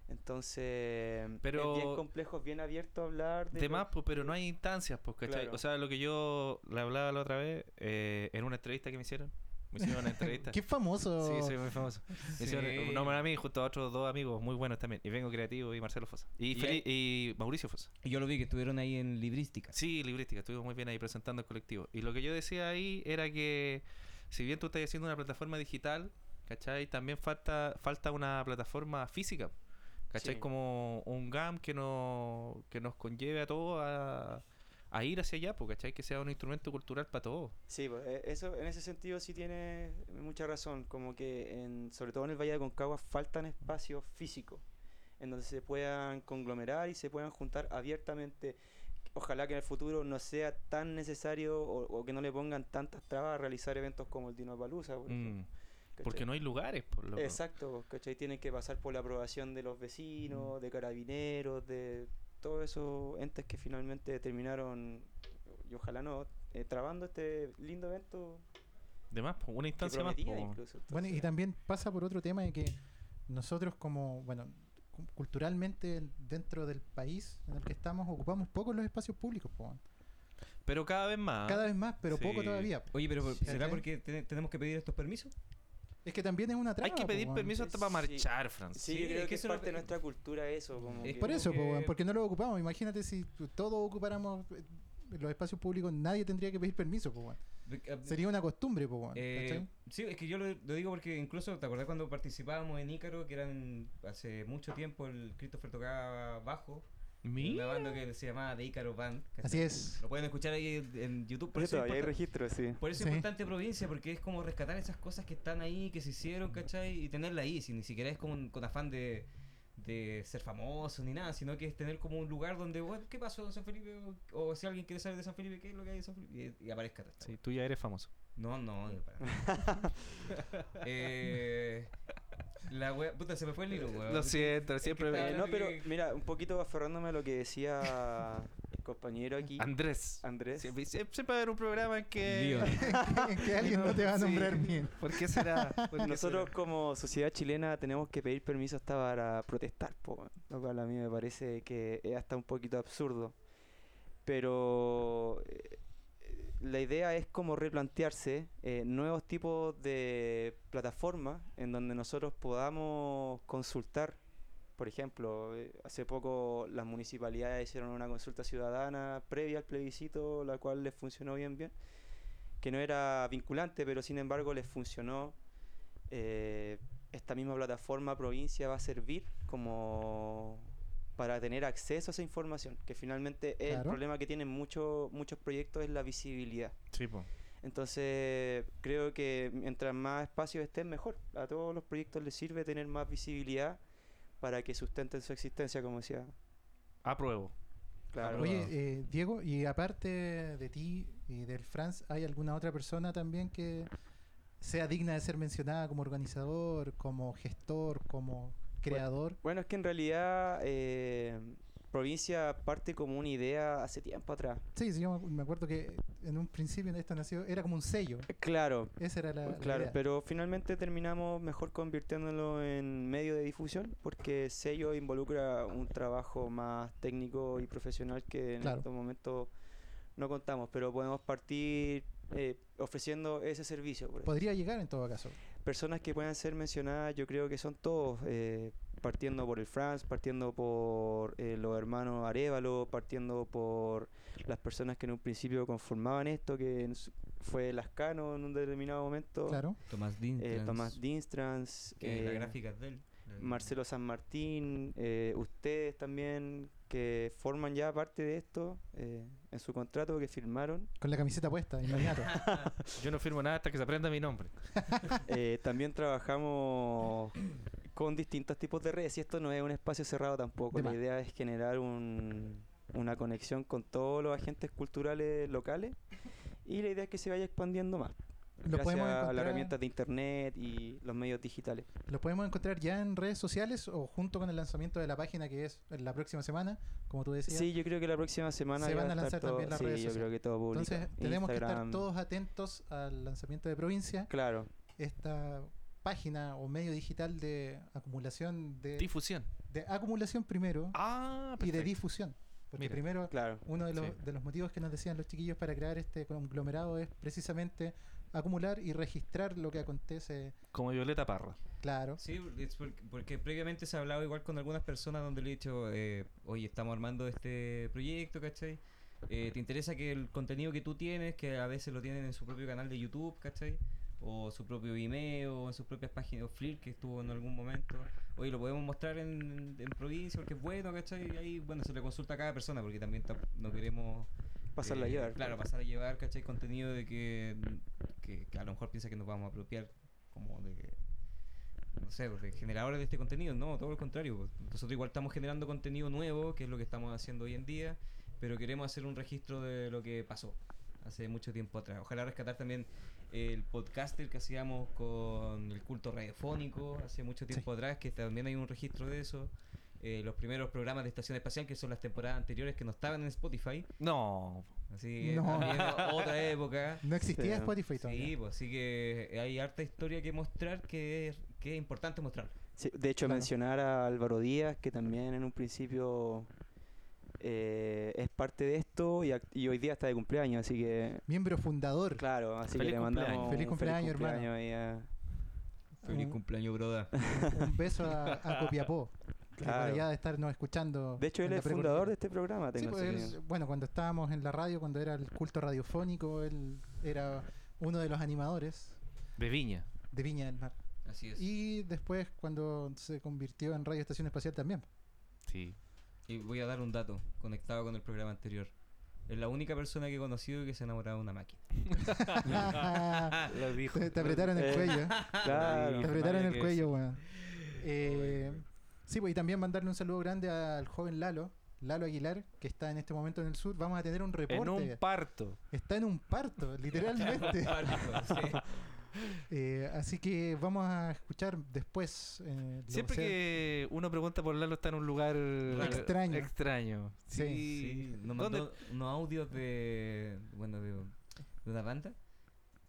Speaker 5: Entonces,
Speaker 3: Pero-
Speaker 5: es bien complejo, es bien abierto hablar de...
Speaker 3: De
Speaker 5: lo-
Speaker 3: más, pues, pero no hay instancias, pues, ¿cachai?
Speaker 5: Claro.
Speaker 3: O sea, lo que yo le hablaba la otra vez, eh, en una entrevista que me hicieron. Me hicieron una entrevista.
Speaker 4: Qué famoso.
Speaker 3: Sí, soy muy famoso. Me hicieron
Speaker 2: Sí.
Speaker 3: un nombre a mí, justo a otros dos amigos muy buenos también. Y Vengo Creativo y Marcelo Fosa. Y,
Speaker 2: Y
Speaker 3: Feli-
Speaker 2: ahí-
Speaker 3: y Mauricio Fosa.
Speaker 2: Y Yo lo vi que estuvieron ahí en librística.
Speaker 3: Sí, librística, estuvimos muy bien ahí presentando el colectivo. Y lo que yo decía ahí era que, si bien tú estás haciendo una plataforma digital, ¿cachai? También falta, falta una plataforma física, ¿cachai?
Speaker 5: Sí.
Speaker 3: Como un GAM que, no, que nos conlleve a todos a, a ir hacia allá, pues, ¿cachai? Que sea un instrumento cultural para todos.
Speaker 5: Sí, pues, eh, eso, en ese sentido sí tiene mucha razón, como que en, sobre todo en el Valle de Concagua faltan espacios físicos en donde se puedan conglomerar y se puedan juntar abiertamente. Ojalá que en el futuro no sea tan necesario o, o que no le pongan tantas trabas a realizar eventos como el Dino Palusa.
Speaker 3: Mm, porque no hay lugares, por lo
Speaker 5: Exacto, pues, ¿cachai? Tienen que pasar por la aprobación de los
Speaker 3: Mm.
Speaker 5: vecinos, de carabineros, de todos esos entes que finalmente terminaron, y ojalá no, eh, trabando este lindo evento
Speaker 3: De más, pues, una
Speaker 5: que
Speaker 3: instancia más.
Speaker 5: prometía
Speaker 3: pues.
Speaker 5: incluso.
Speaker 4: Bueno, y
Speaker 5: entonces.
Speaker 4: también pasa por otro tema de que nosotros como, bueno, cu- culturalmente dentro del país en el que estamos ocupamos poco los espacios públicos, po, weón.
Speaker 3: Pero cada vez más.
Speaker 4: cada vez más, pero poco
Speaker 3: Ah, Sí.
Speaker 4: todavía.
Speaker 2: Oye, pero
Speaker 4: Sí.
Speaker 2: ¿será porque te- tenemos que pedir estos permisos?
Speaker 4: Es que también es una traba.
Speaker 3: Hay que
Speaker 4: po,
Speaker 3: pedir
Speaker 4: weón.
Speaker 3: permiso hasta para
Speaker 5: Sí.
Speaker 3: marchar, Franz.
Speaker 5: Sí,
Speaker 2: Sí,
Speaker 5: yo creo
Speaker 2: es
Speaker 5: que,
Speaker 2: que
Speaker 5: es
Speaker 2: eso lo-
Speaker 5: parte de nuestra cultura eso. Como
Speaker 2: Es
Speaker 5: que-
Speaker 4: Por eso, po,
Speaker 2: Porque-
Speaker 4: weón, porque no lo ocupamos. Imagínate si t- todos ocupáramos eh, los espacios públicos, nadie tendría que pedir permiso, po, weón. Sería una costumbre, po, weón,
Speaker 2: Eh,
Speaker 4: ¿cachai?
Speaker 2: sí, es que yo lo, lo digo porque incluso, ¿te acordás cuando participábamos en Ícaro? Que eran hace mucho tiempo, el Christopher tocaba bajo.
Speaker 3: Mira.
Speaker 2: Una banda que se llamaba The Icaro Band. ¿cachai?
Speaker 4: Así es.
Speaker 2: Lo pueden escuchar ahí en- en YouTube.
Speaker 5: Por eso,
Speaker 2: es
Speaker 5: todavía hay
Speaker 2: importan-
Speaker 5: registros, sí.
Speaker 2: por eso es
Speaker 4: Sí.
Speaker 2: importante provincia, porque es como rescatar esas cosas que están ahí, que se hicieron, ¿cachai? Y tenerla ahí, si ni siquiera es como un- con afán de, de ser famoso ni nada, sino que es tener como un lugar donde, bueno, ¿qué pasó en San Felipe? O, o si alguien quiere saber de San Felipe, ¿qué es lo que hay en San Felipe? Y, y aparezca. esta
Speaker 3: Sí, tú ya eres famoso.
Speaker 2: no, no, no, para
Speaker 5: [LAUGHS]
Speaker 2: nada. eh, La wea. Puta, se me fue el hilo, weón.
Speaker 3: Lo siento,
Speaker 2: Es que
Speaker 3: siempre
Speaker 2: está-
Speaker 5: Eh,
Speaker 3: me...
Speaker 2: Claro
Speaker 5: no, pero
Speaker 2: que-
Speaker 5: mira, un poquito aferrándome a lo que decía el compañero
Speaker 4: [LAUGHS]
Speaker 5: aquí,
Speaker 3: Andrés.
Speaker 5: Andrés.
Speaker 3: Siempre, siempre- siempre va a haber un programa en [LAUGHS] que...
Speaker 2: Lío.
Speaker 4: en [LAUGHS] que alguien no te va
Speaker 3: [LAUGHS]
Speaker 4: a
Speaker 3: Sí.
Speaker 4: nombrar bien.
Speaker 3: ¿Por qué
Speaker 4: [LAUGHS]
Speaker 3: será? ¿Por
Speaker 2: [LAUGHS]
Speaker 3: qué
Speaker 5: pues Nosotros
Speaker 3: será?
Speaker 5: como sociedad chilena tenemos que pedir permiso hasta para protestar, po, weón. lo cual a mí me parece que es hasta un poquito absurdo. Pero eh, eh, la idea es como replantearse eh, nuevos tipos de plataformas en donde nosotros podamos consultar. Por ejemplo, eh, hace poco las municipalidades hicieron una consulta ciudadana previa al plebiscito, la cual les funcionó bien bien, que no era vinculante, pero sin embargo les funcionó eh, esta misma plataforma provincia va a servir como para tener acceso a esa información, que finalmente es el
Speaker 4: Claro.
Speaker 5: problema que tienen muchos muchos proyectos es la visibilidad.
Speaker 3: Sí, po.
Speaker 5: Entonces, creo que mientras más espacios estén, mejor. A todos los proyectos les sirve tener más visibilidad para que sustenten su existencia, como decía.
Speaker 3: Apruebo.
Speaker 5: Claro.
Speaker 4: Oye, eh, Diego, y aparte de ti y del Franz, ¿hay alguna otra persona también que sea digna de ser mencionada como organizador, como gestor, como creador?
Speaker 5: Bueno, es que en realidad eh, provincia parte como una idea hace tiempo atrás.
Speaker 4: Sí, sí, yo me- me acuerdo que en un principio en esto nació, era como un sello.
Speaker 5: Claro,
Speaker 4: Esa era la, la
Speaker 5: Claro,
Speaker 4: idea.
Speaker 5: pero finalmente terminamos mejor convirtiéndolo en medio de difusión porque sello involucra un trabajo más técnico y profesional que en
Speaker 4: Claro.
Speaker 5: estos momentos no contamos, pero podemos partir eh, ofreciendo ese servicio. por ejemplo.
Speaker 4: Podría llegar en todo caso.
Speaker 5: Personas que puedan ser mencionadas, yo creo que son todos, eh, partiendo por el Franz, partiendo por eh, los hermanos Arevalo, partiendo por las personas que en un principio conformaban esto, que en su- fue Lascano en un determinado momento
Speaker 4: Claro.
Speaker 2: Tomás
Speaker 5: eh,
Speaker 2: Dintrans.
Speaker 5: Tomás Dinstrans,
Speaker 2: Que la
Speaker 5: eh,
Speaker 2: gráfica es de él. La-
Speaker 5: Marcelo San Martín, eh, ustedes también que forman ya parte de esto eh, en su contrato que firmaron.
Speaker 4: Con la
Speaker 5: [LAUGHS]
Speaker 4: camiseta puesta, inmediato.
Speaker 3: Yo no firmo nada hasta que se aprenda mi nombre.
Speaker 5: Eh, también trabajamos con distintos tipos de redes y esto no es un espacio cerrado tampoco.
Speaker 4: De
Speaker 5: La
Speaker 4: más.
Speaker 5: idea es generar un- una conexión con todos los agentes culturales locales y la idea es que se vaya expandiendo más.
Speaker 4: Lo
Speaker 5: gracias
Speaker 4: podemos
Speaker 5: a
Speaker 4: encontrar-
Speaker 5: las herramientas de internet y los medios digitales.
Speaker 4: Los podemos encontrar ya en redes sociales o junto con el lanzamiento de la página que es la próxima semana, como tú decías.
Speaker 5: Sí, yo creo que la próxima semana
Speaker 4: Se
Speaker 5: ya
Speaker 4: van
Speaker 5: va
Speaker 4: a
Speaker 5: estar
Speaker 4: lanzar también
Speaker 5: todo-
Speaker 4: las
Speaker 5: sí,
Speaker 4: redes
Speaker 5: yo creo
Speaker 4: sociales.
Speaker 5: que todo público.
Speaker 4: Entonces tenemos que estar
Speaker 5: Instagram,
Speaker 4: todos atentos al lanzamiento de provincia,
Speaker 5: Claro,
Speaker 4: esta página o medio digital de acumulación de,
Speaker 3: Difusión.
Speaker 4: de acumulación primero
Speaker 3: Ah,
Speaker 4: y de
Speaker 3: perfecto.
Speaker 4: difusión. Porque
Speaker 3: Mira.
Speaker 4: primero
Speaker 5: claro.
Speaker 4: uno de los,
Speaker 3: Sí.
Speaker 4: de los motivos que nos decían los chiquillos para crear este conglomerado es precisamente acumular y registrar lo que acontece,
Speaker 3: Como Violeta Parra.
Speaker 4: claro.
Speaker 2: Sí, es porque, porque previamente se ha hablado igual con algunas personas donde le he dicho, eh, oye, estamos armando este proyecto, ¿cachai? Eh, ¿Te interesa que el contenido que tú tienes, que a veces lo tienen en su propio canal de YouTube, ¿cachai? O su propio Vimeo, o en sus propias páginas, o Flir, que estuvo en algún momento. Oye, lo podemos mostrar en, en provincia porque es bueno, ¿cachai? Y ahí, bueno, se le consulta a cada persona porque también tam- no queremos
Speaker 5: Pasarla a
Speaker 2: eh,
Speaker 5: llevar.
Speaker 2: Claro, pasar a llevar, ¿cachai? Contenido de que, que, que a lo mejor piensa que nos vamos a apropiar como de que- no sé, pues, de generadores de este contenido, no, todo lo contrario. pues. Nosotros igual estamos generando contenido nuevo, que es lo que estamos haciendo hoy en día, pero queremos hacer un registro de lo que pasó hace mucho tiempo atrás. Ojalá rescatar también el podcaster que hacíamos con el culto radiofónico hace mucho tiempo atrás, que también hay un registro de eso. Eh, los primeros programas de Estación Espacial, que son las temporadas anteriores que no estaban en Spotify,
Speaker 3: No.
Speaker 2: Así que
Speaker 4: No. [LAUGHS]
Speaker 2: también o- otra época.
Speaker 4: No existía
Speaker 5: Sí.
Speaker 4: Spotify todavía.
Speaker 2: Sí, pues, así que hay harta historia que mostrar que es, que es importante mostrar.
Speaker 5: Sí, de hecho,
Speaker 4: Claro.
Speaker 5: mencionar a Álvaro Díaz, que también en un principio eh, es parte de esto y, act- y hoy día está de cumpleaños, así que.
Speaker 4: Miembro fundador.
Speaker 5: Claro, así
Speaker 3: Feliz
Speaker 5: que le
Speaker 3: cumpleaños.
Speaker 5: mandamos.
Speaker 4: Feliz
Speaker 5: un
Speaker 4: cumpleaños, hermano.
Speaker 5: cumpleaños ahí a-
Speaker 2: Feliz
Speaker 4: Un-
Speaker 2: cumpleaños, broda.
Speaker 4: Un beso a,
Speaker 5: [LAUGHS]
Speaker 4: a Copiapó. Que por
Speaker 5: Claro.
Speaker 4: allá de estarnos escuchando.
Speaker 5: De hecho, él
Speaker 4: en la
Speaker 5: es fundador
Speaker 4: precordillera.
Speaker 5: de este programa,
Speaker 4: Sí,
Speaker 5: tengo
Speaker 4: pues, él-
Speaker 5: entendido.
Speaker 4: bueno, cuando estábamos en la radio, cuando era el culto radiofónico, él era uno de los animadores
Speaker 3: De Viña.
Speaker 4: de Viña del Mar.
Speaker 2: Así es.
Speaker 3: [LAUGHS]
Speaker 4: Y después cuando se convirtió en Radio Estación Espacial también.
Speaker 3: Sí.
Speaker 2: Y voy a dar un dato conectado con el programa anterior. Es la única persona que he conocido que se ha enamorado de una máquina.
Speaker 3: Lo dijo.
Speaker 4: te, te apretaron el
Speaker 5: Eh.
Speaker 4: cuello.
Speaker 5: Claro.
Speaker 4: Te
Speaker 3: Vaya
Speaker 4: apretaron el
Speaker 3: que
Speaker 4: cuello, weón. Eh, sí, pues y también mandarle un saludo grande al joven Lalo, Lalo Aguilar, que está en este momento en el sur. Vamos a tener un reporte.
Speaker 3: En un parto.
Speaker 4: está en
Speaker 3: [LAUGHS]
Speaker 4: un parto, literalmente. [LAUGHS] Eh, así que vamos a escuchar después. eh, lo-
Speaker 3: Siempre
Speaker 4: o sea,
Speaker 3: que uno pregunta por Lalo está en un lugar eh,
Speaker 4: Extraño.
Speaker 3: extraño.
Speaker 4: Sí.
Speaker 3: Sí.
Speaker 2: Sí, nos
Speaker 3: ¿Dónde?
Speaker 2: mandó unos audios de. Bueno, de, de una banda.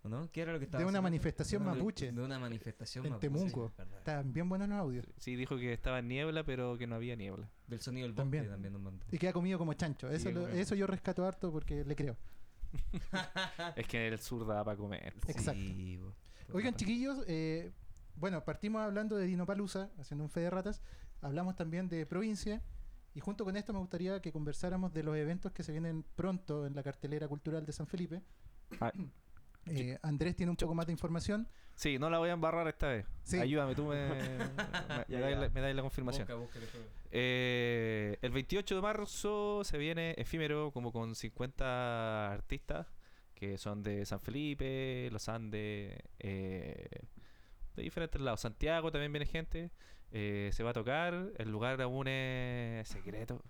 Speaker 2: ¿O no? ¿Qué era lo que estaba
Speaker 4: De una
Speaker 2: haciendo?
Speaker 4: manifestación
Speaker 2: De una-
Speaker 4: mapuche.
Speaker 2: De una manifestación
Speaker 4: En
Speaker 2: mapuche.
Speaker 4: Temuco.
Speaker 2: verdad.
Speaker 4: Están bien buenos los audios.
Speaker 3: Sí, dijo que estaba en niebla, pero que no había niebla.
Speaker 2: Del sonido del bosque
Speaker 4: También.
Speaker 2: también, nos mandó.
Speaker 4: Y que ha comido como chancho. Eso,
Speaker 3: Sí,
Speaker 4: lo-
Speaker 3: bueno.
Speaker 4: eso yo rescato harto porque le creo.
Speaker 3: Es que en el sur daba para comer. po.
Speaker 4: Exacto.
Speaker 2: Sí, pues, bo.
Speaker 4: Oigan, chiquillos, eh, bueno, partimos hablando de Dinopalooza, haciendo un fe de ratas. Hablamos también de provincia. Y junto con esto me gustaría que conversáramos de los eventos que se vienen pronto en la cartelera cultural de San Felipe.
Speaker 3: Ah.
Speaker 4: Eh, Andrés tiene un poco más de información.
Speaker 3: Sí, no la voy a embarrar esta vez.
Speaker 4: Sí.
Speaker 3: Ayúdame, tú
Speaker 4: [LAUGHS]
Speaker 3: me, me- me
Speaker 5: Ya,
Speaker 3: dais
Speaker 5: ya.
Speaker 3: la, me dais la confirmación.
Speaker 2: Busca, busca el juego.
Speaker 3: Eh, el 28 de marzo se viene efímero, como con 50 artistas que son de San Felipe, Los Andes, eh, de diferentes lados. Santiago también viene gente. eh, se va a tocar. El lugar aún es secreto,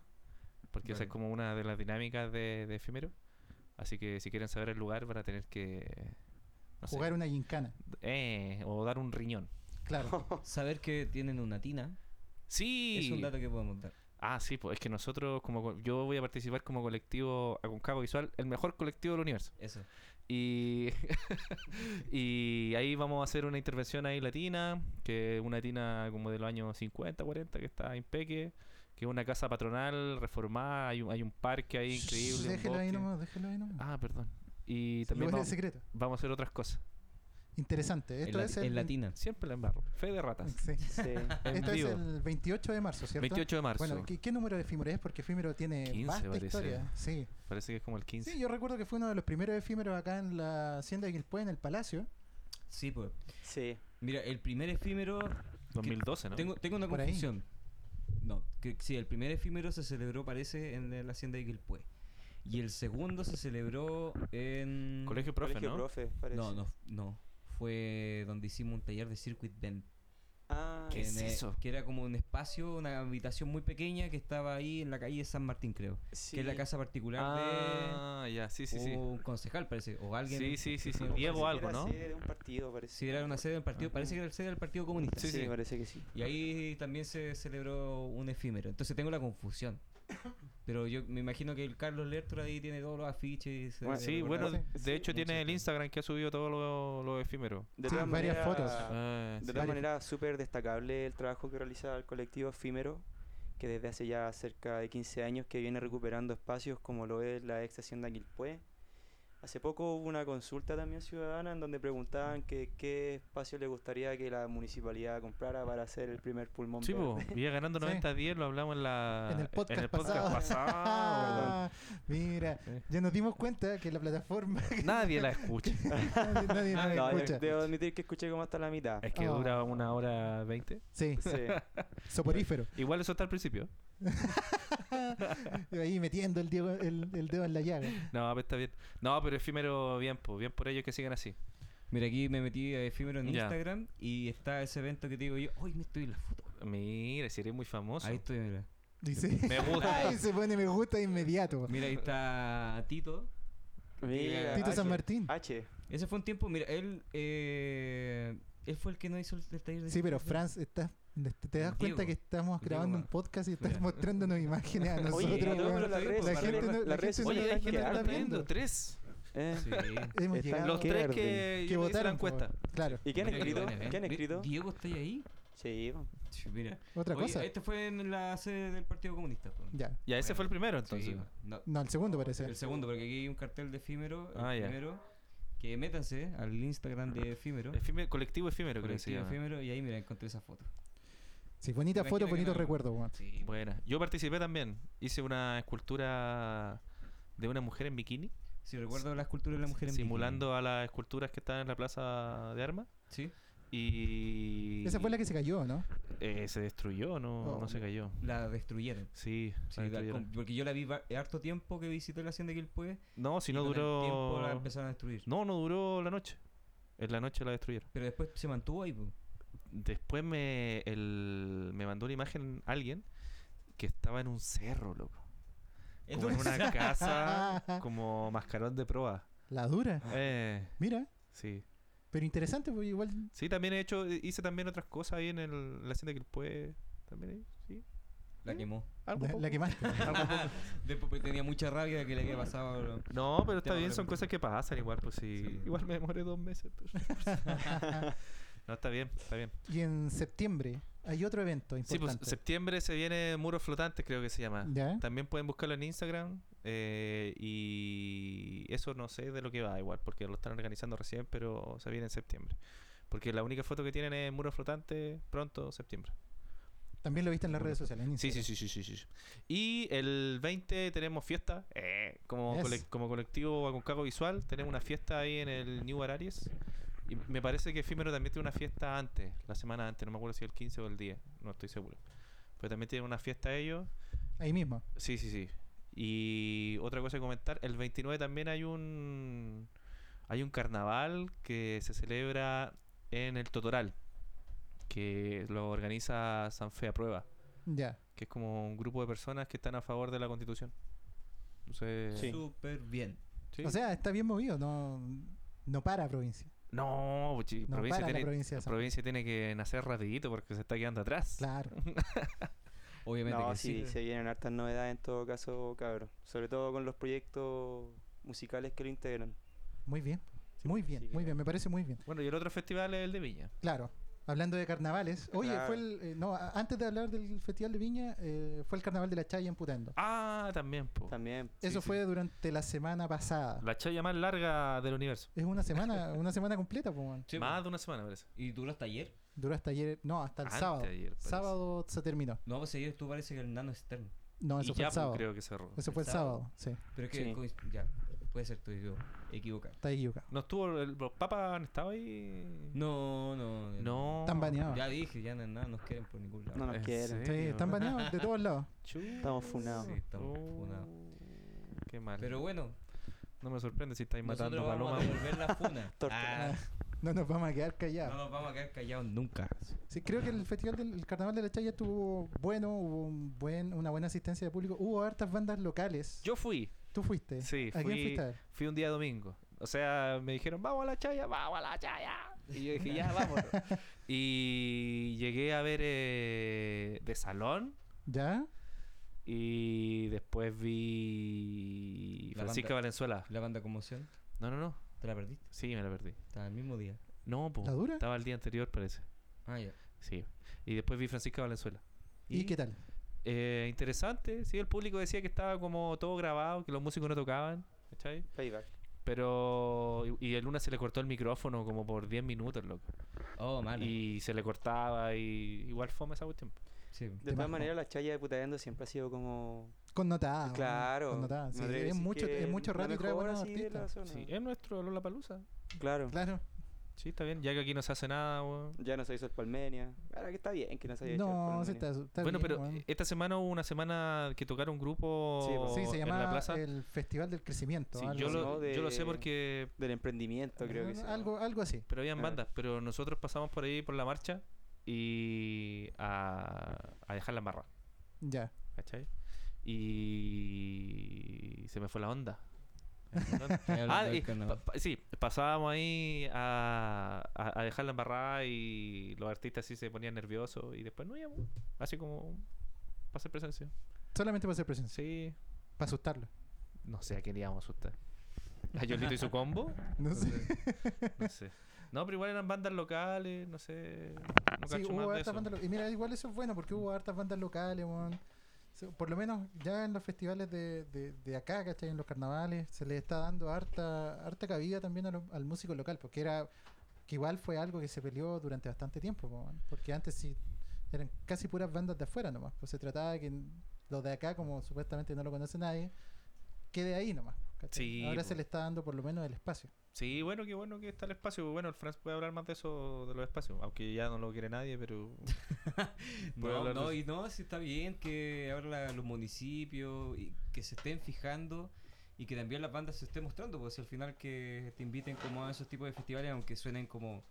Speaker 3: porque esa es
Speaker 2: Bueno.
Speaker 3: como una de las dinámicas de, de efímero. Así que si quieren saber el lugar, van a tener que. no sé,
Speaker 4: Jugar una gincana,
Speaker 3: eh, o dar un riñón.
Speaker 4: claro.
Speaker 3: [LAUGHS]
Speaker 2: Saber que tienen una tina
Speaker 3: Sí.
Speaker 2: es un dato que podemos dar.
Speaker 3: Ah, sí, pues es que nosotros, como co- yo voy a participar como colectivo Aconcagua Visual, el mejor colectivo del universo.
Speaker 2: Eso.
Speaker 3: Y, [LAUGHS] y ahí vamos a hacer una intervención ahí latina, que es una latina como de los años 50, 40, que está en Peque, que es una casa patronal reformada, hay un, hay un parque ahí increíble. un
Speaker 4: Déjelo ahí
Speaker 3: bosque.
Speaker 4: nomás, déjelo ahí nomás.
Speaker 3: Ah, perdón. Y también
Speaker 4: Lugar de
Speaker 3: vamos,
Speaker 4: secreto.
Speaker 3: vamos a hacer otras cosas.
Speaker 4: Interesante.
Speaker 2: En
Speaker 4: Esto
Speaker 2: la,
Speaker 4: es el,
Speaker 2: en la tina.
Speaker 3: Siempre la embarro. Fe de ratas.
Speaker 4: Sí.
Speaker 5: Sí.
Speaker 3: [LAUGHS] En
Speaker 4: Esto es
Speaker 3: vivo.
Speaker 4: el 28 de marzo, ¿cierto?
Speaker 3: 28 de marzo.
Speaker 4: Bueno, ¿qué, qué número de efímero es? Porque efímero tiene
Speaker 3: 15
Speaker 4: vasta
Speaker 3: parece.
Speaker 4: historia. Sí.
Speaker 3: Parece que es como el 15.
Speaker 4: Sí, yo recuerdo que fue uno de los primeros efímeros acá en la hacienda de Quilpué, en el Palacio.
Speaker 2: Sí, pues.
Speaker 5: Sí.
Speaker 2: Mira, el primer efímero.
Speaker 3: 2012, ¿no?
Speaker 2: Tengo, tengo una
Speaker 4: Por ahí.
Speaker 2: confusión. No, que, sí, el primer efímero se celebró, parece, en la hacienda de Quilpué. Y el segundo se celebró en.
Speaker 3: Colegio Profe,
Speaker 5: Colegio
Speaker 3: ¿no?
Speaker 5: profe, parece.
Speaker 2: No, no, no. Fue donde hicimos un taller de circuit bend.
Speaker 5: Ah,
Speaker 3: ¿Qué
Speaker 2: en,
Speaker 3: es
Speaker 2: eh,
Speaker 3: eso?
Speaker 2: Que era como un espacio, una habitación muy pequeña que estaba ahí en la calle de San Martín, creo. Que es la
Speaker 5: sí.
Speaker 2: casa particular
Speaker 3: Ah, ya, sí,
Speaker 2: de
Speaker 3: sí, sí.
Speaker 2: un concejal, parece. O alguien.
Speaker 3: Sí, sí, sí, sí.
Speaker 2: Parece
Speaker 3: Diego
Speaker 5: Parece que
Speaker 3: algo,
Speaker 5: era
Speaker 3: ¿no?
Speaker 5: sede de un partido, parece.
Speaker 2: Si era una sede del partido, parece que era la sede del Partido Comunista.
Speaker 5: Sí,
Speaker 3: Sí, sí.
Speaker 5: parece que sí.
Speaker 2: Y ahí también se celebró un efímero. Entonces tengo la confusión. Pero yo me imagino que el Carlos Lertura ahí tiene todos los afiches. se
Speaker 5: Bueno,
Speaker 2: debe
Speaker 3: Sí,
Speaker 2: recordar.
Speaker 3: bueno,
Speaker 4: Sí.
Speaker 3: de hecho tiene el Instagram que ha subido todo lo, lo efímero.
Speaker 5: De
Speaker 4: Sí,
Speaker 5: todas
Speaker 4: varias
Speaker 5: maneras,
Speaker 4: fotos.
Speaker 3: Ah,
Speaker 5: De
Speaker 3: sí.
Speaker 5: todas
Speaker 4: Varias-
Speaker 5: maneras, súper destacable el trabajo que realiza el colectivo Efímero, que desde hace ya cerca de 15 años que viene recuperando espacios como lo es la ex hacienda Quilpué. Hace poco hubo una consulta también ciudadana en donde preguntaban que qué espacio le gustaría que la municipalidad comprara para hacer el primer pulmón
Speaker 3: [LAUGHS] Sí,
Speaker 5: verde.
Speaker 4: [LAUGHS]
Speaker 3: po, Villa ganando
Speaker 4: Sí.
Speaker 3: 90 a 10, lo hablamos en la
Speaker 4: En el podcast
Speaker 3: podcast
Speaker 4: pasado.
Speaker 3: pasado,
Speaker 4: Ah, mira,
Speaker 3: Sí.
Speaker 4: ya nos dimos cuenta que la plataforma. [LAUGHS]
Speaker 3: weón. [LAUGHS] Nadie la escucha.
Speaker 4: nadie nadie la
Speaker 5: No, yo
Speaker 4: escucha.
Speaker 5: debo admitir que escuché como hasta la mitad.
Speaker 4: [LAUGHS]
Speaker 3: Es que
Speaker 4: Ah.
Speaker 3: dura una hora 20.
Speaker 4: Sí,
Speaker 3: [LAUGHS]
Speaker 5: Sí.
Speaker 4: soporífero.
Speaker 3: Igual eso está al principio.
Speaker 4: Ahí metiendo el, Diego- el, el dedo en la llaga.
Speaker 3: No, pero está bien. No, pero efímero bien, pues. Bien por ellos que sigan así.
Speaker 2: Mira, aquí me metí a efímero en
Speaker 3: Ya.
Speaker 2: Instagram y está ese evento que te digo yo. ¡Ay, me estoy en la foto!
Speaker 3: Mira, si eres muy famoso.
Speaker 2: Ahí estoy, mira.
Speaker 4: Dice. [LAUGHS]
Speaker 3: Me gusta. [LAUGHS]
Speaker 4: Ay, se pone me gusta de inmediato.
Speaker 2: Mira, ahí está Tito.
Speaker 5: Mira,
Speaker 4: Tito San
Speaker 5: H,
Speaker 4: Martín.
Speaker 5: H.
Speaker 2: Ese fue un tiempo, mira, él. eh, él fue el que no hizo el, el taller de.
Speaker 4: Sí, pero Franz, estás- te- ¿te das cuenta
Speaker 2: Diego.
Speaker 4: que estamos
Speaker 2: Diego
Speaker 4: grabando un
Speaker 2: Mar-
Speaker 4: podcast y estás
Speaker 2: Mira.
Speaker 4: mostrándonos imágenes a nosotros?
Speaker 5: Oye, no,
Speaker 4: weón?
Speaker 5: pero las
Speaker 2: La
Speaker 5: redes,
Speaker 2: gente
Speaker 5: sociales-
Speaker 4: no- la
Speaker 5: las redes
Speaker 4: gente no
Speaker 3: Oye,
Speaker 5: sociales
Speaker 3: hay
Speaker 5: están
Speaker 3: gente
Speaker 4: la está
Speaker 3: harta viendo.
Speaker 4: viendo.
Speaker 3: Tres.
Speaker 5: ¿Eh?
Speaker 2: Sí.
Speaker 4: Hemos
Speaker 5: Están
Speaker 4: llegado
Speaker 3: Los
Speaker 5: Qué
Speaker 3: tres
Speaker 5: orden.
Speaker 3: que, yo me
Speaker 4: que
Speaker 3: hice la
Speaker 4: votaron. po,
Speaker 3: encuesta.
Speaker 4: Claro,
Speaker 5: ¿Y qué han
Speaker 2: Mira, qué
Speaker 5: escrito?
Speaker 2: buen
Speaker 3: ¿eh?
Speaker 2: evento.
Speaker 5: ¿Qué han
Speaker 2: Mira,
Speaker 5: escrito?
Speaker 2: Diego, ¿estás ahí?
Speaker 5: Sí, po.
Speaker 2: Sí, Mira.
Speaker 4: otra
Speaker 2: Oye,
Speaker 4: cosa.
Speaker 2: Este fue en la sede del Partido Comunista. pues.
Speaker 4: Ya.
Speaker 3: Ya, ese
Speaker 2: Bueno,
Speaker 3: fue el primero,
Speaker 2: Sí,
Speaker 3: entonces.
Speaker 2: no,
Speaker 4: No, el segundo parece.
Speaker 2: El segundo, porque aquí hay un cartel de efímero. El
Speaker 3: pues. Ah, ya.
Speaker 2: primero. Que métanse al Instagram de efímero.
Speaker 3: Efímero- colectivo efímero, creo que se
Speaker 2: colectivo
Speaker 3: llama.
Speaker 2: efímero. Y ahí, mira, encontré esa foto.
Speaker 4: Sí, bonita
Speaker 2: Me
Speaker 4: foto,
Speaker 2: imagino que
Speaker 4: bonito
Speaker 2: no-
Speaker 4: recuerdo, weón.
Speaker 2: Sí,
Speaker 3: Buena. Yo participé también. Hice una escultura de una mujer en bikini.
Speaker 2: Si recuerdo la escultura de la mujer en bikini.
Speaker 3: simulando a las esculturas que están en la plaza de armas.
Speaker 2: Sí.
Speaker 3: Y.
Speaker 4: Esa fue la que se cayó, ¿no?
Speaker 3: eh, se destruyó, no,
Speaker 4: Oh.
Speaker 3: no se cayó.
Speaker 2: La destruyeron.
Speaker 3: Sí, la
Speaker 2: Sí, la-
Speaker 3: destruyeron.
Speaker 2: con- porque yo la vi va- harto tiempo que visité la hacienda de Quilpue.
Speaker 3: No, si no
Speaker 2: y con el tiempo la
Speaker 3: duró.
Speaker 2: empezaron a destruir.
Speaker 3: No, no duró la noche. En la noche la destruyeron.
Speaker 2: Pero después se mantuvo ahí. pues. po.
Speaker 3: Después me, el- me mandó una imagen alguien que estaba en un cerro, loco. Como en
Speaker 2: Entonces- [LAUGHS]
Speaker 3: una casa, como mascarón de proa.
Speaker 4: [LAUGHS] La dura.
Speaker 3: Eh,
Speaker 4: Mira,
Speaker 3: sí.
Speaker 4: pero interesante, porque igual
Speaker 3: Sí, también he hecho, eh, hice también otras cosas ahí en, el, en la hacienda que él puede. También ahí, sí.
Speaker 2: La quemó.
Speaker 3: Algo
Speaker 4: la,
Speaker 3: poco.
Speaker 4: la quemaste.
Speaker 2: Después porque tenía mucha rabia de que le había pasado. lo-
Speaker 3: No, pero está
Speaker 2: Tema
Speaker 3: bien,
Speaker 2: de
Speaker 3: son
Speaker 2: repente.
Speaker 3: cosas que pasan igual, pues sí.
Speaker 2: Sí.
Speaker 3: Igual me demoré dos meses. pero- [LAUGHS] no, está bien, está bien.
Speaker 4: Y en septiembre hay otro evento
Speaker 3: Sí, pues ah,
Speaker 4: importante.
Speaker 3: septiembre se viene Muros Flotantes, creo que se llama.
Speaker 4: ¿Ya?
Speaker 3: También pueden buscarlo en Instagram. eh, y eso no sé de lo que va, igual, porque lo están organizando recién, pero se viene en septiembre. Porque la única foto que tienen es Muros Flotantes, pronto, septiembre.
Speaker 4: También lo viste en las redes sociales. en
Speaker 3: Sí, sí,
Speaker 4: Instagram.
Speaker 3: sí, sí, sí, sí. Y el 20 tenemos fiesta. eh, como,
Speaker 4: Yes.
Speaker 3: colec- como colectivo Aconcagua Visual, tenemos una fiesta ahí en el New Araries. Y me parece que Efímero también tiene una fiesta antes, la semana antes, no me acuerdo si el 15 o el 10, no estoy seguro. Pero también tienen una fiesta ellos.
Speaker 4: Ahí mismo.
Speaker 3: Sí, sí, sí. Y otra cosa que comentar, el 29 también hay un hay un carnaval que se celebra en el Totoral, que lo organiza Sanfe a prueba
Speaker 4: Ya.
Speaker 3: que es como un grupo de personas que están a favor de la constitución. Entonces,
Speaker 5: Sí.
Speaker 2: Súper bien.
Speaker 3: sí.
Speaker 4: O sea, está bien movido. No, no para provincia.
Speaker 3: no, pues, sí,
Speaker 4: No
Speaker 3: provincia,
Speaker 4: para la
Speaker 3: tiene,
Speaker 4: provincia de
Speaker 3: la
Speaker 4: San
Speaker 3: provincia tiene que nacer rapidito porque se está quedando atrás.
Speaker 4: Claro.
Speaker 3: [LAUGHS]
Speaker 2: Obviamente
Speaker 5: No,
Speaker 2: que
Speaker 5: sí,
Speaker 2: sí.
Speaker 5: se vienen hartas novedades en todo caso, cabrón. Sobre todo con los proyectos musicales que lo integran.
Speaker 4: Muy bien. Muy bien,
Speaker 5: sí,
Speaker 4: muy
Speaker 5: claro.
Speaker 4: bien. Me parece muy bien.
Speaker 3: Bueno, y el otro festival es el de Viña.
Speaker 4: Claro. Hablando de carnavales. Oye,
Speaker 5: Claro.
Speaker 4: fue el. eh, no, a- antes de hablar del Festival de Viña, eh, fue el carnaval de la Chaya en Putendo.
Speaker 3: Ah, también,
Speaker 2: Oh.
Speaker 3: po.
Speaker 5: También.
Speaker 4: Eso
Speaker 3: sí.
Speaker 4: fue durante la semana pasada.
Speaker 3: La chaya más larga del universo. [LAUGHS]
Speaker 4: Es una semana, una semana completa, pues. weón.
Speaker 2: Sí,
Speaker 3: más
Speaker 2: po.
Speaker 3: de una semana, parece.
Speaker 2: ¿Y duró hasta ayer?
Speaker 4: Duró hasta ayer, no, hasta el
Speaker 3: Antes
Speaker 4: sábado.
Speaker 3: de ayer, parece.
Speaker 4: sábado se terminó.
Speaker 2: No, pues ayer tú parece que el nano externo.
Speaker 4: No,
Speaker 3: y
Speaker 4: eso fue
Speaker 3: ya pues,
Speaker 4: el sábado.
Speaker 3: creo que cerró.
Speaker 4: Eso fue el
Speaker 2: El
Speaker 4: sábado, sí.
Speaker 2: Pero es que
Speaker 5: Sí.
Speaker 2: coinc- ya, puede ser estoy yo equivocado.
Speaker 4: Está ahí Yuka.
Speaker 3: ¿No estuvo el, los papas han estado ahí?
Speaker 2: No, no. eh,
Speaker 3: No.
Speaker 4: Están baneados.
Speaker 2: Ya dije, ya no, no nos quieren por ningún lado.
Speaker 5: No nos
Speaker 3: ¿En
Speaker 5: quieren.
Speaker 4: Sí,
Speaker 3: serio?
Speaker 4: están baneados de
Speaker 3: [LAUGHS]
Speaker 4: todos lados.
Speaker 3: Chu.
Speaker 5: Estamos funados. Oh.
Speaker 2: Sí, estamos
Speaker 3: Oh,
Speaker 2: funados.
Speaker 3: Qué mal.
Speaker 2: Pero bueno,
Speaker 3: no me sorprende si estáis matando
Speaker 2: nosotros vamos a
Speaker 3: palomas.
Speaker 2: devolver la
Speaker 3: [LAUGHS]
Speaker 2: funa.
Speaker 5: Torta.
Speaker 2: Ah,
Speaker 4: No nos vamos a quedar
Speaker 2: no
Speaker 4: callados.
Speaker 2: nos vamos a quedar callados nunca.
Speaker 4: Sí, creo que el festival del el carnaval de la Chaya estuvo bueno, hubo un buen, una buena asistencia de público. Hubo hartas bandas locales.
Speaker 3: Yo fui.
Speaker 4: ¿Tú fuiste?
Speaker 3: Sí,
Speaker 4: ¿A quién
Speaker 3: fui-
Speaker 4: fuiste? a ver?
Speaker 3: Fui un día domingo. O sea, me dijeron, vamos a la chaya, vamos a la chaya. Y yo dije, ya, vamos. y llegué a ver eh, de salón.
Speaker 4: ¿Ya?
Speaker 3: Y después vi
Speaker 2: La
Speaker 3: Francisca
Speaker 2: banda.
Speaker 3: Valenzuela.
Speaker 2: [LAUGHS] La banda conmoción,
Speaker 3: No, no, no.
Speaker 2: ¿te la perdiste?
Speaker 3: Sí, me la perdí.
Speaker 2: Estaba el mismo día.
Speaker 3: No, po.
Speaker 4: ¿La dura?
Speaker 3: Estaba el día anterior, parece.
Speaker 2: Ah, ya.
Speaker 3: Sí. Y después vi Francisca Valenzuela.
Speaker 4: ¿Y, qué tal?
Speaker 3: Eh, interesante. Sí, el público decía que estaba como todo grabado, que los músicos no tocaban. ¿Cachai?
Speaker 5: Playback.
Speaker 3: Pero. Y, y el lunes se le cortó el micrófono como por 10 minutos, loco.
Speaker 2: Oh, malo.
Speaker 3: Y se le cortaba y igual fome esa cuestión.
Speaker 2: Sí.
Speaker 5: De
Speaker 4: más,
Speaker 5: todas
Speaker 4: ¿no? Ah,
Speaker 5: maneras, la chaya de Putaendo siempre ha sido como.
Speaker 4: Connotada. weón,
Speaker 5: Claro.
Speaker 4: Connotada.
Speaker 5: me
Speaker 4: sí.
Speaker 5: atrevería a
Speaker 4: es,
Speaker 5: decir
Speaker 4: mucho,
Speaker 5: que
Speaker 4: es mucho
Speaker 5: la
Speaker 4: rato y trae
Speaker 5: mejor
Speaker 4: buenos
Speaker 5: así de la
Speaker 4: artistas.
Speaker 5: zona.
Speaker 3: Sí, es nuestro Lola Palusa.
Speaker 5: Claro.
Speaker 4: Claro.
Speaker 3: Sí, está bien. Ya que aquí no se hace nada, weón.
Speaker 5: Ya no se hizo el Palmenia. Ahora que está bien que no se haya hecho el
Speaker 4: No, sí
Speaker 5: Palmenia.
Speaker 4: está, está
Speaker 3: Bueno,
Speaker 4: bien,
Speaker 3: pero eh,
Speaker 4: weón.
Speaker 3: esta semana hubo una semana que tocaron un grupo
Speaker 4: Sí,
Speaker 3: en la
Speaker 4: se llama
Speaker 3: plaza.
Speaker 4: el Festival del Crecimiento.
Speaker 3: Sí,
Speaker 4: algo
Speaker 3: yo,
Speaker 4: así.
Speaker 3: lo,
Speaker 5: ¿no?
Speaker 3: yo lo sé
Speaker 5: De-
Speaker 3: porque.
Speaker 5: Del emprendimiento, creo que
Speaker 4: Ah,
Speaker 5: sí.
Speaker 4: algo, algo así.
Speaker 3: Pero habían
Speaker 5: Ah.
Speaker 3: bandas. Pero nosotros pasamos por ahí por la marcha y a, a dejar la marra.
Speaker 4: Ya.
Speaker 3: ¿Cachai? Y se me fue la
Speaker 4: [LAUGHS]
Speaker 3: onda. Ah,
Speaker 2: hablando
Speaker 3: y
Speaker 2: del carnaval.
Speaker 3: pa- pa- sí, pasábamos ahí a, a- a dejar la embarrada y los artistas sí se ponían nerviosos y después no íbamos. Así como para hacer presencia.
Speaker 4: Solamente para hacer presencia.
Speaker 3: Sí,
Speaker 4: Para asustarlo.
Speaker 3: no sé a quién íbamos a asustar. ¿A Yolito y su combo?
Speaker 4: No sé.
Speaker 3: No sé. No, pero igual eran bandas locales, no sé. No
Speaker 4: Sí,
Speaker 3: cacho
Speaker 4: hubo
Speaker 3: más de
Speaker 4: hartas
Speaker 3: eso. Mm.
Speaker 4: bandas lo- Y mira, igual eso es bueno porque hubo hartas bandas locales, weón. Se- Por lo menos ya en los festivales de, de, de acá, ¿cachai? En los carnavales, se le está dando harta, harta cabida también a lo- al músico local, porque era que igual fue algo que se peleó durante bastante tiempo, po, weón. porque antes sí eran casi puras bandas de afuera nomás, pues se trataba de que n- los de acá, como supuestamente no lo conoce nadie, quede ahí nomás. ¿cachai?
Speaker 3: Sí,
Speaker 4: Ahora
Speaker 3: po.
Speaker 4: se le está dando por lo menos el espacio.
Speaker 3: Sí, bueno, qué bueno que está el espacio. Bueno, el Franz puede hablar más de eso, de los espacios. Aunque ya no lo quiere nadie, [LAUGHS] pero...
Speaker 2: [LAUGHS]
Speaker 3: Puede
Speaker 2: No,
Speaker 3: hablar de
Speaker 2: no,
Speaker 3: eso.
Speaker 2: y no, si está bien que ahora los municipios y que se estén fijando y que también las bandas se estén mostrando, porque si al final que te inviten como a esos tipos de festivales, aunque suenen como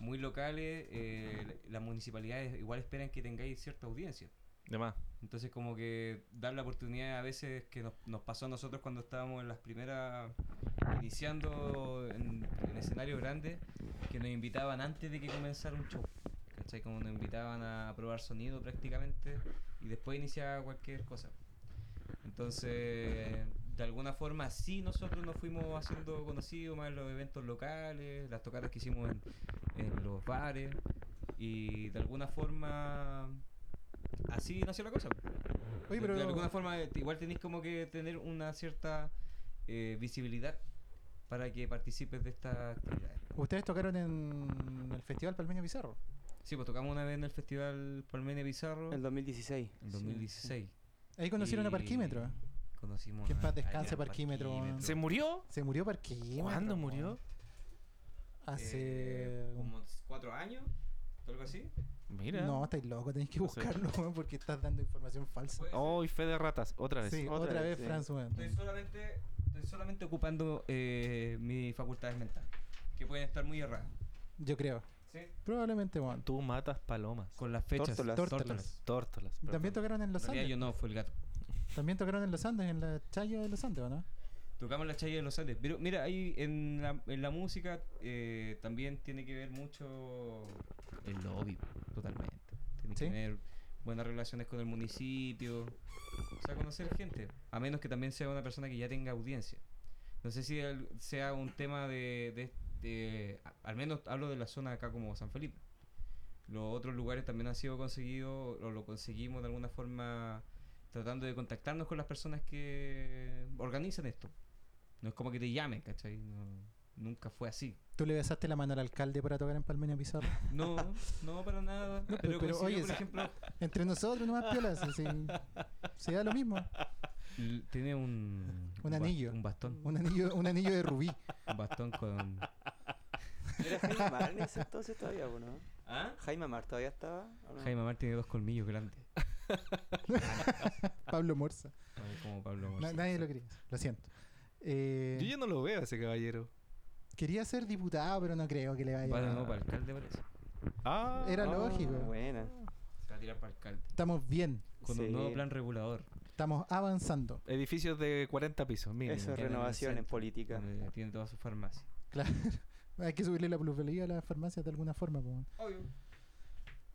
Speaker 2: muy locales, eh, las municipalidades igual esperan que tengáis cierta audiencia.
Speaker 3: De más.
Speaker 2: Entonces como que dar la oportunidad a veces que nos, nos pasó a nosotros cuando estábamos en las primeras, iniciando en, en escenario grande, que nos invitaban antes de que comenzara un show. ¿Cachai? Como nos invitaban a probar sonido prácticamente y después iniciaba cualquier cosa. Entonces, de alguna forma así nosotros nos fuimos haciendo conocidos más en los eventos locales, las tocadas que hicimos en, en los bares y de alguna forma así nació la cosa.
Speaker 4: Oye,
Speaker 2: De-
Speaker 4: pero.
Speaker 2: De alguna forma, eh, igual tenéis como que tener una cierta eh, visibilidad para que participes de estas actividades.
Speaker 4: Ustedes tocaron en el Festival Palmeño Pizarro.
Speaker 2: Sí, pues tocamos una vez en el Festival Palmenia Bizarro
Speaker 5: El
Speaker 2: en
Speaker 5: 2016.
Speaker 2: 2016.
Speaker 4: Ahí conocieron a
Speaker 2: Y-
Speaker 4: Parquímetro.
Speaker 2: Conocimos
Speaker 4: Que en
Speaker 2: a-
Speaker 4: paz
Speaker 2: a
Speaker 4: descanse,
Speaker 2: Iván
Speaker 4: Parquímetro, weón.
Speaker 3: ¿Se murió?
Speaker 4: Se murió Parquímetro.
Speaker 3: ¿Cuándo
Speaker 4: weón.
Speaker 3: murió?
Speaker 4: Hace.
Speaker 2: Eh, como cuatro años, algo así.
Speaker 3: Mira.
Speaker 4: No, estáis loco, tenéis que
Speaker 3: No sé.
Speaker 4: buscarlo, [LAUGHS] weón, porque estás dando información falsa.
Speaker 2: Puede ser.
Speaker 3: Oh, y fe de ratas, otra vez.
Speaker 4: Sí, otra,
Speaker 5: otra
Speaker 4: vez,
Speaker 5: vez, sí.
Speaker 4: Franz, weón.
Speaker 2: Estoy solamente, estoy solamente ocupando eh, mis facultades mentales, que pueden estar muy erradas.
Speaker 4: Yo creo.
Speaker 2: ¿sí?
Speaker 4: Probablemente, weón.
Speaker 3: Tú matas palomas.
Speaker 2: Con las fechas.
Speaker 5: Tórtolas.
Speaker 4: Tórtolas.
Speaker 3: Tórtolas. perdón.
Speaker 4: También tocaron en
Speaker 2: En
Speaker 4: Los
Speaker 2: realidad
Speaker 4: Andes.
Speaker 2: yo no, fue el gato.
Speaker 4: También tocaron en Los Andes, en la Chaya de Los Andes, ¿o no?
Speaker 2: Tocamos la chaya de los Andes. Pero mira, ahí en la, en la música eh, también tiene que ver mucho el lobby, totalmente. Tiene
Speaker 4: ¿Sí?
Speaker 2: que tener buenas relaciones con el municipio. O sea, conocer gente. A menos que también sea una persona que ya tenga audiencia. No sé si al- sea un tema de, de- de- a- Al menos hablo de la zona acá como San Felipe. Los otros lugares también han sido conseguidos, o lo conseguimos de alguna forma tratando de contactarnos con las personas que organizan esto. No es como que te llamen, ¿cachai? No- nunca fue así.
Speaker 4: ¿Tú le besaste la mano al alcalde para tocar en Palmeño Pizarro?
Speaker 2: No, [LAUGHS] no para nada.
Speaker 4: No,
Speaker 2: pero
Speaker 4: pero,
Speaker 2: consiguió,
Speaker 4: oye,
Speaker 2: por
Speaker 4: sí.
Speaker 2: ejemplo,
Speaker 4: Entre nosotros nomás piolas, así. Se da lo mismo.
Speaker 2: l- tiene un...
Speaker 4: Un
Speaker 2: ba-
Speaker 4: anillo.
Speaker 2: Un bastón.
Speaker 4: Un anillo, un anillo de rubí.
Speaker 2: Un bastón [LAUGHS] con...
Speaker 5: ¿Era Jaime Amar en ese entonces todavía o no?
Speaker 2: ¿Ah?
Speaker 5: ¿Jaime Amar todavía estaba? o no?
Speaker 2: Jaime Amar tiene dos colmillos grandes.
Speaker 4: Pablo Morza.
Speaker 2: Ay, Como Pablo
Speaker 4: Na-
Speaker 2: Morse.
Speaker 4: nadie lo quería. Lo siento. Eh,
Speaker 3: Yo ya no lo veo a ese caballero.
Speaker 4: quería ser diputado, pero no creo que le vaya.
Speaker 2: Vale, no, para alcalde parece.
Speaker 3: Ah,
Speaker 2: Eh.
Speaker 4: Era
Speaker 5: Ah,
Speaker 4: lógico.
Speaker 5: Buena.
Speaker 2: Se va a tirar para alcalde.
Speaker 4: Estamos bien.
Speaker 2: Con
Speaker 5: Sí.
Speaker 2: un nuevo plan regulador.
Speaker 4: Estamos avanzando.
Speaker 3: edificios de 40 pisos, mínimo.
Speaker 5: Eso es
Speaker 2: en el
Speaker 5: renovación en
Speaker 2: centro.
Speaker 5: política.
Speaker 2: Donde tiene toda su farmacia.
Speaker 4: Claro. Hay que subirle la plusvalía a las farmacias de alguna forma, po.
Speaker 2: Obvio.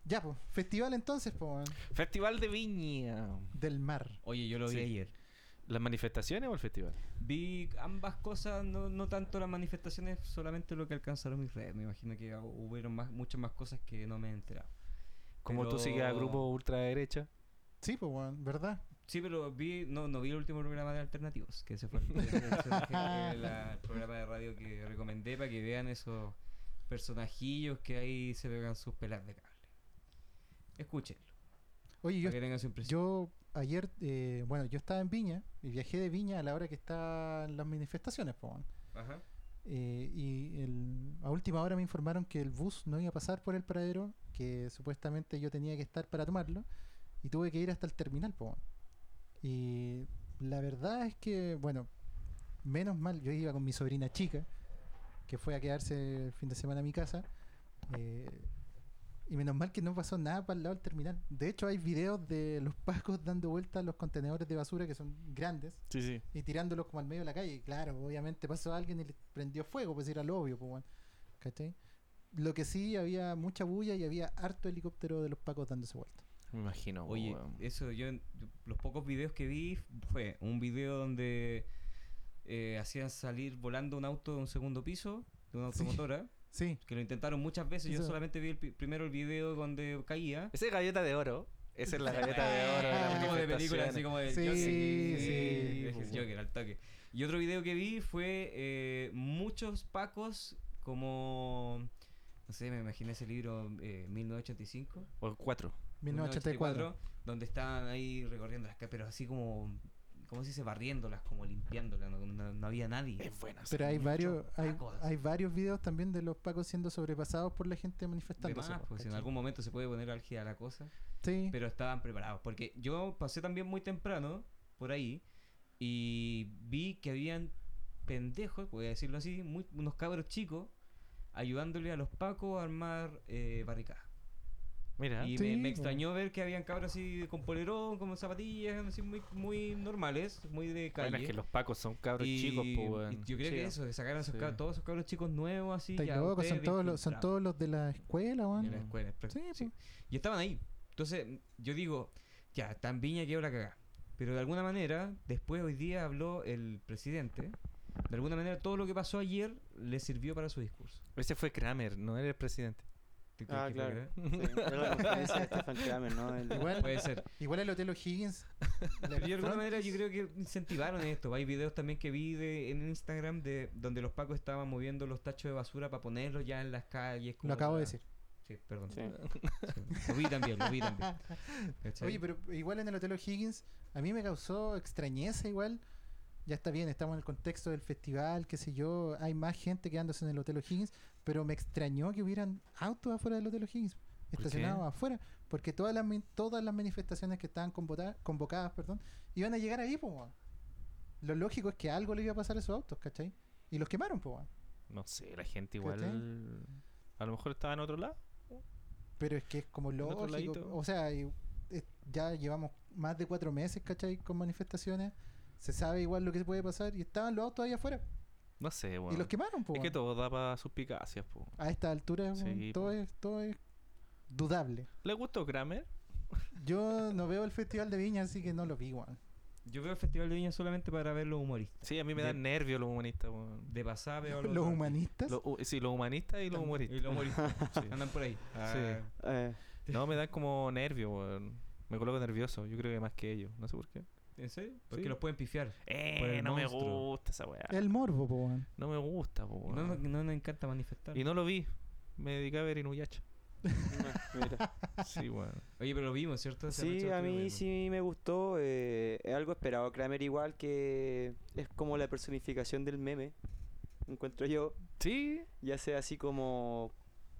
Speaker 4: Ya, pues. Festival entonces, po.
Speaker 3: Festival de Viña.
Speaker 4: Del mar.
Speaker 2: Oye, yo lo vi
Speaker 3: Sí.
Speaker 2: ayer.
Speaker 3: ¿Las manifestaciones o el festival?
Speaker 2: Vi ambas cosas, no, no tanto las manifestaciones, solamente lo que alcanzaron mis redes. Me imagino que hu- hubieron más, muchas más cosas que no me he enterado.
Speaker 3: Como tú
Speaker 2: Pero-
Speaker 3: sigues a grupo ultraderecha.
Speaker 4: Sí, pues, ¿verdad?
Speaker 2: Sí, pero vi, no, no vi el último programa de Alternativos, que ese fue el, el-
Speaker 4: [LAUGHS]
Speaker 2: el- el- el programa de radio que recomendé para que vean esos personajillos que ahí se pegan sus pelas de cable. Escúchenlo,
Speaker 4: Oye, yo,
Speaker 2: para que tengan su impresión.
Speaker 4: yo ayer, eh, bueno, yo estaba en Viña y viajé de Viña a la hora que están las manifestaciones, po. weón.
Speaker 2: Ajá.
Speaker 4: Eh, y el- a última hora me informaron que el bus no iba a pasar por el paradero, que supuestamente yo tenía que estar para tomarlo, y tuve que ir hasta el terminal. po. Y la verdad es que, bueno, menos mal, yo iba con mi sobrina chica, que fue a quedarse el fin de semana a mi casa, eh, y menos mal que no pasó nada para el lado del terminal. De hecho, hay videos de los pacos dando vueltas a los contenedores de basura que son grandes
Speaker 3: Sí, sí.
Speaker 4: y tirándolos como al medio de la calle. Y Claro, obviamente pasó alguien y le prendió fuego, pues era lo obvio, pues, weón. ¿Cachai? Lo que sí, había mucha bulla y había harto helicóptero de los pacos dándose vuelta.
Speaker 3: Me
Speaker 4: Oh,
Speaker 3: imagino.
Speaker 2: Oye,
Speaker 3: weón.
Speaker 2: eso yo, en- yo- los pocos videos que vi fue un video donde eh, hacían salir volando un auto de un segundo piso de una
Speaker 4: Sí.
Speaker 2: automotora
Speaker 4: Sí.
Speaker 2: que lo intentaron muchas veces. Yo
Speaker 4: Eso.
Speaker 2: solamente vi el pi- primero el video donde caía.
Speaker 3: Esa es galleta de oro. Esa es [LAUGHS] la galleta de oro.
Speaker 4: Ah,
Speaker 2: como de película, así
Speaker 3: manifestaciones.
Speaker 2: como de
Speaker 4: Sí,
Speaker 2: Joker.
Speaker 4: sí,
Speaker 2: Sí,
Speaker 4: po.
Speaker 2: es Joker, al toque. Y otro video que vi fue eh, muchos pacos como. No sé, me imaginé ese libro eh, 1985.
Speaker 3: O cuatro.
Speaker 4: 1984.
Speaker 2: 1984, donde estaban ahí recorriendo las calles, pero así como, ¿cómo se dice? Barriéndolas, como limpiándolas. No, no- no había nadie.
Speaker 3: Es buena. sí.
Speaker 4: Pero hay varios, hay,
Speaker 2: pacos.
Speaker 4: hay varios videos también de los pacos siendo sobrepasados por la gente
Speaker 2: De
Speaker 4: manifestándose.
Speaker 2: más,
Speaker 4: po,
Speaker 2: pues, si en
Speaker 4: ¿cachai?
Speaker 2: algún momento se puede poner álgida la cosa.
Speaker 4: Sí.
Speaker 2: Pero estaban preparados. Porque yo pasé también muy temprano por ahí y vi que habían pendejos, voy a decirlo así, muy, unos cabros chicos ayudándole a los pacos a armar eh, barricadas.
Speaker 3: Mira.
Speaker 2: Y
Speaker 4: Sí,
Speaker 2: me, me
Speaker 4: po.
Speaker 2: extrañó ver que habían cabros así con polerón, con zapatillas, así muy, muy normales, muy de
Speaker 3: Bueno,
Speaker 2: calle.
Speaker 3: es que los pacos son cabros
Speaker 2: Y-
Speaker 3: chicos,
Speaker 2: y
Speaker 3: po, weón.
Speaker 2: yo creo
Speaker 3: Sí.
Speaker 2: que eso, de sacar a esos
Speaker 3: Sí.
Speaker 2: cabros- todos esos cabros chicos nuevos así.
Speaker 4: Estáis
Speaker 2: ya,
Speaker 4: locos, son
Speaker 2: ustedes
Speaker 4: todos, los, son
Speaker 2: infiltrados
Speaker 4: todos los de la escuela,
Speaker 2: de la
Speaker 4: weón.
Speaker 2: escuela, es
Speaker 4: Sí,
Speaker 2: práctico, sí.
Speaker 4: po.
Speaker 2: Y estaban ahí. Entonces, m- yo digo, ya, tan viña quedó la cagá. Pero de alguna manera, después hoy día habló el presidente. De alguna manera, todo lo que pasó ayer le sirvió para su discurso.
Speaker 3: Ese fue Kramer, no era el presidente.
Speaker 2: ¿Tú crees
Speaker 5: Ah,
Speaker 2: que fue
Speaker 5: claro.
Speaker 2: verdad?
Speaker 5: Sí, era la conferencia de Stephen Kramer, ¿no? El-
Speaker 4: pues,
Speaker 2: [LAUGHS]
Speaker 4: Igual,
Speaker 2: Puede
Speaker 5: [LAUGHS]
Speaker 2: ser.
Speaker 4: igual el Hotel
Speaker 2: [LAUGHS]
Speaker 4: O'Higgins.
Speaker 2: Pues, Pero de alguna manera yo creo que incentivaron esto. Hay videos también que vi de- en Instagram de donde los pacos estaban moviendo los tachos de basura para ponerlos ya en las calles. como
Speaker 4: Lo acabo de
Speaker 2: para-
Speaker 4: decir.
Speaker 2: Sí, perdón.
Speaker 5: Sí.
Speaker 2: Sí, Lo vi también, lo
Speaker 5: [LAUGHS]
Speaker 2: vi también. ¿Cachai?
Speaker 4: Oye, pero igual en el Hotel O'Higgins, a mí me causó extrañeza igual. Ya está bien, estamos en el contexto del festival, qué sé yo, hay más gente quedándose en el Hotel O'Higgins, pero me extrañó que hubieran autos afuera del Hotel O'Higgins,
Speaker 3: qué?
Speaker 4: estacionados afuera, porque todas las, min- todas las manifestaciones que estaban convota- convocadas perdón, iban a llegar ahí, pues. Lo lógico es que algo le iba a pasar a esos autos, ¿cachai? Y los quemaron, pues.
Speaker 3: No sé, la gente
Speaker 4: ¿Cachai?
Speaker 3: igual. A lo mejor estaba en otro lado.
Speaker 4: Pero es que es como
Speaker 3: otro
Speaker 4: lógico.
Speaker 3: ladito.
Speaker 4: O sea, y- eh, ya llevamos más de cuatro meses, ¿cachai? Con manifestaciones. Se sabe igual lo que puede pasar. Y estaban los autos ahí afuera.
Speaker 3: No sé, weón.
Speaker 4: Y los quemaron, po.
Speaker 3: Es que
Speaker 4: weón.
Speaker 3: todo da para suspicacias, po.
Speaker 4: A esta altura,
Speaker 3: Sí,
Speaker 4: weón, todo,
Speaker 3: po.
Speaker 4: es, todo es dudable.
Speaker 3: ¿Le gustó Kramer?
Speaker 4: Yo no veo el Festival de Viña, así que no lo vi, weón.
Speaker 2: Yo veo el Festival de Viña solamente para ver los humoristas.
Speaker 3: Sí, a mí me
Speaker 2: De-
Speaker 3: dan nervios los humanistas, weón.
Speaker 2: De pasada veo a los,
Speaker 4: [LAUGHS] Los
Speaker 2: artistas.
Speaker 4: humanistas.
Speaker 3: Los hu- sí, los humanistas y los
Speaker 2: Y
Speaker 3: humoristas.
Speaker 5: [LAUGHS]
Speaker 2: los humoristas. Andan por ahí. Ah,
Speaker 5: Eh,
Speaker 3: No, me dan como nervios, weón. Me coloco nervioso, yo creo que más que ellos, no sé por qué.
Speaker 2: ¿En serio? Porque
Speaker 3: Sí.
Speaker 2: los pueden pifiar. Por
Speaker 3: Eh,
Speaker 2: el
Speaker 3: no me
Speaker 2: monstruo.
Speaker 3: gusta esa weá.
Speaker 4: El morbo, po, weón.
Speaker 3: Eh. No me gusta, po,
Speaker 2: Y No, no,
Speaker 3: weón.
Speaker 2: no nos encanta manifestar.
Speaker 3: Y no lo vi. Me dediqué a ver Inuyacha.
Speaker 5: no, mira.
Speaker 3: Sí, weón.
Speaker 2: Oye, pero lo vimos, ¿cierto? Esa noche
Speaker 5: Sí,
Speaker 2: lo
Speaker 5: a
Speaker 2: estuvimos
Speaker 5: mí
Speaker 2: viendo.
Speaker 5: sí me gustó. eh, es algo esperado. Kramer igual que es como la personificación del meme. Encuentro yo,
Speaker 3: Sí,
Speaker 5: ya sea así como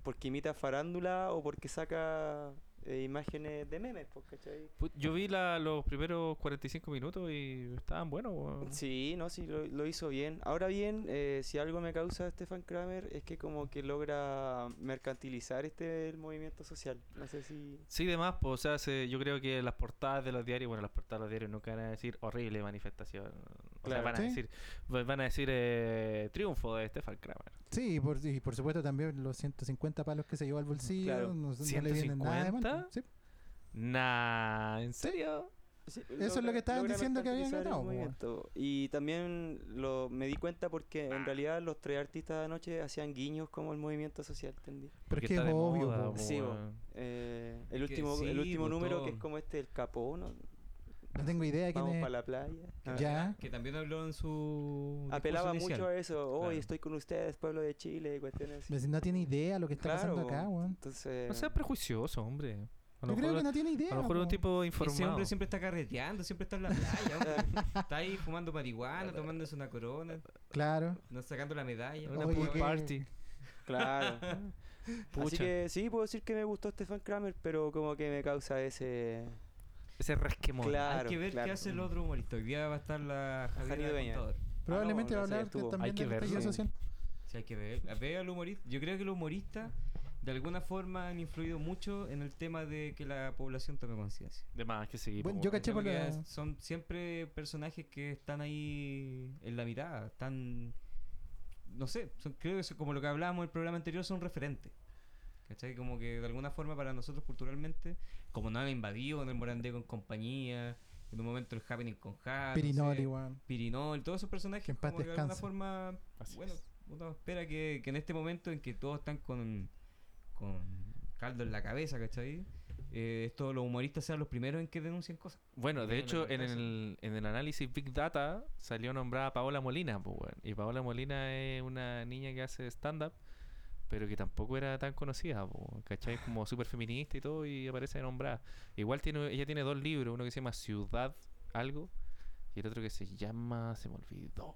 Speaker 5: porque imita farándula o porque saca eh, imágenes de memes, pues, ¿cachai?
Speaker 3: Pu- Yo vi la- los primeros 45 minutos y estaban buenos. weón.
Speaker 5: Sí, no, sí, lo, lo hizo bien. Ahora bien, eh, si algo me causa Stefan Kramer es que como que logra mercantilizar este el movimiento social. No sé si...
Speaker 3: Sí, demás, pues, o sea, se- yo creo que las portadas de los diarios, bueno, las portadas de los diarios nunca van a decir horrible manifestación. O sea,
Speaker 5: Claro.
Speaker 3: van a
Speaker 4: Sí.
Speaker 3: decir, va- van a decir eh, triunfo de Stefan Kramer.
Speaker 4: Sí, y por, y por supuesto también los 150 palos que se llevó al bolsillo.
Speaker 5: Claro.
Speaker 4: No, no le vienen nada de mal, po.
Speaker 3: ¿150?
Speaker 4: Sí.
Speaker 3: Nah, ¿en serio?
Speaker 5: Sí,
Speaker 4: Eso es lo que estaban
Speaker 5: logra
Speaker 4: diciendo que habían
Speaker 5: mercantilizar el
Speaker 4: ganado, po, weón.
Speaker 5: movimiento. Y también lo, me di cuenta porque
Speaker 4: Ah.
Speaker 5: en realidad los tres artistas de anoche hacían guiños como el movimiento social, ¿entendí?
Speaker 4: Pero
Speaker 3: Porque
Speaker 4: es que es
Speaker 3: está de
Speaker 4: obvio,
Speaker 3: moda,
Speaker 4: po.
Speaker 3: po,
Speaker 5: Sí, po.
Speaker 3: weón.
Speaker 5: Eh, el
Speaker 2: Que
Speaker 5: último,
Speaker 2: sí,
Speaker 5: el último
Speaker 2: po,
Speaker 5: número que
Speaker 2: todo.
Speaker 5: es como este, el capó, ¿no?
Speaker 4: No tengo idea de quién
Speaker 5: Vamos
Speaker 4: es.
Speaker 5: para la playa. Ah.
Speaker 4: Ya.
Speaker 2: Que también habló en su.
Speaker 5: Apelaba
Speaker 2: discurso
Speaker 5: mucho
Speaker 2: inicial.
Speaker 5: a eso. Hoy
Speaker 2: Claro.
Speaker 5: estoy con ustedes, pueblo de Chile, y cuestiones así.
Speaker 4: Pero si Pues, No tiene idea lo que está
Speaker 5: Claro,
Speaker 4: pasando
Speaker 5: po.
Speaker 4: acá, weón.
Speaker 5: Entonces,
Speaker 3: No seas prejuicioso, hombre. A lo
Speaker 4: Eh. Yo creo
Speaker 3: mejor,
Speaker 4: que no tiene idea.
Speaker 3: a lo mejor
Speaker 4: po.
Speaker 3: un tipo
Speaker 2: Ese
Speaker 3: informado.
Speaker 2: hombre siempre está carreteando, siempre está en la playa. hombre.
Speaker 5: [LAUGHS]
Speaker 2: está ahí fumando marihuana, tomándose una corona,
Speaker 5: Ah,
Speaker 4: Claro.
Speaker 2: no sacando la medalla.
Speaker 3: Una
Speaker 4: Oye,
Speaker 3: pool
Speaker 4: que-
Speaker 3: party.
Speaker 5: claro.
Speaker 2: [LAUGHS]
Speaker 5: Así
Speaker 3: Pucha.
Speaker 5: que sí, puedo decir que me gustó Stefan Kramer, pero como que me causa ese...
Speaker 3: Ese resquemón.
Speaker 5: Claro.
Speaker 2: Hay que ver qué
Speaker 5: claro.
Speaker 2: hace el otro humorista. Hoy día va a estar la Javier
Speaker 5: Dueña.
Speaker 2: Contador.
Speaker 4: Probablemente
Speaker 5: no,
Speaker 4: va
Speaker 5: no
Speaker 4: a
Speaker 5: sé,
Speaker 4: hablar de-
Speaker 5: estuvo. Ah,
Speaker 4: también
Speaker 3: Hay que
Speaker 4: del estallido
Speaker 5: verlo.
Speaker 4: social.
Speaker 2: Sí, hay que ver. A ver al humorista. Yo creo que los humoristas de alguna forma han influido mucho en el tema de que la población tome conciencia.
Speaker 3: De más que sí. po,
Speaker 4: Bueno, yo
Speaker 3: weón.
Speaker 4: caché
Speaker 2: Porque
Speaker 4: por la-
Speaker 2: Son siempre personajes que están ahí en la mitad, están... No sé, son- creo que eso, como lo que hablábamos en el programa anterior, son referentes. ¿Cachai? Como que de alguna forma para nosotros culturalmente, como nos han invadido en el Morandé con compañía, en un momento el Happening con Hap,
Speaker 4: Pirinoli, weón.
Speaker 2: Pirinol, todos esos personajes
Speaker 4: Que en paz
Speaker 2: como que de alguna
Speaker 4: descanse.
Speaker 2: forma
Speaker 3: Así
Speaker 2: bueno,
Speaker 3: es.
Speaker 2: uno espera que, que en este momento en que todos están con, con caldo en la cabeza, ¿cachai? Eh, esto, los humoristas sean los primeros en que denuncien cosas.
Speaker 3: Bueno, de
Speaker 2: Bueno,
Speaker 3: hecho,
Speaker 2: la
Speaker 3: en
Speaker 2: cosa.
Speaker 3: el, en el análisis Big Data salió nombrada Paola Molina, po, weón. Y Paola Molina es una niña que hace stand-up, pero que tampoco era tan conocida, po, weón, ¿cachai? Como súper feminista y todo, y aparece nombrada. Igual tiene, ella tiene dos libros, uno que se llama Ciudad algo, Y el otro que se llama, se me olvidó.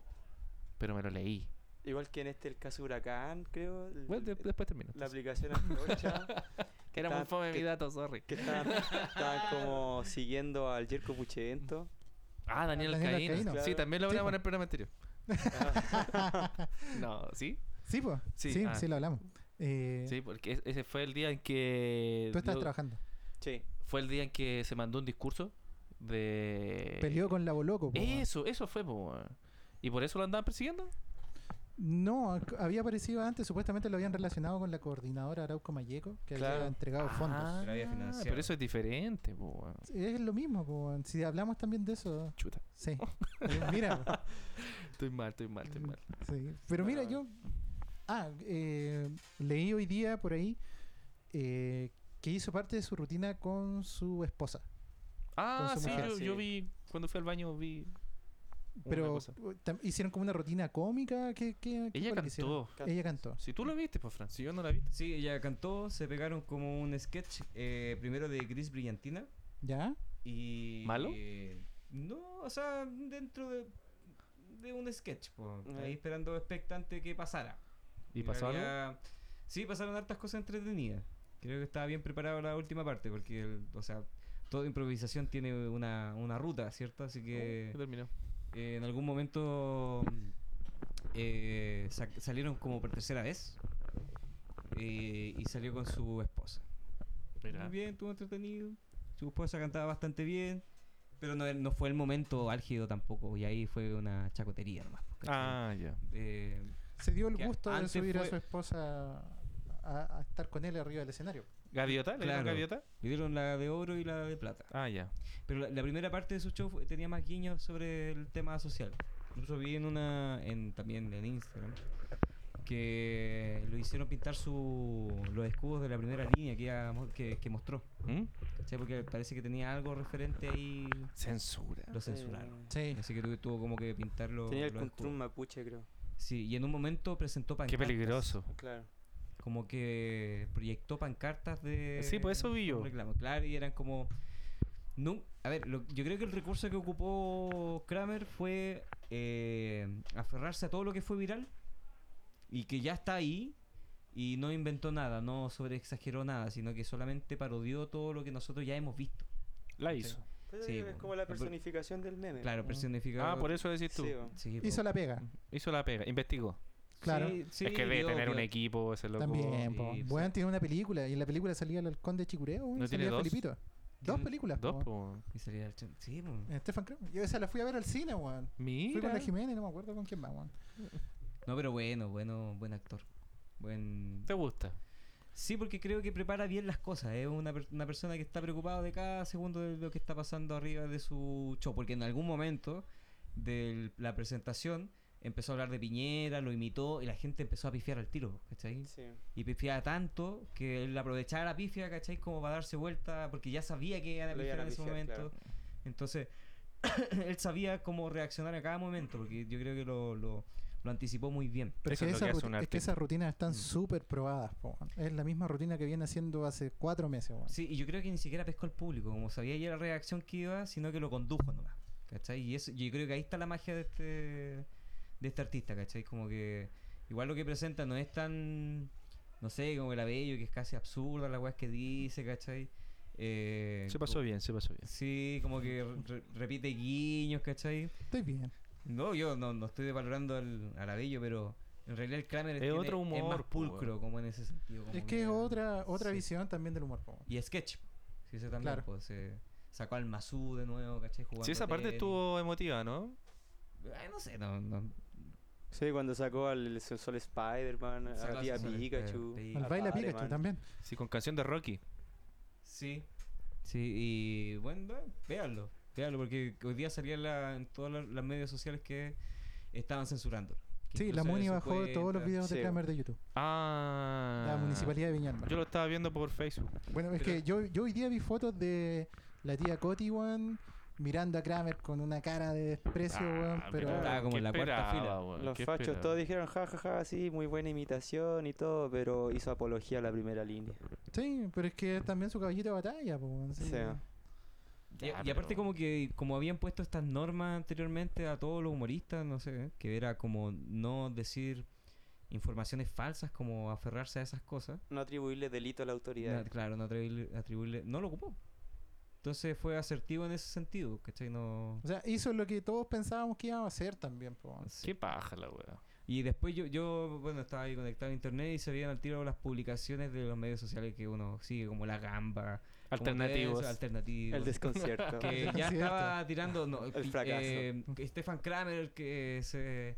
Speaker 3: Pero me lo leí.
Speaker 5: Igual que en este, el caso Huracán, creo. el-
Speaker 3: Bueno, de-
Speaker 5: el-
Speaker 3: después termino.
Speaker 5: la
Speaker 3: entonces.
Speaker 5: aplicación Antorcha, que
Speaker 3: Era muy
Speaker 5: estaban-
Speaker 3: fome mi
Speaker 5: que-
Speaker 3: dato, sorry.
Speaker 5: Que estaban, estaban como siguiendo al Jerko Puchento.
Speaker 3: Ah, Daniel
Speaker 4: Daniel
Speaker 3: Alcaíno.
Speaker 4: Alcaíno.
Speaker 3: Sí, también lo
Speaker 4: Sí,
Speaker 3: hablamos
Speaker 4: po.
Speaker 3: en el
Speaker 5: [LAUGHS]
Speaker 3: programa anterior. [LAUGHS] No, ¿sí?
Speaker 4: Sí, pues.
Speaker 3: Sí,
Speaker 4: Sí, sí,
Speaker 3: ah.
Speaker 4: lo hablamos. Eh,
Speaker 3: Sí, eh, porque es- ese fue el día en que...
Speaker 4: Tú estás
Speaker 3: dio-
Speaker 4: trabajando.
Speaker 5: Sí.
Speaker 3: Fue el día en que se mandó un discurso de...
Speaker 4: Peleó con la Boloco. po, weón.
Speaker 3: Eso, eso fue, po, weón. ¿Y por eso lo andaban persiguiendo?
Speaker 4: No, ac- había aparecido antes, supuestamente lo habían relacionado con la coordinadora Arauco Mayeco, que
Speaker 5: Claro.
Speaker 4: había entregado
Speaker 3: Ah,
Speaker 4: fondos.
Speaker 2: Pero había financiado.
Speaker 3: pero eso es diferente, po, weón.
Speaker 4: Es lo mismo, po, weón. si hablamos también de eso.
Speaker 3: Chuta. [LAUGHS]
Speaker 4: Sí. Eh, mira, po.
Speaker 3: Estoy mal, estoy mal, estoy mal.
Speaker 4: Sí, Pero mira,
Speaker 5: Bueno.
Speaker 4: yo. Ah, eh, leí hoy día por ahí eh, que hizo parte de su rutina con su esposa.
Speaker 3: Ah,
Speaker 4: su
Speaker 3: sí,
Speaker 5: mujer.
Speaker 3: yo,
Speaker 5: Ah,
Speaker 3: yo
Speaker 5: sí.
Speaker 3: vi... Cuando fui al baño vi... una
Speaker 4: Pero
Speaker 3: cosa.
Speaker 4: eh, tam- hicieron como una rutina cómica. que
Speaker 3: Ella cantó.
Speaker 4: Ella cantó.
Speaker 3: Si tú lo viste, pues, Fran. Si yo no la viste.
Speaker 2: Sí, ella cantó, se pegaron como un sketch eh, primero de Gris Brillantina
Speaker 4: ¿Ya?
Speaker 2: y...
Speaker 3: ¿Malo?
Speaker 2: eh, no, o sea, dentro de, de un sketch, po,
Speaker 5: Ya.
Speaker 2: ahí esperando expectante que pasara.
Speaker 3: Eh. ¿Y
Speaker 2: En
Speaker 3: pasó algo?
Speaker 2: realidad, Sí, pasaron hartas cosas entretenidas. Creo que estaba bien preparada la última parte porque, el- o sea, toda improvisación tiene una, una ruta, ¿cierto? Así que...
Speaker 3: ¿Qué eh, terminó?
Speaker 2: Eh, en algún momento eh, sa- salieron como por tercera vez eh, y salió con su esposa. Muy bien, estuvo entretenido. Su esposa cantaba bastante bien, pero no, no fue el momento álgido tampoco. Y ahí fue una chacotería nomás. po, ¿cachai?
Speaker 3: Ah, ya.
Speaker 2: Eh,
Speaker 4: Se dio el
Speaker 2: Que
Speaker 4: gusto de
Speaker 2: antes
Speaker 4: subir a
Speaker 2: fue-
Speaker 4: su esposa a, a estar con él arriba del escenario.
Speaker 3: ¿Gaviota? ¿Le dieron
Speaker 2: Claro.
Speaker 3: gaviota?
Speaker 2: le dieron la de oro y la de plata.
Speaker 3: Ah, ya.
Speaker 2: Pero la, la primera parte de su show fue- tenía más guiños sobre el tema social. Incluso vi en una, en, también en Instagram, que lo hicieron pintar su, los escudos de la primera línea que, ella mo- que, que mostró.
Speaker 3: ¿Mm?
Speaker 2: ¿cachai? Porque parece que tenía algo referente ahí,
Speaker 3: Censura.
Speaker 2: lo censuraron.
Speaker 4: Sí.
Speaker 3: pues.
Speaker 2: Así que tuvo, tuvo como que pintarlo.
Speaker 5: Eh, Tenía el control mapuche, creo.
Speaker 2: Sí, y en un momento presentó
Speaker 3: Qué
Speaker 2: pancartas.
Speaker 3: peligroso.
Speaker 5: Claro.
Speaker 2: Como que proyectó pancartas de.
Speaker 3: Sí, pues eso vi yo.
Speaker 2: un reclamo, claro, y eran como. No, a ver, lo- yo creo que el recurso que ocupó Kramer fue eh, aferrarse a todo lo que fue viral y que ya está ahí y no inventó nada, no sobreexageró nada, sino que solamente parodió todo lo que nosotros ya hemos visto.
Speaker 3: La
Speaker 2: Sí.
Speaker 3: hizo.
Speaker 5: Pues
Speaker 2: Sí,
Speaker 5: es
Speaker 2: bueno.
Speaker 5: como la
Speaker 2: Pero-
Speaker 5: personificación del meme.
Speaker 2: Claro,
Speaker 4: Mm.
Speaker 5: pues.
Speaker 2: personificado.
Speaker 3: Ah, por eso decís tú.
Speaker 5: Sí, bueno.
Speaker 2: Sí,
Speaker 4: Hizo
Speaker 2: po.
Speaker 4: la pega.
Speaker 3: Hizo la pega. Investigó.
Speaker 4: Claro.
Speaker 2: Sí, sí,
Speaker 3: es que debe
Speaker 2: vio-
Speaker 3: tener un
Speaker 2: vio-
Speaker 3: equipo ese loco.
Speaker 4: También,
Speaker 2: sí,
Speaker 4: po.
Speaker 2: sí.
Speaker 4: Bueno, tiene una película y en la película salía el conde Chicureo.
Speaker 3: ¿No
Speaker 4: salía
Speaker 3: tiene dos?
Speaker 4: Felipito. Dos
Speaker 2: Tiene
Speaker 4: películas,
Speaker 3: Dos,
Speaker 4: po.
Speaker 3: po.
Speaker 2: y salía el ch- Sí, po.
Speaker 4: Eh, Stefan Kramer. Yo esa la fui a ver al cine, weón. Fui con
Speaker 3: Mira.
Speaker 4: la Jimena y no me acuerdo con quién más, weón.
Speaker 2: No, pero bueno, bueno, buen actor. Buen,
Speaker 3: ¿Te gusta?
Speaker 2: Sí, porque creo que prepara bien las cosas. Es una, per- una persona que está preocupada de cada segundo de lo que está pasando arriba de su show. Porque en algún momento de la presentación empezó a hablar de Piñera, lo imitó y la gente empezó a pifiar al tiro. ¿Cachai?
Speaker 5: Sí.
Speaker 2: Y pifiaba tanto que él aprovechaba la pifia, ¿cachai? Como para darse vuelta, porque ya sabía que iban a
Speaker 5: Lo iban
Speaker 2: pifiar
Speaker 5: a
Speaker 2: en ese
Speaker 5: pifiar,
Speaker 2: momento.
Speaker 5: claro.
Speaker 2: Entonces, [COUGHS] él sabía cómo reaccionar a cada momento, porque yo creo que lo, lo- lo anticipó muy bien.
Speaker 4: Pero
Speaker 3: Eso es
Speaker 4: es,
Speaker 3: lo
Speaker 4: que
Speaker 3: que
Speaker 4: esa
Speaker 3: hace un
Speaker 4: ruti- es que
Speaker 3: artista.
Speaker 4: esas rutinas están
Speaker 2: Mm.
Speaker 4: súper probadas, po. weón. Es la misma rutina que viene haciendo hace cuatro meses, weón.
Speaker 2: Sí, y yo creo que ni siquiera pescó al público, como sabía ya la reacción que iba, sino que lo condujo nomás. ¿Cachai? Y eso, yo creo que ahí está la magia de este, de este artista, ¿cachai? Como que igual lo que presenta no es tan, no sé, como el abello, que es casi absurda la weá que dice, ¿cachai? Eh,
Speaker 3: Se pasó
Speaker 2: como-
Speaker 3: bien, se pasó bien.
Speaker 2: Sí, como que re- repite guiños, ¿cachai?
Speaker 4: Estoy bien.
Speaker 2: No, yo no, no estoy valorando al, al abello, pero en realidad el Kramer
Speaker 3: Es
Speaker 2: tiene-
Speaker 3: otro
Speaker 2: es más
Speaker 3: humor, po, weón.
Speaker 2: pulcro, como en ese sentido. como
Speaker 4: Es que es
Speaker 2: que-
Speaker 4: otra, otra
Speaker 2: sí.
Speaker 4: visión también del humor, po. weón.
Speaker 2: y Sketch. Sí, eso también,
Speaker 4: Claro.
Speaker 2: pues, se sacó al Mazú de nuevo, ¿cachai? Jugando
Speaker 3: Sí, esa parte
Speaker 2: tenis.
Speaker 3: estuvo emotiva, ¿no?
Speaker 2: Ay, no sé, no. no.
Speaker 5: Sí, cuando sacó al sensual Spider-Man, a
Speaker 2: Sacó
Speaker 5: la
Speaker 2: al
Speaker 5: tía
Speaker 2: sensual
Speaker 5: Pikachu.
Speaker 2: Spider-
Speaker 4: Al
Speaker 5: a
Speaker 4: baile a Pikachu
Speaker 5: Batman.
Speaker 4: también.
Speaker 3: Sí, con canción de Rocky.
Speaker 2: Sí. Sí, y bueno, ve- véanlo. Véanlo, porque hoy día salía en la- en todas las, las medios sociales que estaban censurando.
Speaker 4: Sí, la Muni bajó todos los videos de
Speaker 5: Sí,
Speaker 4: Kramer de YouTube.
Speaker 3: Ah.
Speaker 4: La municipalidad de Viñalma.
Speaker 3: Yo lo estaba viendo por Facebook.
Speaker 4: Bueno, es
Speaker 2: Pero-
Speaker 4: que yo, yo hoy día vi fotos de la tía Coti, weón, mirando a Kramer con una cara de desprecio, weón,
Speaker 3: Ah,
Speaker 4: pero...
Speaker 2: estaba como
Speaker 3: ¿qué
Speaker 2: en la cuarta
Speaker 3: esperaba,
Speaker 2: fila.
Speaker 3: weón?
Speaker 5: Los
Speaker 3: ¿Qué
Speaker 5: fachos
Speaker 3: esperaba?
Speaker 5: todos dijeron, jajaja, ja, ja, sí, muy buena imitación y todo, pero hizo apología a la primera línea.
Speaker 4: Sí, pero es que es también su caballito de batalla, po, weón, sí.
Speaker 5: Sí.
Speaker 2: Y,
Speaker 3: Ya,
Speaker 2: y aparte
Speaker 3: pero-
Speaker 2: como que como habían puesto estas normas anteriormente a todos los humoristas, no sé, ¿eh? que era como no decir informaciones falsas, como aferrarse a esas cosas.
Speaker 5: No atribuirle delito a la autoridad.
Speaker 2: No, claro, no atribuirle, atribuirle- no lo ocupó. Entonces fue asertivo en ese sentido, ¿cachai? No...
Speaker 4: O sea, hizo lo que todos pensábamos que iba a hacer también, po, weón.
Speaker 2: sí.
Speaker 3: Qué paja la wea.
Speaker 2: Y después yo, yo, bueno, estaba ahí conectado a internet y se veían al tiro las publicaciones de los medios sociales que uno sigue, como La Gamba. como todo eso,
Speaker 3: Alternativos.
Speaker 2: Alternativos.
Speaker 5: El
Speaker 2: [LAUGHS]
Speaker 5: desconcierto.
Speaker 2: que ya
Speaker 4: Cierto.
Speaker 2: estaba tirando no, pi-
Speaker 5: fracaso.
Speaker 2: eh, que Stefan Kramer que se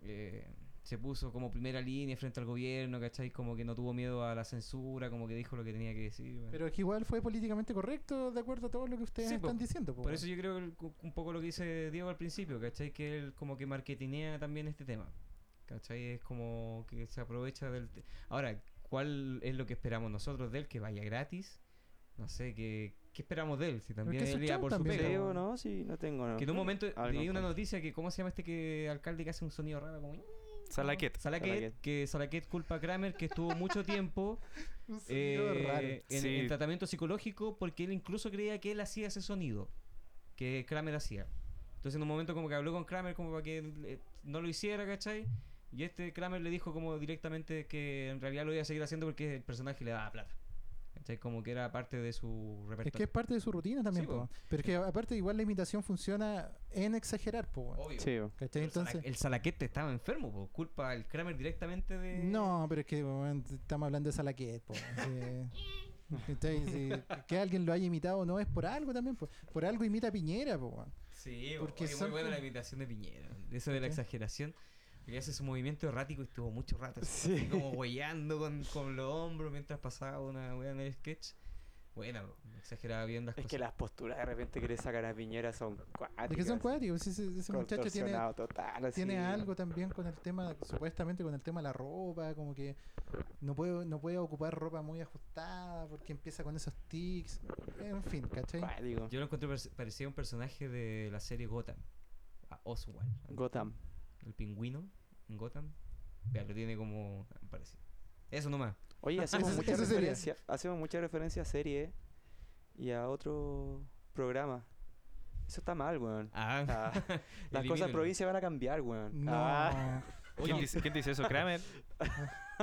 Speaker 2: eh, se puso como primera línea frente al gobierno ¿cachai? como que no tuvo miedo a la censura como que dijo lo que tenía que decir bueno.
Speaker 4: Pero es que igual fue políticamente correcto de acuerdo a todo lo que ustedes
Speaker 2: Sí, po.
Speaker 4: están diciendo, po,
Speaker 2: por
Speaker 4: weón.
Speaker 2: eso yo creo que el- cu- un poco lo que dice Diego al principio ¿cachai? que él como que marketinea también este tema ¿cachai? es como que se aprovecha del te- ahora ¿cuál es lo que esperamos nosotros de él? que vaya gratis no sé que ¿qué esperamos de él? si también
Speaker 4: que eso
Speaker 2: él
Speaker 4: es
Speaker 2: iba
Speaker 4: chau
Speaker 2: por su
Speaker 4: también,
Speaker 2: pega
Speaker 4: po,
Speaker 5: Sí,
Speaker 4: weón.
Speaker 5: o no, sí, no tengo nada.
Speaker 2: Que en un momento
Speaker 5: Algo
Speaker 2: leí una
Speaker 5: encuentro.
Speaker 2: noticia que, ¿cómo se llama este que alcalde que hace un sonido raro? Como...
Speaker 3: Salaquet.
Speaker 2: Salaquet,
Speaker 5: Salaquet.
Speaker 2: que Salaquet culpa a Kramer que estuvo mucho tiempo
Speaker 4: Un sonido
Speaker 2: eh,
Speaker 4: raro.
Speaker 2: en,
Speaker 3: Sí.
Speaker 2: en tratamiento psicológico porque él incluso creía que él hacía ese sonido que Kramer hacía. Entonces en un momento como que habló con Kramer como para que eh, no lo hiciera, ¿cachai? Y este Kramer le dijo como directamente que en realidad lo iba a seguir haciendo porque el personaje le daba plata. ¿Cachai? Como que era parte de su
Speaker 4: Es que
Speaker 2: repertorio.
Speaker 4: es parte de su rutina también,
Speaker 2: Sí,
Speaker 4: po.
Speaker 2: po.
Speaker 4: Pero es que aparte igual la imitación funciona en exagerar, po, weón.
Speaker 2: Obvio.
Speaker 5: Sí, o-
Speaker 4: ¿Cachai?
Speaker 2: Oh, Pero el
Speaker 4: Entonces...
Speaker 2: Sala- El Salaquete estaba enfermo, po. culpa al Kramer directamente de.
Speaker 4: No, pero es que weón, estamos hablando de Salaquet, po. weón. Sí. Entonces, sí, que alguien lo haya imitado no es por algo también, po. por algo imita a Piñera, po, weón.
Speaker 2: Sí,
Speaker 4: Porque
Speaker 2: porque es muy
Speaker 4: son
Speaker 2: buena
Speaker 4: como-
Speaker 2: la imitación de Piñera. Eso de la
Speaker 4: ¿Qué?
Speaker 2: exageración. Porque hace su movimiento errático y estuvo mucho rato. así,
Speaker 5: Sí.
Speaker 2: así como huellando con, con los hombros mientras pasaba una wea en el sketch. Bueno, exageraba bien las
Speaker 5: Es
Speaker 2: cosas.
Speaker 5: que las posturas de repente que le sacan a Piñera son cuáticas.
Speaker 4: Es que son cuáticos, sí, sí, ese, muchacho tiene,
Speaker 5: contorsionado total, así.
Speaker 4: tiene algo también con el tema, supuestamente con el tema de la ropa, como que no puede, no puede ocupar ropa muy ajustada porque empieza con esos tics, en fin, ¿cachai?
Speaker 5: cuático.
Speaker 2: Yo lo encontré pare- parecía un personaje de la serie Gotham. A Oswald.
Speaker 5: Gotham.
Speaker 2: El pingüino en Gotham. Vea, lo tiene como parecido. Eso nomás.
Speaker 5: Oye, hacemos
Speaker 4: Eso-
Speaker 5: mucha
Speaker 4: eso sería.
Speaker 5: referencia, hacemos mucha referencia a serie y a otro programa. Eso está mal, weón.
Speaker 2: Ah, [LAUGHS]
Speaker 5: Ah, Las cosas en
Speaker 2: elimínalo.
Speaker 5: provincia van a cambiar, weón.
Speaker 4: No.
Speaker 5: Ah,
Speaker 3: ¿Quién dice, quién dice eso? Kramer.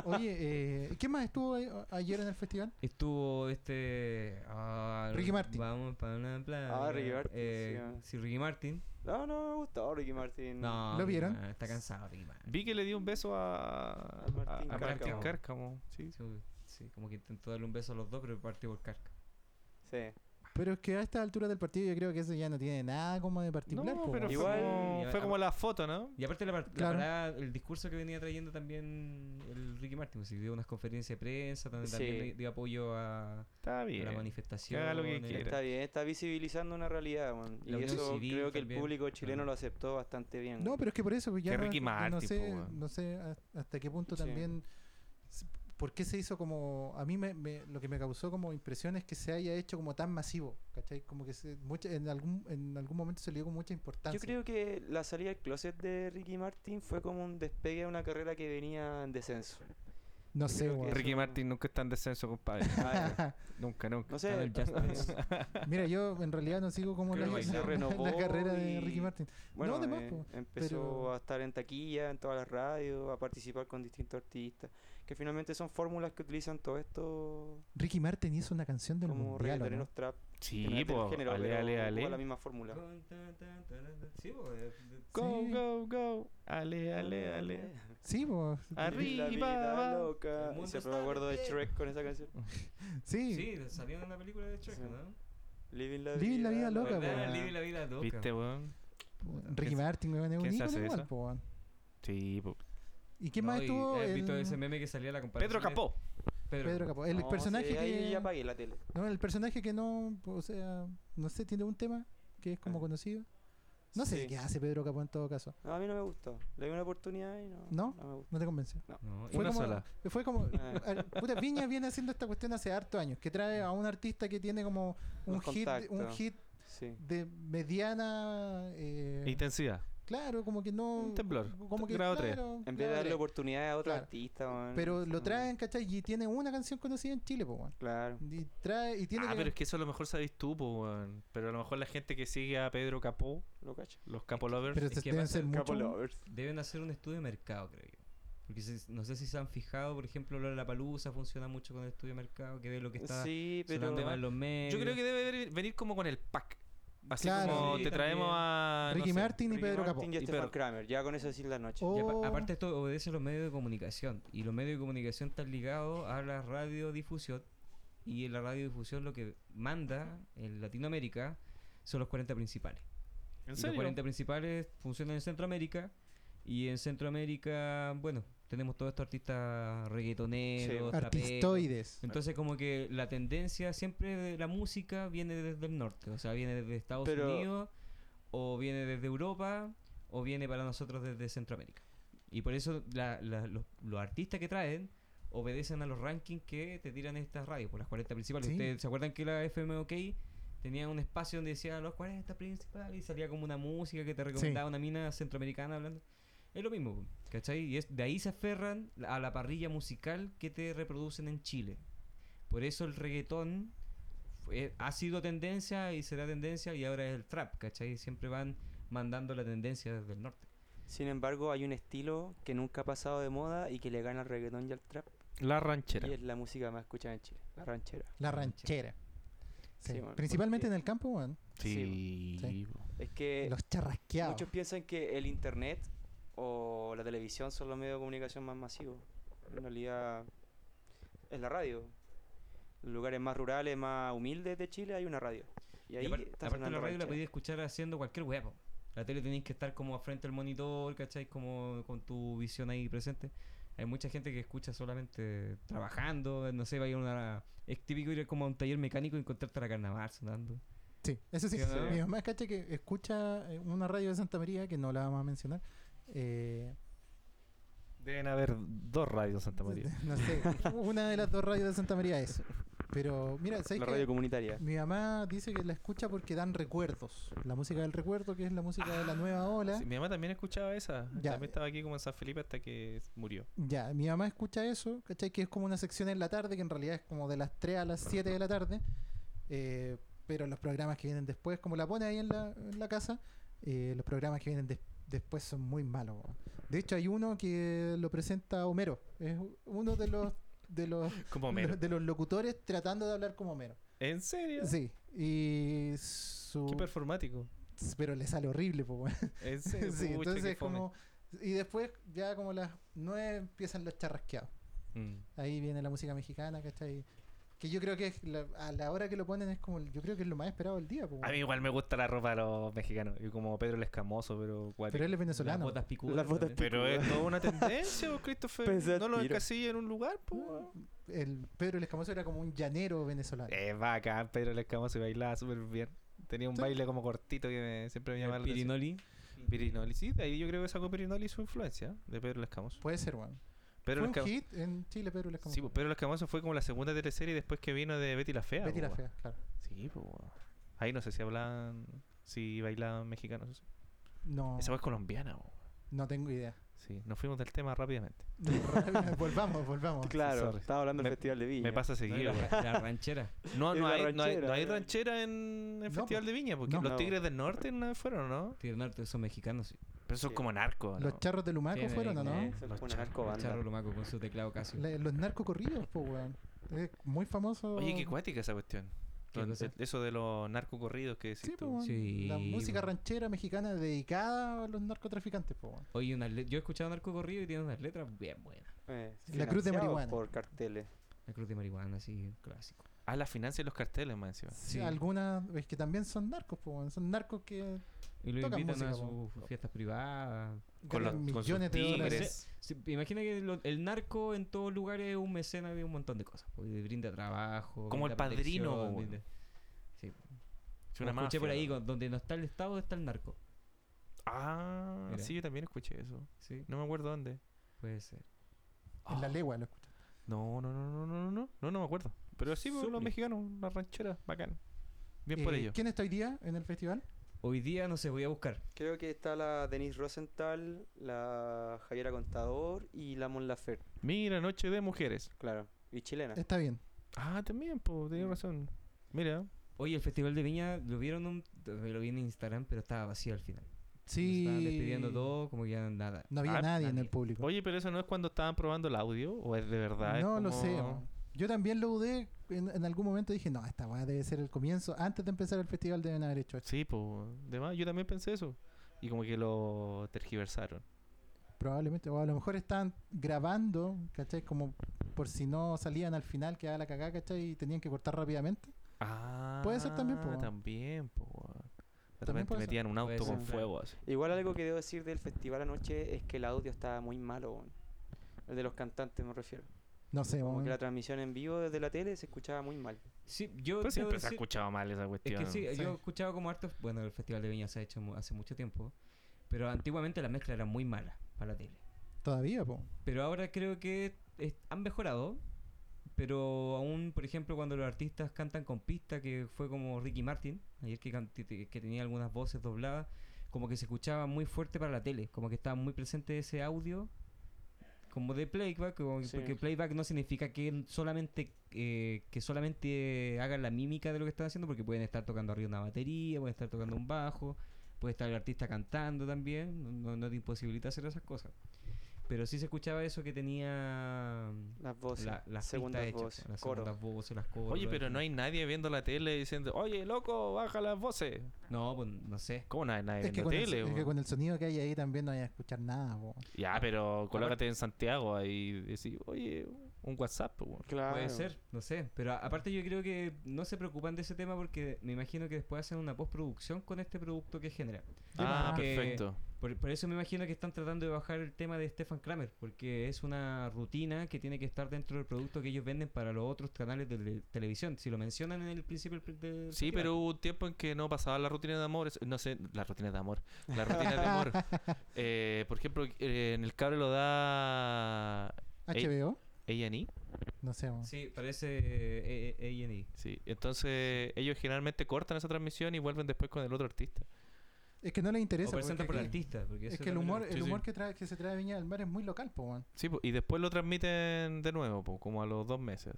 Speaker 4: Oye, eh, ¿qué más estuvo a- ayer en el festival?
Speaker 2: Estuvo este. ah,
Speaker 4: Ricky Martin.
Speaker 2: Vamos para una playa.
Speaker 5: Ah, Ricky Martin,
Speaker 2: Eh,
Speaker 5: sí, ah.
Speaker 2: sí, Ricky Martin.
Speaker 5: no, no me gustó Ricky Martin.
Speaker 2: No.
Speaker 4: ¿Lo vieron?
Speaker 2: ah, está cansado Ricky Martin.
Speaker 3: Vi que le dio un beso a, a-
Speaker 5: Martín
Speaker 3: a Martín
Speaker 2: Cárcamo.
Speaker 3: Cárcamo. Sí.
Speaker 2: Sí, sí, como que intentó darle un beso a los dos, pero partió por carca.
Speaker 5: Sí.
Speaker 4: Pero es que a esta altura del partido yo creo que eso ya no tiene nada como de
Speaker 3: No,
Speaker 4: particular. po,
Speaker 3: pero
Speaker 4: weón.
Speaker 3: fue
Speaker 5: Igual-
Speaker 3: como-
Speaker 2: Ya,
Speaker 3: fue
Speaker 2: a-
Speaker 3: como la foto, ¿no?
Speaker 2: Y aparte, la, par- la
Speaker 4: Claro.
Speaker 2: parada, el discurso que venía trayendo también el Ricky Martin. pues, Si dio unas conferencias de prensa, donde también
Speaker 5: Sí.
Speaker 2: le dio apoyo a, a
Speaker 3: Está
Speaker 2: la
Speaker 3: bien.
Speaker 2: manifestación.
Speaker 3: lo que quiera.
Speaker 5: Está bien, está visibilizando una realidad, weón.
Speaker 2: La
Speaker 5: Y
Speaker 2: unión
Speaker 5: eso
Speaker 2: civil
Speaker 5: creo que el
Speaker 2: también,
Speaker 5: público chileno
Speaker 2: claro.
Speaker 5: lo aceptó bastante bien.
Speaker 4: No,
Speaker 5: weón.
Speaker 4: pero es que por eso pues, ya
Speaker 3: Que
Speaker 4: no,
Speaker 3: Ricky Martin,
Speaker 4: no
Speaker 3: po,
Speaker 4: sé,
Speaker 3: weón.
Speaker 4: no sé a- hasta qué punto
Speaker 5: Sí.
Speaker 4: también s- por qué se hizo como a mí me, me- lo que me causó como impresión es que se haya hecho como tan masivo, ¿cachai? Como que se- mucha- en algún en algún momento se le dio con mucha importancia.
Speaker 5: Yo creo que la salida del closet de Ricky Martin fue como un despegue de una carrera que venía en
Speaker 4: [LAUGHS]
Speaker 5: descenso.
Speaker 4: no sé,
Speaker 5: creo que
Speaker 3: [LAUGHS]
Speaker 4: weón.
Speaker 5: Ricky
Speaker 3: Ricky
Speaker 5: eso-
Speaker 3: Martin
Speaker 5: Martin
Speaker 3: nunca está en descenso, [LAUGHS] compadre. nunca, nunca.
Speaker 5: No
Speaker 2: Estaba
Speaker 5: sé,
Speaker 2: el Just
Speaker 3: [LAUGHS]
Speaker 2: Dance.
Speaker 4: [LAUGHS] Mira, yo en realidad no sigo como
Speaker 2: Creo
Speaker 4: la,
Speaker 2: que se
Speaker 4: la- la
Speaker 5: renovó
Speaker 4: carrera de
Speaker 5: y-
Speaker 4: Ricky Martin.
Speaker 5: bueno,
Speaker 4: de más,
Speaker 5: eh,
Speaker 4: po,
Speaker 5: empezó
Speaker 4: pero-
Speaker 5: a estar en taquilla, en todas las radios, a participar con distintos artistas, que finalmente son fórmulas que utilizan todo esto
Speaker 4: Ricky Martin hizo una canción del
Speaker 5: como
Speaker 4: mundial, ¿o no?
Speaker 5: reggaetoneros trap. que no
Speaker 3: Sí,
Speaker 5: es del
Speaker 3: po.
Speaker 5: género,
Speaker 3: Ale,
Speaker 5: pero
Speaker 3: ale,
Speaker 5: ocupa
Speaker 3: ale.
Speaker 5: la misma fórmula.
Speaker 2: Sí, po, de- de-
Speaker 3: Go,
Speaker 4: Sí.
Speaker 3: go, go. Ale, ale, ale.
Speaker 4: Sí, po,
Speaker 5: Y la
Speaker 3: Arriba.
Speaker 5: vida
Speaker 3: va.
Speaker 5: loca.
Speaker 2: El mundo
Speaker 5: Siempre me
Speaker 2: está
Speaker 5: acuerdo de
Speaker 2: de pie.
Speaker 5: Shrek con esa canción.
Speaker 4: sí.
Speaker 2: sí, salió en una película de Shrek,
Speaker 5: Sí.
Speaker 2: ¿no?
Speaker 5: Living la
Speaker 4: Living la vida loca,
Speaker 5: loca.
Speaker 4: po.
Speaker 2: ¿Verdad? Live la vida loca.
Speaker 3: ¿Viste, weón?
Speaker 4: Ricky
Speaker 3: ¿Quién-
Speaker 4: Martin, weón, es un
Speaker 3: quién se
Speaker 4: ícono
Speaker 3: hace
Speaker 4: igual,
Speaker 3: eso?
Speaker 4: po, weón.
Speaker 3: Sí, po.
Speaker 4: ¿Y quién
Speaker 2: No,
Speaker 4: más
Speaker 2: y eh,
Speaker 4: estuvo?
Speaker 2: ¿Has
Speaker 4: El-
Speaker 2: visto ese meme que salía la comparación?
Speaker 3: Pedro
Speaker 2: de-
Speaker 3: Capó.
Speaker 2: Pedro,
Speaker 4: Pedro Capó. El
Speaker 5: No,
Speaker 4: personaje
Speaker 5: sí, ahí
Speaker 4: que...
Speaker 5: ya apagué la tele.
Speaker 4: No, el personaje que no, o sea, no sé, tiene un tema que es como
Speaker 5: Ah.
Speaker 4: conocido. No sé
Speaker 5: Sí.
Speaker 4: qué hace Pedro Capó en todo caso.
Speaker 5: No, a mí no me gustó. Le di una oportunidad y no.
Speaker 4: ¿No?
Speaker 5: me gustó.
Speaker 4: No te convenció.
Speaker 2: No, y-
Speaker 3: Una
Speaker 4: como,
Speaker 3: sola.
Speaker 4: Fue como...
Speaker 5: Ah.
Speaker 4: al- puta, Viña viene haciendo esta cuestión hace harto años, que trae a un artista que tiene como
Speaker 5: Un
Speaker 4: un, hit, un
Speaker 5: contacto.
Speaker 4: hit
Speaker 5: Sí.
Speaker 4: de mediana... eh,
Speaker 3: Intensidad.
Speaker 4: Claro, como que no.
Speaker 3: Un temblor,
Speaker 4: Como que,
Speaker 3: grado tres.
Speaker 4: claro,
Speaker 5: En vez de
Speaker 4: grado
Speaker 5: darle
Speaker 4: tres.
Speaker 5: oportunidad a otro
Speaker 4: Claro.
Speaker 5: artista, weón.
Speaker 4: Pero lo
Speaker 5: Mm,
Speaker 4: traen, ¿cachai? Y tiene una canción conocida en Chile, pues,
Speaker 5: Claro.
Speaker 4: Y trae, y tiene
Speaker 3: Ah,
Speaker 4: que-
Speaker 3: pero es que eso a lo mejor sabéis tú, po, weón. Pero a lo mejor la gente que sigue a Pedro Capó,
Speaker 5: Lo cacho.
Speaker 3: los Capo Lovers.
Speaker 4: pero
Speaker 2: es
Speaker 4: se
Speaker 2: que
Speaker 4: deben
Speaker 2: pasa-
Speaker 4: ser mucho.
Speaker 5: Capo Lovers.
Speaker 2: Deben hacer un estudio de mercado, creo yo. Porque se- no sé si se han fijado, por ejemplo, la palusa funciona mucho con el estudio de mercado, que ve lo que está
Speaker 5: Sí, pero.
Speaker 2: sonando más en los medios.
Speaker 3: Yo creo que debe venir- venir como con el pack. Así
Speaker 4: Claro.
Speaker 3: como
Speaker 2: Sí,
Speaker 3: te traemos
Speaker 2: también.
Speaker 3: a. Ah, no
Speaker 4: Ricky
Speaker 3: sé.
Speaker 4: Martin y
Speaker 5: Ricky
Speaker 4: Pedro Capó.
Speaker 5: Martin y
Speaker 3: Y
Speaker 5: Stefan
Speaker 3: Pedro.
Speaker 5: Kramer. Ya con eso decir la noche.
Speaker 2: Y apa-
Speaker 4: Oh,
Speaker 2: aparte esto obedece a los medios de comunicación y los medios de comunicación están ligados a la radiodifusión y en la radiodifusión lo que manda en Latinoamérica son los 40 principales.
Speaker 3: ¿En
Speaker 2: Y
Speaker 3: serio?
Speaker 2: Los 40 principales funcionan en Centroamérica y en Centroamérica, bueno, tenemos todos estos artistas reggaetoneros, traperos.
Speaker 4: artistoides.
Speaker 2: Entonces como que la tendencia siempre de la música viene desde el norte, o sea, viene desde Estados
Speaker 5: Pero-
Speaker 2: Unidos, o viene desde Europa, o viene para nosotros desde Centroamérica. Y por eso la- la- los, los artistas que traen obedecen a los rankings que te tiran estas radios, por las 40 principales.
Speaker 4: Sí.
Speaker 2: ¿Ustedes se acuerdan que la FM OK tenía un espacio donde decía los 40 principales y salía como una música que te recomendaba una mina centroamericana hablando? Es lo mismo, po, ¿cachai? Y es, de ahí se aferran a la parrilla musical que te reproducen en Chile. Por eso el reggaetón fue- ha sido tendencia y será tendencia y ahora es el trap, ¿cachai? Siempre van mandando la tendencia desde el norte.
Speaker 5: Sin embargo, hay un estilo que nunca ha pasado de moda y que le gana al reggaetón y al trap.
Speaker 3: La ranchera.
Speaker 5: Y es la música más escuchada en Chile. La ranchera.
Speaker 4: La ranchera. Sí,
Speaker 5: Sí, bueno,
Speaker 4: Principalmente en
Speaker 5: porque- Eh,
Speaker 4: el campo, weón.
Speaker 3: Sí.
Speaker 4: Sí.
Speaker 3: po.
Speaker 5: Es que
Speaker 4: Los charrasqueados.
Speaker 5: muchos piensan que el internet o la televisión son los medios de comunicación más masivos. En realidad es la radio. En los lugares más rurales, más humildes de Chile hay una radio. Y ahí
Speaker 2: Y apar-
Speaker 5: está
Speaker 2: aparte
Speaker 5: sonando
Speaker 2: la radio la
Speaker 5: ranchera.
Speaker 2: podías escuchar haciendo cualquier huevo. La tele tenéis que estar como frente al monitor, ¿cachai? Como con tu visión ahí presente. Hay mucha gente que escucha solamente trabajando, no sé, va a ir a una... Es típico ir como a un taller mecánico y encontrarte a la carnaval sonando.
Speaker 4: Sí, eso sí.
Speaker 2: Sí, ¿no?
Speaker 4: Mi mamá cacha que escucha eh, una radio de Santa María, que no la vamos a mencionar. Eh,
Speaker 3: Deben haber dos radios en Santa María.
Speaker 4: [LAUGHS] no sé, una de las dos radios de Santa María es. Pero mira, ¿sabes
Speaker 5: La
Speaker 4: qué?
Speaker 5: radio comunitaria.
Speaker 4: Mi mamá dice que la escucha porque dan recuerdos. La música del recuerdo, que es la música de la nueva ola.
Speaker 3: Sí, mi mamá también escuchaba esa.
Speaker 4: Ya.
Speaker 3: También estaba aquí como en San Felipe hasta que murió.
Speaker 4: Ya, mi mamá escucha eso, ¿cachai? Que es como una sección en la tarde, que en realidad es como de las 3 a las 7 de la tarde. eh, pero los programas que vienen después, como la pone ahí en la, en la casa, eh, los programas que vienen des- después son muy malos. weón. De hecho, hay uno que lo presenta Homero. Es uno de los, de los,
Speaker 3: Como [LAUGHS] Homero.
Speaker 4: [LAUGHS] de los locutores tratando de hablar como Homero.
Speaker 3: ¿En serio?
Speaker 4: Sí. Y su...
Speaker 3: Qué performático.
Speaker 4: Pero le sale horrible, pues, weón.
Speaker 3: En
Speaker 4: [LAUGHS] Sí,
Speaker 3: serio. Pucha, qué
Speaker 4: entonces
Speaker 3: fome.
Speaker 4: como... Y después ya como las 9 empiezan los charrasqueados.
Speaker 3: Mm.
Speaker 4: Ahí viene la música mexicana, ¿cachai? Que yo creo que es la- a la hora que lo ponen es como... Yo creo que es lo más esperado del día, po,
Speaker 3: A mí
Speaker 4: weón.
Speaker 3: igual me gusta la ropa de los mexicanos. Y como Pedro el Escamoso, pero cuático.
Speaker 4: Pero él es
Speaker 2: Las
Speaker 4: venezolano.
Speaker 2: botas picudas.
Speaker 5: Las botas
Speaker 2: también.
Speaker 3: Pero es
Speaker 4: [LAUGHS]
Speaker 3: toda una tendencia, vos, Christopher.
Speaker 5: Pensé al
Speaker 3: no lo
Speaker 5: tiro.
Speaker 3: encasillas en un lugar,
Speaker 4: Mm.
Speaker 3: pues.
Speaker 4: El Pedro el Escamoso era como un llanero venezolano.
Speaker 3: Es bacán, Pedro el Escamoso y bailaba súper bien. Tenía un
Speaker 4: Sí.
Speaker 3: baile como cortito que me- siempre me llamaba
Speaker 2: El
Speaker 3: la atención.
Speaker 2: Pirinoli.
Speaker 3: Pirinoli. Sí, de ahí yo creo que sacó Pirinoli su influencia ¿eh? de Pedro el Escamoso.
Speaker 4: Puede ser, weón.
Speaker 3: Pedro
Speaker 4: Fue
Speaker 3: el
Speaker 4: un
Speaker 3: Escamoso.
Speaker 4: hit en Chile, Pedro el Escamoso.
Speaker 3: Sí, pues, Pedro el Escamoso fue como la segunda teleserie después que vino de Betty la Fea.
Speaker 4: Betty
Speaker 3: po,
Speaker 4: la
Speaker 3: weón.
Speaker 4: Fea, claro.
Speaker 3: Sí, pues. Ahí no sé si hablaban, si bailaban mexicanos. eso sí.
Speaker 4: No,
Speaker 3: Esa weá es colombiana, po.
Speaker 4: no tengo idea. [LAUGHS]
Speaker 3: Sí, nos fuimos del tema rápidamente.
Speaker 4: volvamos, volvamos.
Speaker 5: Claro,
Speaker 3: sorry.
Speaker 5: estaba hablando
Speaker 3: Me-
Speaker 5: del Festival de Viña.
Speaker 3: Me
Speaker 2: No,
Speaker 3: pasa
Speaker 2: y
Speaker 3: seguido,
Speaker 2: la,
Speaker 3: weón.
Speaker 2: la ranchera.
Speaker 3: [LAUGHS] No,
Speaker 5: Es
Speaker 3: no
Speaker 5: la
Speaker 3: hay, no, hay,
Speaker 5: ranchera,
Speaker 3: no hay
Speaker 5: weón.
Speaker 3: ranchera en el
Speaker 4: No,
Speaker 3: Festival de Viña, porque
Speaker 4: No.
Speaker 3: los
Speaker 5: No.
Speaker 3: Tigres del Norte una vez fueron, ¿no?
Speaker 2: Tigre Norte son mexicanos.
Speaker 3: Pero son
Speaker 5: Sí.
Speaker 3: como narcos, ¿no?
Speaker 4: Los charros de Lumaco
Speaker 2: Tiene
Speaker 4: fueron, ¿o ¿no?
Speaker 5: Son
Speaker 2: que-
Speaker 3: Los
Speaker 5: como una
Speaker 3: charros.
Speaker 5: narcobanda.
Speaker 2: Charro Lomaco con su teclado casi.
Speaker 4: La- los narcocorridos, po, weón. Es muy famoso.
Speaker 3: Oye, qué cuática esa cuestión.
Speaker 2: ¿Qué
Speaker 3: Lo-
Speaker 2: cosa?
Speaker 3: Eso de los narcocorridos que decís
Speaker 4: Sí, pues. po,
Speaker 3: tú.
Speaker 4: weón.
Speaker 2: Sí,
Speaker 4: La música
Speaker 2: weón.
Speaker 4: ranchera mexicana dedicada a los narcotraficantes, po, weón.
Speaker 2: Oye, unas le- yo he escuchado Narco Corrido y tiene unas letras bien buenas.
Speaker 5: Eh,
Speaker 4: La cruz de
Speaker 5: financiados
Speaker 4: marihuana.
Speaker 5: Por carteles.
Speaker 2: La cruz de marihuana, sí, un clásico.
Speaker 3: Ah, la financia y los carteles, más encima.
Speaker 4: Sí.
Speaker 2: Sí.
Speaker 4: Algunas, es que también son narcos, po, weón. son narcos que
Speaker 2: Y lo
Speaker 4: Tocan
Speaker 2: invitan a
Speaker 4: música, po.
Speaker 2: sus fiestas privadas.
Speaker 3: Con, los,
Speaker 4: ganan
Speaker 3: con sus
Speaker 4: millones de dólares.
Speaker 3: tigres.
Speaker 2: Sí, imagina que lo- el narco en todos lugares es un mecenas de un montón de cosas. po, y brinda trabajo.
Speaker 3: Como el
Speaker 2: brinda
Speaker 3: padrino,
Speaker 2: protección,
Speaker 3: po, weón.
Speaker 2: brinda- Sí.
Speaker 3: Es una
Speaker 2: Como escuché
Speaker 3: mafia.
Speaker 2: por ahí, con- donde no está el Estado, está el narco.
Speaker 3: Ah,
Speaker 2: Mira.
Speaker 3: sí, yo también escuché eso.
Speaker 2: Sí,
Speaker 3: No me acuerdo dónde.
Speaker 2: puede ser.
Speaker 4: en
Speaker 3: Ah,
Speaker 4: la legua. Lo escuchan.
Speaker 3: No, no, no, no, no, no, no, no, no me acuerdo. Pero sí, pues, los
Speaker 2: Suple.
Speaker 3: mexicanos, una ranchera, bacán. Bien por
Speaker 4: Eh,
Speaker 3: ello.
Speaker 4: ¿Quién está hoy día en el festival?
Speaker 2: Hoy día, no sé, voy a buscar.
Speaker 5: Creo que está la Denise Rosenthal, la Javiera Contador y la Mon Laferte,
Speaker 3: Mira, Noche de Mujeres.
Speaker 5: claro. Y chilena.
Speaker 4: Está bien.
Speaker 3: Ah, también, pues, tenés
Speaker 4: Mm.
Speaker 3: razón. Mira.
Speaker 2: Oye, el Festival de Viña, lo vieron un- lo vi en Instagram, pero estaba vacío al final.
Speaker 4: Sí.
Speaker 2: Estaban despidiendo todo, como que ya nada.
Speaker 4: No había
Speaker 3: Ah,
Speaker 4: nadie en
Speaker 2: nadie.
Speaker 4: el público.
Speaker 3: Oye, pero eso no es cuando estaban probando el audio, o es de verdad. Es
Speaker 4: no lo sé.
Speaker 3: como-
Speaker 4: weón. Yo también lo dudé. En, en algún momento dije, no, esta weá debe ser el comienzo. Antes de empezar el festival deben haber hecho esto.
Speaker 3: Sí, pues, de más, yo también pensé eso. Y como que lo tergiversaron.
Speaker 4: Probablemente. O a lo mejor están grabando, ¿cachai? Como por si no salían al final, quedaba la cagada, ¿cachai? Y tenían que cortar rápidamente.
Speaker 3: Ah,
Speaker 4: Puede ser también, po, weón.
Speaker 3: También, po, weón. De repente
Speaker 4: También puede ser.
Speaker 3: metían un
Speaker 2: Puede
Speaker 3: auto
Speaker 2: ser,
Speaker 3: con
Speaker 2: claro.
Speaker 3: fuego así.
Speaker 5: Igual algo que debo decir del festival anoche es que el audio estaba muy malo, weón. El de los cantantes me refiero.
Speaker 4: No sé,
Speaker 5: Como
Speaker 4: weón.
Speaker 5: que la transmisión en vivo desde la tele se escuchaba muy mal.
Speaker 2: Sí, yo
Speaker 3: Pero
Speaker 2: debo
Speaker 3: siempre se ha
Speaker 2: decir-
Speaker 3: escuchado mal esa
Speaker 2: Es
Speaker 3: cuestión.
Speaker 2: que sí,
Speaker 4: Sí.
Speaker 2: yo he escuchado como hartos. Bueno, el Festival de Viña se ha hecho mu- hace mucho tiempo. Pero antiguamente la mezcla era muy mala para la tele.
Speaker 4: Todavía, po.
Speaker 2: Pero ahora creo que es- han mejorado. Pero aún, por ejemplo, cuando los artistas cantan con pista, que fue como Ricky Martin, ayer que, can- que te- que tenía algunas voces dobladas, como que se escuchaba muy fuerte para la tele, como que estaba muy presente ese audio, como de playback, como-
Speaker 5: Sí.
Speaker 2: porque playback no significa que solamente eh, que solamente hagan la mímica de lo que están haciendo, porque pueden estar tocando arriba una batería, pueden estar tocando un bajo, puede estar el artista cantando también, no, no te imposibilita hacer esas cosas. Pero sí se escuchaba eso que tenía
Speaker 5: Las voces.
Speaker 2: la, las
Speaker 5: segundas
Speaker 2: pistas hechas,
Speaker 5: voces.
Speaker 2: las
Speaker 5: coro.
Speaker 2: segundas voces, las coros.
Speaker 3: Oye, pero
Speaker 2: así.
Speaker 3: no hay nadie viendo la tele diciendo, oye, loco, baja las voces.
Speaker 2: No, pues no sé.
Speaker 3: ¿Cómo no hay nadie
Speaker 4: Es que,
Speaker 3: viendo
Speaker 4: con el,
Speaker 3: tele?
Speaker 4: es que
Speaker 3: weón?
Speaker 4: con el sonido que hay ahí también no hay a escuchar nada, po.
Speaker 3: Ya,
Speaker 4: Ah,
Speaker 3: pero colócate en Santiago ahí y decís, oye, un WhatsApp, po, weón".
Speaker 5: Claro.
Speaker 2: Puede ser, no sé. Pero a- aparte yo creo que no se preocupan de ese tema porque me imagino que después hacen una postproducción con este producto que genera.
Speaker 3: Ah,
Speaker 4: más?
Speaker 2: Que-
Speaker 3: perfecto.
Speaker 2: Por, por eso me imagino que están tratando de bajar el tema de Stefan Kramer, porque es una rutina que tiene que estar dentro del producto que ellos venden para los otros canales de le- televisión. Si lo mencionan en el principio del del
Speaker 3: Sí,
Speaker 2: festival.
Speaker 3: pero hubo un tiempo en que no pasaba la rutina de amor. es- No sé, la rutina de amor. La rutina de amor.
Speaker 4: [LAUGHS]
Speaker 3: Eh, por ejemplo, eh, en el cable lo da E, Ey.
Speaker 4: HBO,
Speaker 3: A&E.
Speaker 4: no sé, weón.
Speaker 2: Sí, parece eh, eh, A&E.
Speaker 3: Sí. Entonces, ellos generalmente cortan esa transmisión y vuelven después con el otro artista.
Speaker 4: Es que no les interesa.
Speaker 2: O presentan por
Speaker 4: porque aquí-
Speaker 2: artistas. porque
Speaker 4: Es
Speaker 2: eso
Speaker 4: que el
Speaker 2: también lo-
Speaker 4: humor,
Speaker 3: Sí,
Speaker 4: el
Speaker 3: sí.
Speaker 4: humor que, trae, que se trae de Viña del Mar es muy local, po, weón.
Speaker 3: Sí, po, y después lo transmiten de nuevo, po, como a los dos meses.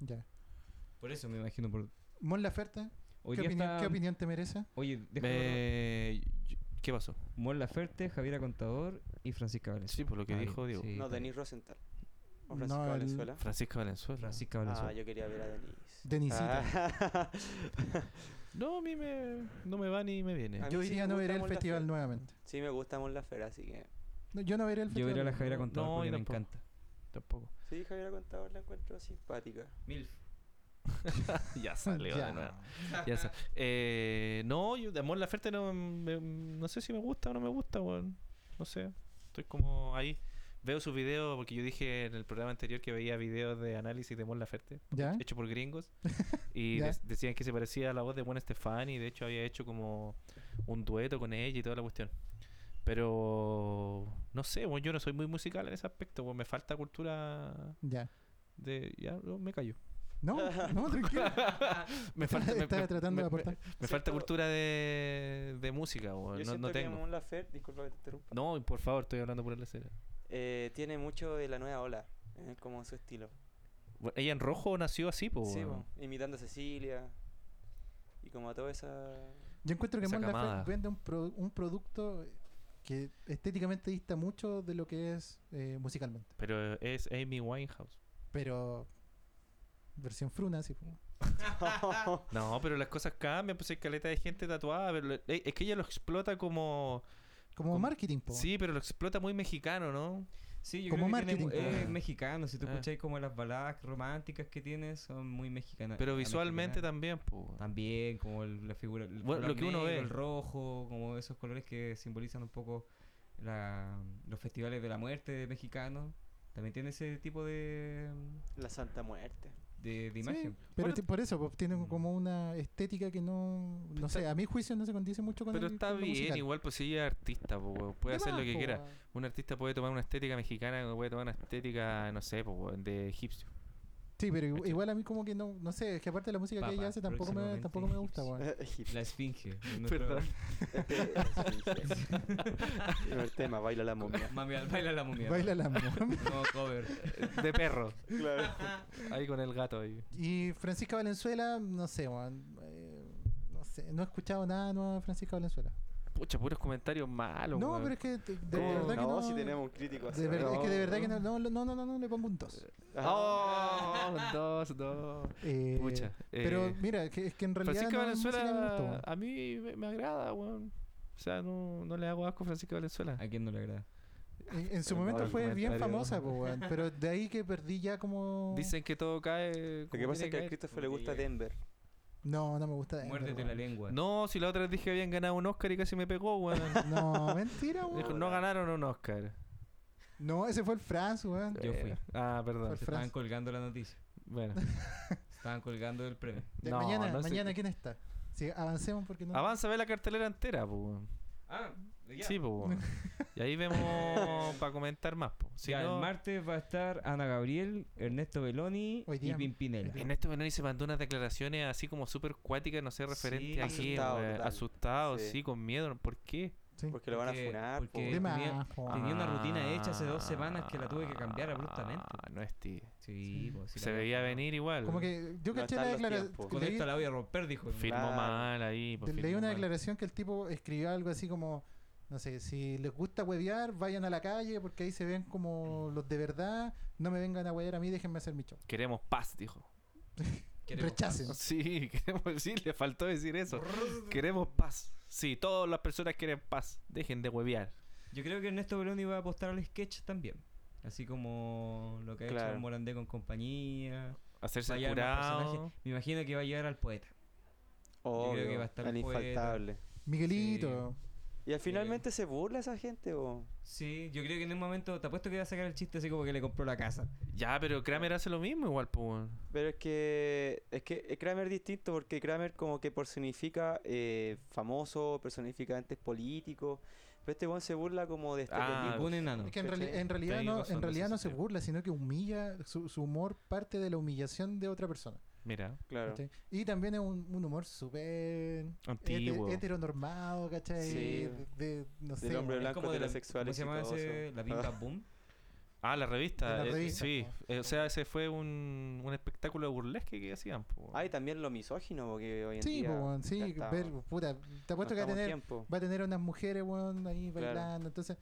Speaker 4: Ya.
Speaker 2: Por eso me imagino. Por,
Speaker 4: Mon Laferte,
Speaker 2: hoy
Speaker 4: ¿qué
Speaker 2: día
Speaker 4: opinión,
Speaker 2: está-
Speaker 4: ¿qué opinión te merece?
Speaker 2: Oye, déjame...
Speaker 3: Me- Eh, yo- ¿Qué pasó?
Speaker 2: Mon Laferte, Javiera Contador y Francisca Valenzuela.
Speaker 3: Sí, por lo que
Speaker 2: Ah,
Speaker 3: dijo Diego.
Speaker 2: sí,
Speaker 5: No,
Speaker 2: está bien.
Speaker 5: Denise Rosenthal. O
Speaker 4: No,
Speaker 5: Francisco
Speaker 4: el-
Speaker 5: Valenzuela.
Speaker 3: Francisca Valenzuela.
Speaker 2: Francisca Valenzuela.
Speaker 5: Ah, yo quería ver a Denise.
Speaker 4: Denisita.
Speaker 5: Ah.
Speaker 3: No, a mí me, no me va ni me viene.
Speaker 5: A mí
Speaker 4: Yo
Speaker 5: sí
Speaker 4: iría
Speaker 5: me
Speaker 4: no
Speaker 5: gusta
Speaker 4: veré el
Speaker 5: Mon Laferte.
Speaker 4: festival nuevamente.
Speaker 5: [LAUGHS] sí, me gusta Mon Laferte, así que.
Speaker 4: No, yo no veré el
Speaker 2: Yo
Speaker 4: festival.
Speaker 2: veré a la Javiera
Speaker 3: no,
Speaker 2: Contador
Speaker 3: no,
Speaker 2: porque
Speaker 3: yo
Speaker 2: me
Speaker 3: tampoco.
Speaker 2: encanta.
Speaker 3: Tampoco. [LAUGHS]
Speaker 5: Sí, Javier Contador la encuentro simpática.
Speaker 2: Milf.
Speaker 3: ya salió
Speaker 4: [LAUGHS] Ya.
Speaker 3: de nuevo. Ya sa- eh, no, yo de Amor Laferte no, me- no sé si me gusta o no me gusta, weón. No sé. Estoy como ahí. Veo sus videos, porque yo dije en el programa anterior que veía videos de análisis de Mon Laferte,
Speaker 4: ¿Ya?
Speaker 3: hecho por
Speaker 4: [LAUGHS]
Speaker 3: gringos. Y
Speaker 4: ¿Ah? Ya.
Speaker 3: de- decían que se parecía a la voz de Gwen Stefani. De hecho, había hecho como un dueto con ella y toda la cuestión. Pero no sé, weón, yo no soy muy musical en ese aspecto, weón, Me falta cultura
Speaker 4: Ya.
Speaker 3: de. Ya, no, me callo.
Speaker 4: No, no, tranquilo.
Speaker 3: Me falta. me-
Speaker 4: Estaba
Speaker 3: me-
Speaker 4: tratando
Speaker 3: me-
Speaker 4: de
Speaker 3: me-
Speaker 4: aportar.
Speaker 3: me
Speaker 5: Siento-
Speaker 3: falta cultura de, de música, weón.
Speaker 5: Yo
Speaker 3: No,
Speaker 5: siento
Speaker 3: no
Speaker 5: que
Speaker 3: tengo.
Speaker 5: Mon Laferte, disculpa que te interrumpa,
Speaker 3: No, y por favor, estoy hablando por el acera.
Speaker 5: eh, tiene mucho de la nueva ola, eh, como su estilo.
Speaker 3: Bueno, ella en rojo nació así, po.
Speaker 5: Sí,
Speaker 3: weón.
Speaker 5: po, imitando a Cecilia y como a toda esa...
Speaker 4: Yo encuentro que
Speaker 3: Esa
Speaker 4: Mon
Speaker 3: camada.
Speaker 4: Laferte vende un, pro- un producto que estéticamente dista mucho de lo que es eh, musicalmente.
Speaker 3: Pero es Amy Winehouse.
Speaker 4: Pero versión fruna, así como.
Speaker 3: No, pero las cosas cambian, pues hay caleta de gente tatuada. Pero lo- eh, es que ella lo explota como.
Speaker 4: Como
Speaker 3: Como-
Speaker 4: marketing, po.
Speaker 3: Sí, pero lo explota muy mexicano, ¿no?
Speaker 2: Sí, yo
Speaker 4: Como
Speaker 2: creo que tiene-
Speaker 4: marketing, po.
Speaker 2: es mexicano. Si tú
Speaker 3: Ah.
Speaker 2: escucháis como las baladas románticas que tiene, son muy mexicanas.
Speaker 3: Pero
Speaker 2: ah,
Speaker 3: visualmente
Speaker 2: mexicanas.
Speaker 3: también, po.
Speaker 2: También, como el- la figura. el
Speaker 3: Bueno,
Speaker 2: color
Speaker 3: lo que uno
Speaker 2: negro,
Speaker 3: ve.
Speaker 2: El rojo, como esos colores que simbolizan un poco la- los festivales de la muerte mexicanos. También tiene ese tipo de,
Speaker 5: La Santa Muerte. [LAUGHS]
Speaker 2: de, de
Speaker 4: Sí,
Speaker 2: imagen.
Speaker 4: pero
Speaker 3: Bueno,
Speaker 4: ti- por eso, pues, tiene
Speaker 2: Mm.
Speaker 4: como una estética que no. No sé, a mi juicio no se condice mucho con
Speaker 3: Pero
Speaker 4: el-
Speaker 3: está
Speaker 4: con lo
Speaker 3: bien,
Speaker 4: musical.
Speaker 3: igual, pues si ella es artista, po. weón. Puede
Speaker 4: De
Speaker 3: hacer lo
Speaker 4: más,
Speaker 3: que
Speaker 4: po,
Speaker 3: quiera.
Speaker 4: weón.
Speaker 3: Un artista puede tomar una estética mexicana, puede tomar una estética, no sé, po, weón, de egipcio.
Speaker 4: Sí, pero igu-
Speaker 2: ¿Cachai?
Speaker 4: igual a mí como que no, no sé, es que aparte de la música que ella
Speaker 2: Papa,
Speaker 4: hace tampoco me,
Speaker 2: próximamente.
Speaker 4: tampoco me gusta, weón.
Speaker 3: [LAUGHS]
Speaker 5: Egipto.
Speaker 2: La esfinge.
Speaker 3: Perdón.
Speaker 5: Primer tema, baila la momia.
Speaker 2: Mami, baila la momia.
Speaker 4: Baila la momia.
Speaker 2: No, cover.
Speaker 3: De perro.
Speaker 5: [LAUGHS] Claro.
Speaker 3: Ahí con el gato ahí.
Speaker 4: [LAUGHS] Y Francisca Valenzuela, no sé, weón. Eh, no sé, no he escuchado nada nuevo de Francisca Valenzuela.
Speaker 3: Pucha, puros comentarios malos.
Speaker 4: no,
Speaker 3: weón.
Speaker 4: pero es que de, de
Speaker 3: ¿Cómo?
Speaker 4: verdad que
Speaker 5: no,
Speaker 4: no.
Speaker 5: si tenemos un crítico
Speaker 4: de verdad-
Speaker 5: acérrimo.
Speaker 4: es que de verdad que no, no, no, no, no, no, le pongo un 2.
Speaker 3: Oh,
Speaker 4: [LAUGHS]
Speaker 3: dos, dos.
Speaker 4: Eh,
Speaker 3: Pucha,
Speaker 4: Pero
Speaker 3: eh,
Speaker 4: mira, que- es que en realidad.
Speaker 3: Francisca
Speaker 4: no, música que me gustó,
Speaker 3: [LAUGHS] Valenzuela
Speaker 4: weón.
Speaker 3: a mí me, me agrada, weón. O sea, no, no le hago asco a Francisca Valenzuela.
Speaker 2: ¿A quién no le agrada?
Speaker 4: En, en su
Speaker 3: No,
Speaker 4: momento
Speaker 3: el
Speaker 4: fue bien
Speaker 3: comentario.
Speaker 4: famosa, po, weón, pero de ahí que perdí ya como...
Speaker 3: Dicen que todo cae.
Speaker 5: Lo
Speaker 3: como
Speaker 5: que pasa
Speaker 3: tiene
Speaker 5: es que a
Speaker 3: caer.
Speaker 5: Christopher le gusta Denver.
Speaker 4: No, no me gusta. Denver,
Speaker 2: Muérdete la
Speaker 4: weón.
Speaker 2: lengua.
Speaker 3: No, si la otra vez dije que habían ganado un Oscar y casi me pegó,
Speaker 4: [LAUGHS]
Speaker 3: weón.
Speaker 4: No, mentira,
Speaker 3: Dijo,
Speaker 4: weón.
Speaker 3: no ganaron un Oscar.
Speaker 4: No, ese fue el Franz, weón.
Speaker 2: Yo fui.
Speaker 3: Eh, ah,
Speaker 4: Fue
Speaker 3: perdón.
Speaker 4: el
Speaker 2: Se
Speaker 4: Franz.
Speaker 2: estaban colgando la noticia.
Speaker 3: Bueno.
Speaker 2: Estaban colgando el premio.
Speaker 4: [LAUGHS] De
Speaker 3: No,
Speaker 4: mañana,
Speaker 3: no sé
Speaker 4: mañana
Speaker 3: qué-
Speaker 4: ¿quién está? Sí, avancemos porque no...
Speaker 3: Avanza, ve la cartelera entera, pues, weón.
Speaker 2: Ah, ya.
Speaker 3: Sí, pues,
Speaker 4: [LAUGHS]
Speaker 3: weón. Y ahí vemos para comentar más, pues. Si
Speaker 2: Ya,
Speaker 3: no-
Speaker 2: el martes va a estar Ana Gabriel, Ernesto Beloni
Speaker 4: Hoy
Speaker 2: y
Speaker 4: día-
Speaker 2: Pimpinela.
Speaker 4: hoy
Speaker 3: En este momento se mandó unas declaraciones así como súper cuáticas, no sé, referente
Speaker 2: Sí.
Speaker 3: a qué,
Speaker 5: Asustado,
Speaker 3: weón.
Speaker 5: total.
Speaker 3: Asustado,
Speaker 5: Sí.
Speaker 3: sí. con miedo. ¿Por qué?
Speaker 4: Sí.
Speaker 5: Porque lo van a
Speaker 2: Porque-
Speaker 5: funar.
Speaker 2: porque-
Speaker 5: po.
Speaker 4: De más,
Speaker 2: tenía-
Speaker 4: po.
Speaker 2: tenía una rutina hecha hace dos semanas que la tuve que cambiar abruptamente.
Speaker 3: Ah, no esti.
Speaker 2: Sí, pues, sí,
Speaker 3: Se
Speaker 2: la
Speaker 3: veía
Speaker 2: había-
Speaker 3: venir igual.
Speaker 4: Como que yo
Speaker 5: No
Speaker 4: caché
Speaker 5: están
Speaker 4: la
Speaker 5: los
Speaker 4: declaración...
Speaker 5: tiempos.
Speaker 2: Con esta la voy a romper, dijo.
Speaker 3: Firmó
Speaker 5: Claro.
Speaker 3: mal ahí. pues,
Speaker 4: Leí
Speaker 3: firmó
Speaker 4: una
Speaker 3: mal.
Speaker 4: declaración que el tipo escribió algo así como... No sé, si les gusta huevear, vayan a la calle porque ahí se ven como los de verdad. No me vengan a huevear a mí, déjenme hacer mi show.
Speaker 3: Queremos paz, dijo.
Speaker 2: Queremos
Speaker 4: Rechacen.
Speaker 2: paz.
Speaker 3: Sí, [LAUGHS] queremos decir, le faltó decir eso. queremos paz. Sí, todas las personas quieren paz. Dejen de huevear.
Speaker 2: Yo creo que Ernesto Beloni va a apostar al sketch también. Así como lo que ha hecho
Speaker 5: Claro.
Speaker 2: el Morandé con compañía.
Speaker 3: Hacerse
Speaker 2: Va a
Speaker 3: el
Speaker 2: llevar más
Speaker 3: curado.
Speaker 2: personajes. Me imagino que va a llegar al poeta.
Speaker 5: Obvio,
Speaker 2: creo que va a estar
Speaker 5: el
Speaker 2: poeta.
Speaker 5: infaltable.
Speaker 4: Miguelito.
Speaker 5: Y al
Speaker 2: creo
Speaker 5: finalmente se burla esa gente, o
Speaker 2: Sí, yo creo que en un momento te apuesto que va a sacar el chiste así como que le compró la casa.
Speaker 3: Ya, pero Kramer hace lo mismo igual, pues. weón.
Speaker 5: Pero es que es que eh, Kramer es distinto porque Kramer como que personifica eh, famoso, personifica antes político. Pero este weón se burla como de
Speaker 3: Ah,
Speaker 5: estereotipos.
Speaker 2: Un enano.
Speaker 4: Es que en,
Speaker 5: ¿Cachai?
Speaker 4: reali- en realidad,
Speaker 3: Tenés
Speaker 4: no,
Speaker 3: razón,
Speaker 4: en realidad no se
Speaker 3: necesito.
Speaker 4: burla, sino que humilla, su, su humor parte de la humillación de otra persona.
Speaker 3: Mira,
Speaker 5: Claro.
Speaker 4: ¿cachai? Y también es un, un humor súper
Speaker 3: antiguo.
Speaker 4: hete- heteronormado, ¿cachai?
Speaker 5: Sí.
Speaker 4: De, no sé,
Speaker 5: Del hombre
Speaker 4: bueno.
Speaker 5: blanco
Speaker 2: como de la-
Speaker 5: heterosexual
Speaker 2: ¿Cómo se llama ese?
Speaker 5: exitoso.
Speaker 2: La Bimba Boom.
Speaker 3: Ah, la revista.
Speaker 4: La
Speaker 3: eh,
Speaker 4: revista,
Speaker 3: sí,
Speaker 5: Ah.
Speaker 4: po.
Speaker 3: Eh, o sea, ese fue un, un espectáculo burlesque que hacían. po.
Speaker 5: Ah, y también lo misógino, porque hoy en
Speaker 4: Sí,
Speaker 5: día.
Speaker 4: po, weón,
Speaker 5: ya
Speaker 4: sí,
Speaker 5: está,
Speaker 4: ver,
Speaker 5: no
Speaker 4: puta, te apuesto que va
Speaker 5: estamos
Speaker 4: a
Speaker 5: en
Speaker 4: tener,
Speaker 5: tiempo.
Speaker 4: va a tener unas mujeres, weón, ahí
Speaker 5: Claro.
Speaker 4: bailando, entonces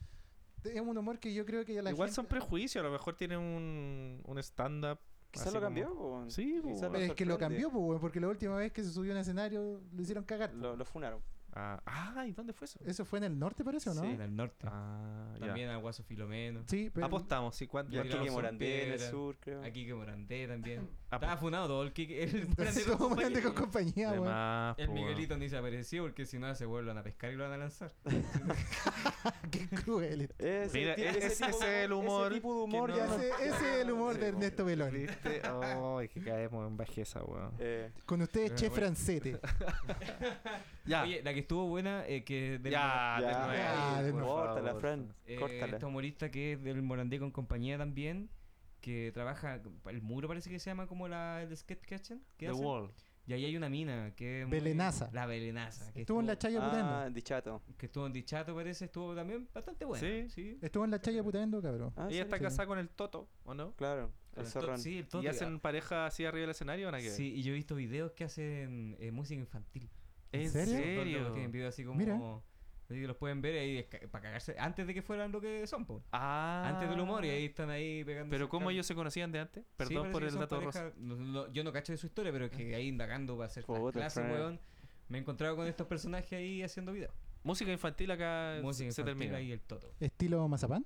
Speaker 4: es un humor que yo creo que a la
Speaker 3: Igual
Speaker 4: gente...
Speaker 3: son prejuicios, a lo mejor tienen un, un stand-up.
Speaker 5: Quizás
Speaker 3: así
Speaker 5: lo
Speaker 3: como-
Speaker 5: cambió, po, weón.
Speaker 3: Sí, po,
Speaker 5: Quizás
Speaker 3: weón.
Speaker 5: lo
Speaker 4: es que lo
Speaker 5: sorprende.
Speaker 4: cambió, po, weón, porque la última vez que se subió a un escenario lo hicieron cagar. po.
Speaker 5: Lo, lo funaron.
Speaker 3: Ah, ah, ¿y dónde fue eso?
Speaker 4: Eso fue en el norte, parece, ¿o no?
Speaker 2: Sí, en el norte.
Speaker 3: Ah, ya.
Speaker 2: También a Guaso Filomeno.
Speaker 4: Sí, pero...
Speaker 3: Apostamos, sí, cuánto.
Speaker 5: Y
Speaker 2: Ya
Speaker 5: aquí
Speaker 2: tiraron
Speaker 5: que
Speaker 2: su
Speaker 5: Morandé en el
Speaker 2: piedra.
Speaker 5: sur, creo.
Speaker 2: Aquí que Morandé también.
Speaker 3: Ah,
Speaker 2: Estaba
Speaker 3: pues.
Speaker 2: funado todo el que el,
Speaker 4: Entonces,
Speaker 2: Morandé con
Speaker 4: somos grandes con
Speaker 2: compañía.
Speaker 4: compañía,
Speaker 3: De
Speaker 4: weón.
Speaker 3: más,
Speaker 2: El
Speaker 3: po, weón.
Speaker 2: Miguelito ni se apareció porque si no se vuelven a pescar y lo van a lanzar.
Speaker 4: Qué cruel.
Speaker 5: Ese,
Speaker 3: Mira,
Speaker 5: ti- ese
Speaker 3: ese
Speaker 5: tipo
Speaker 3: es
Speaker 5: de
Speaker 3: el humor
Speaker 5: Ese tipo de
Speaker 3: que
Speaker 5: humor
Speaker 3: no-
Speaker 5: ya
Speaker 4: ese,
Speaker 5: se-
Speaker 4: ese es el humor de
Speaker 3: Sí, po.
Speaker 4: Ernesto Belón.
Speaker 3: ¿Viste? Oh, es que caemos en bajeza, weón.
Speaker 5: Eh,
Speaker 4: Con ustedes,
Speaker 2: Eh,
Speaker 4: Che
Speaker 2: bueno.
Speaker 4: Francete.
Speaker 3: Ya.
Speaker 2: Oye, la que estuvo buena, eh, que es del
Speaker 3: ya,
Speaker 5: Ya,
Speaker 3: de nuevo.
Speaker 4: ya,
Speaker 3: Ay,
Speaker 4: Ah, de
Speaker 3: por
Speaker 4: nuevo.
Speaker 3: favor.
Speaker 5: Córtala, Fran.
Speaker 2: Eh,
Speaker 5: Córtala.
Speaker 2: Esta humorista que es del Morandé con compañía también, que trabaja, el muro parece que se llama como la, el sketch kitchen. que
Speaker 3: The
Speaker 2: hacen.
Speaker 3: Wall.
Speaker 2: Y ahí hay una mina que... es muy-
Speaker 4: Belenaza.
Speaker 2: La Belenaza. Que
Speaker 4: Estuvo en la Chaya
Speaker 5: Ah,
Speaker 4: Putendo.
Speaker 5: dichato.
Speaker 2: Que estuvo en Dichato parece, estuvo también bastante buena.
Speaker 3: Sí.
Speaker 4: Estuvo en la Chaya Putendo, cabrón.
Speaker 5: Ah,
Speaker 3: Ella
Speaker 5: ¿sí?
Speaker 3: está
Speaker 4: Sí.
Speaker 3: casada con el Toto, ¿o no?
Speaker 5: Claro,
Speaker 2: El
Speaker 5: el
Speaker 2: to-
Speaker 5: zorrón.
Speaker 2: Sí, el Toto.
Speaker 3: Y hacen pareja así arriba del escenario, ¿o no?
Speaker 2: Sí, y yo he visto videos que hacen eh, música infantil.
Speaker 4: ¿En
Speaker 3: ¿En
Speaker 4: serio?
Speaker 3: serio?
Speaker 2: Tienen videos así como...
Speaker 4: Mira.
Speaker 2: así que los pueden ver ahí para cagarse. Antes de que fueran lo que son, po.
Speaker 3: Ah.
Speaker 2: Antes del humor y ahí están ahí pegando.
Speaker 3: Pero ¿cómo ellos se conocían de antes? Perdón por el dato rosa.
Speaker 2: yo no cacho de su historia, pero que ahí indagando para hacer las
Speaker 5: Puta,
Speaker 2: clases,
Speaker 5: Fran.
Speaker 2: weón. Me he encontrado con estos personajes ahí haciendo videos.
Speaker 3: Música infantil acá
Speaker 2: Música
Speaker 3: se
Speaker 2: infantil
Speaker 3: termina.
Speaker 2: ahí el toto.
Speaker 4: Estilo Mazapán.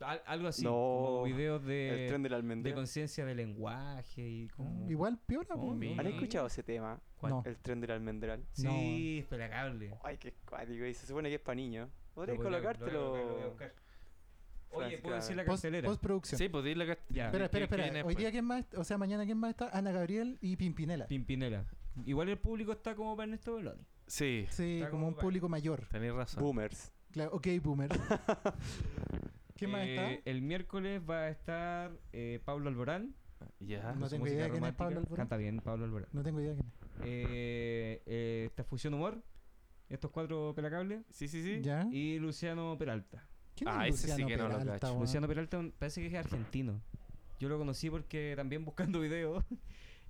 Speaker 2: Al- algo así.
Speaker 5: No.
Speaker 2: Como videos
Speaker 5: El tren del
Speaker 2: de, eh, de
Speaker 5: almendero.
Speaker 2: conciencia de lenguaje y como.
Speaker 4: Igual piola,
Speaker 2: Oh,
Speaker 4: po.
Speaker 2: mira.
Speaker 5: ¿Han escuchado ese tema?
Speaker 2: ¿Cuál?
Speaker 4: No.
Speaker 5: El tren del almendral.
Speaker 2: Sí, es pelacable.
Speaker 5: Ay, qué cuático. Y se supone que es para niños.
Speaker 2: Lo
Speaker 5: Podrías
Speaker 2: voy a- lo voy a colocar, lo voy a
Speaker 5: colocártelo.
Speaker 2: buscar. Oye,
Speaker 5: Franz,
Speaker 2: ¿puedo decir la
Speaker 4: Post-
Speaker 2: cartelera?
Speaker 4: postproducción.
Speaker 3: Sí, pues dile la cart-
Speaker 2: Ya.
Speaker 4: Espera,
Speaker 3: ¿Qué-
Speaker 4: espera,
Speaker 3: quién es,
Speaker 4: espera. Hoy
Speaker 3: pues?
Speaker 4: día, ¿quién más? está? O sea, mañana, ¿quién más está? Ana Gabriel y Pimpinela.
Speaker 2: Pimpinela. Igual el público está como para Ernesto Beloni.
Speaker 3: Sí,
Speaker 4: Sí,
Speaker 2: Está
Speaker 4: como
Speaker 2: como
Speaker 4: un
Speaker 2: para-
Speaker 4: público mayor.
Speaker 3: tenéis razón.
Speaker 5: Boomers.
Speaker 4: Claro, ok,
Speaker 3: [LAUGHS]
Speaker 4: boomer. ¿Quién más
Speaker 2: Eh,
Speaker 4: está?
Speaker 2: El miércoles va a estar eh, Pablo Alborán,
Speaker 3: Ya.
Speaker 4: No
Speaker 2: su
Speaker 4: tengo
Speaker 2: música
Speaker 4: idea de quién es Pablo
Speaker 2: romántica.
Speaker 4: Alborán.
Speaker 2: Canta bien Pablo Alborán.
Speaker 4: No tengo idea de quién es.
Speaker 2: Eh, eh, esta fusión humor, estos cuatro pelacables
Speaker 3: Sí, sí, sí.
Speaker 4: ¿Ya?
Speaker 2: y Luciano Peralta.
Speaker 4: ¿Quién
Speaker 3: Ah,
Speaker 4: es
Speaker 3: ese sí
Speaker 4: Luciano
Speaker 3: que no lo
Speaker 4: Peralta,
Speaker 3: cacho.
Speaker 4: weón?
Speaker 2: Luciano Peralta un- parece que es argentino. Yo lo conocí porque también buscando [LAUGHS] videos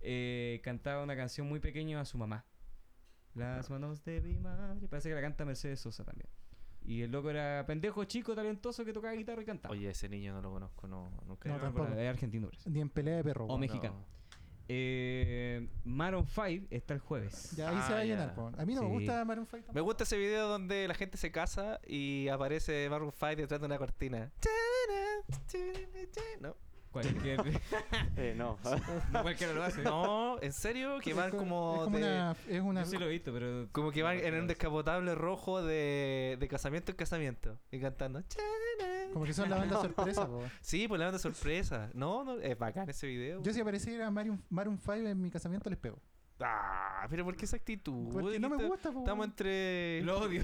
Speaker 2: eh, cantaba una canción muy pequeña a su mamá. Las manos de mi madre. Parece que la canta Mercedes Sosa también. Y el loco era pendejo chico, talentoso que tocaba guitarra y cantaba.
Speaker 3: Oye, ese niño no lo conozco, no, nunca.
Speaker 4: No,
Speaker 2: Pero
Speaker 4: tampoco.
Speaker 2: Es argentino, parece.
Speaker 4: Ni en pelea de perro.
Speaker 2: O
Speaker 4: weón.
Speaker 2: me- mexicano. Eh, Maroon 5 está el jueves.
Speaker 4: Ya ahí se va
Speaker 3: Ah,
Speaker 4: a llenar,
Speaker 3: ya.
Speaker 4: po. A mí no
Speaker 2: Sí.
Speaker 4: me gusta Maroon 5
Speaker 3: Me
Speaker 4: tampoco.
Speaker 3: gusta ese video donde la gente se casa y aparece Maroon 5 detrás de una cortina. ¿No?
Speaker 4: [LAUGHS]
Speaker 2: Cualquier, [LAUGHS]
Speaker 5: Eh, no.
Speaker 2: cualquiera lo hace.
Speaker 3: No, en serio, que van
Speaker 4: Pues, Es
Speaker 3: como,
Speaker 4: Es como
Speaker 3: de-
Speaker 4: una... Es una
Speaker 2: Yo sí lo he visto, pero.
Speaker 3: como que van en un
Speaker 2: descanso
Speaker 3: descapotable rojo de, de casamiento en casamiento y cantando.
Speaker 4: como que son la
Speaker 3: [LAUGHS]
Speaker 4: banda sorpresa, po.
Speaker 3: Sí, pues la banda sorpresa. No, no, es bacán ese video.
Speaker 4: Yo si apareciera Maroon, Maroon 5 en mi casamiento les pego.
Speaker 3: Ah, pero ¿por qué esa actitud?
Speaker 4: Porque no me
Speaker 3: Está-
Speaker 4: gusta, po.
Speaker 3: Estamos
Speaker 4: weón.
Speaker 3: entre.
Speaker 2: Lo
Speaker 3: [LAUGHS]
Speaker 4: [LAUGHS]
Speaker 2: odio.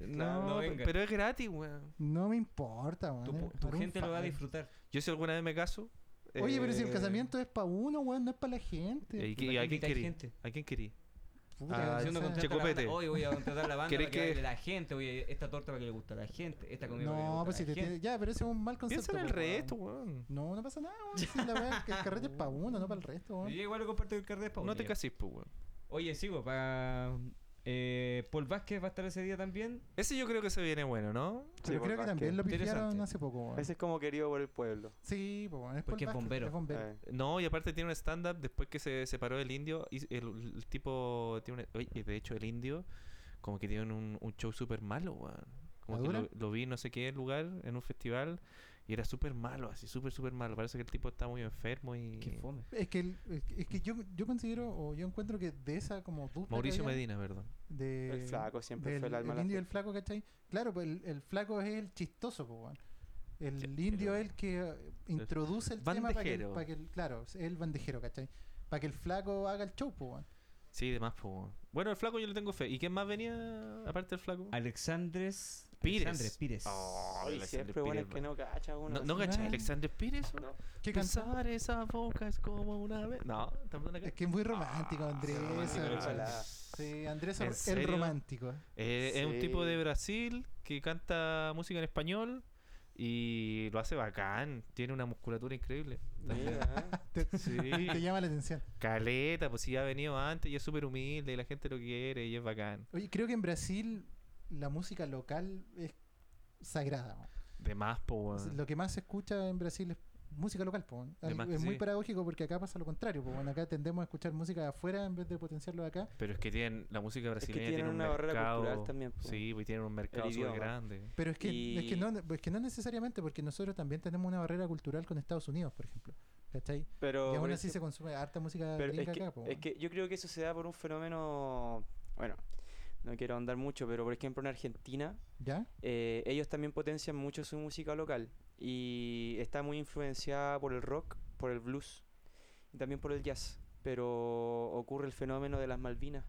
Speaker 3: No,
Speaker 2: no
Speaker 3: pe-
Speaker 2: venga.
Speaker 3: pero es gratis, weón.
Speaker 4: No me importa, weón.
Speaker 2: Tu,
Speaker 4: eh.
Speaker 2: po- tu
Speaker 4: Maroon
Speaker 2: gente lo va a
Speaker 4: 5.
Speaker 2: disfrutar.
Speaker 3: Yo si alguna vez me caso.
Speaker 4: Oye, pero si el
Speaker 3: eh,
Speaker 4: casamiento es para uno, weón, no es para la gente.
Speaker 2: ¿Para
Speaker 3: ¿Y, qué- y
Speaker 2: qué
Speaker 3: a quién
Speaker 2: invitáis
Speaker 3: querí?
Speaker 2: gente?
Speaker 3: ¿A quién querí?
Speaker 4: Puta,
Speaker 3: Ah,
Speaker 4: o
Speaker 2: Si uno
Speaker 4: sea,
Speaker 2: contrata
Speaker 3: Checo
Speaker 2: a la
Speaker 3: Pete.
Speaker 2: banda, Hoy voy a contratar la banda
Speaker 3: ¿Querés
Speaker 2: para que,
Speaker 3: que-
Speaker 2: baile la gente. Oye, esta torta para que le gusta a la gente. Esta comida para que le
Speaker 4: No,
Speaker 2: gusta
Speaker 4: pues si
Speaker 2: a la
Speaker 4: te
Speaker 2: gente.
Speaker 4: tiene- Ya, pero ese es un mal concepto.
Speaker 3: Piensa en el
Speaker 4: po, weón.
Speaker 3: resto, weón.
Speaker 4: No, no pasa nada, weón. Si la weá es que el carrete es para uno, no para el resto,
Speaker 2: Yo
Speaker 4: weón.
Speaker 2: igual le comparto el carnet para
Speaker 3: No te cases, pues, weón.
Speaker 2: Oye, sigo. Para, eh, Paul Vázquez va a estar ese día también.
Speaker 3: Ese yo creo que se viene bueno, ¿no?
Speaker 5: Sí, Paul
Speaker 4: Pero creo que
Speaker 5: Vázquez.
Speaker 4: también lo pifiaron
Speaker 3: Interesante.
Speaker 4: hace poco, weón.
Speaker 5: Ese es como querido por el pueblo.
Speaker 4: Sí, po, weón. Es
Speaker 2: Porque
Speaker 4: Paul
Speaker 2: es
Speaker 4: Vázquez,
Speaker 2: bombero.
Speaker 4: Es bombero.
Speaker 5: Eh,
Speaker 3: No, y aparte tiene un stand-up después que se separó del indio. Y el, el tipo tiene una- Oye, de hecho, el indio como que tiene un, un show súper malo, weón. Como
Speaker 4: ¿La
Speaker 3: que
Speaker 4: dura?
Speaker 3: lo, lo vi en no sé qué lugar, en un festival, y era súper malo, así, súper, súper malo. Parece que el tipo está muy enfermo y...
Speaker 2: Qué fome.
Speaker 4: Es que, el- es que- es que yo, yo considero, o yo encuentro que de esa como dupla que
Speaker 3: Mauricio
Speaker 4: había
Speaker 3: Medina, perdón.
Speaker 4: De,
Speaker 5: El flaco siempre
Speaker 4: del-
Speaker 5: fue el alma de la
Speaker 4: indio y el
Speaker 5: fiesta.
Speaker 4: flaco, ¿cachai? Claro, pues el, el flaco es el chistoso, po, weón. El
Speaker 3: Sí,
Speaker 4: indio
Speaker 3: pero-
Speaker 4: es el que eh, introduce el tema para que, el-
Speaker 3: Bandejero.
Speaker 4: pa' que el- Claro, es el bandejero, ¿cachai? Para que el flaco haga el show, po, weón.
Speaker 3: Sí, demás, pues, weón. Bueno, el flaco yo le tengo fe. ¿Y quién más venía aparte del flaco?
Speaker 2: Alexandres
Speaker 3: Pires.
Speaker 2: Alexandres Pires.
Speaker 3: Oh,
Speaker 5: Ay,
Speaker 3: Alexander
Speaker 5: siempre bueno es
Speaker 3: Pires,
Speaker 5: que no cacha uno.
Speaker 3: ¿No, ¿no
Speaker 5: así.
Speaker 3: cachai?
Speaker 4: Ah.
Speaker 3: ¿Alexander Pires?
Speaker 5: No.
Speaker 4: ¿Qué canción?
Speaker 3: Pensar esa boca es como una vez. No, tampoco una
Speaker 4: Es que es muy romántico,
Speaker 3: Ah,
Speaker 4: Andrés.
Speaker 5: romántico,
Speaker 4: weón.
Speaker 5: ojalá.
Speaker 4: Sí, Andrés
Speaker 3: ¿En
Speaker 4: es el
Speaker 3: serio?
Speaker 4: romántico.
Speaker 3: Eh, Es un tipo
Speaker 5: Sí.
Speaker 3: de Brasil que canta música en español y lo hace bacán. Tiene una musculatura increíble. también.
Speaker 5: Mira, ¿eh?
Speaker 4: Te, te
Speaker 3: [LAUGHS] Sí.
Speaker 4: llama la atención.
Speaker 3: Caleta, pues si ha venido antes y es súper humilde y la gente lo quiere y es bacán.
Speaker 4: Oye, creo que en Brasil la música local es sagrada, weón.
Speaker 3: De más, po,
Speaker 4: Es-
Speaker 3: weón.
Speaker 4: Pues, Lo que más se escucha en Brasil es música local, po, weón. Al-
Speaker 3: más que
Speaker 4: Es muy
Speaker 3: sí.
Speaker 4: paradójico porque acá pasa lo contrario, po, weón. acá tendemos a escuchar música de afuera en vez de potenciarlo de acá.
Speaker 3: Pero es que tienen, la música
Speaker 5: es que
Speaker 3: brasileña
Speaker 5: tienen
Speaker 3: tiene un
Speaker 5: una barrera
Speaker 3: mercado.
Speaker 5: cultural también. po.
Speaker 3: Sí, pues tienen un mercado súper
Speaker 5: idioma.
Speaker 3: grande.
Speaker 4: Pero es que, es, que
Speaker 5: Y-
Speaker 4: no, es que no necesariamente, porque nosotros también tenemos una barrera cultural con Estados Unidos, por ejemplo. ¿Cachai?
Speaker 5: Pero
Speaker 4: Y aún
Speaker 5: por
Speaker 4: así
Speaker 5: ejemplo-
Speaker 4: se consume harta música
Speaker 5: Pero es
Speaker 4: gringa
Speaker 5: que,
Speaker 4: acá, po,
Speaker 5: es
Speaker 4: weón.
Speaker 5: que yo creo que eso se da por un fenómeno, bueno, no quiero andar mucho, pero por ejemplo en Argentina
Speaker 4: ¿Ya?
Speaker 5: eh, ellos también potencian mucho su música local y está muy influenciada por el rock, por el blues y también por el jazz, pero ocurre el fenómeno de las Malvinas.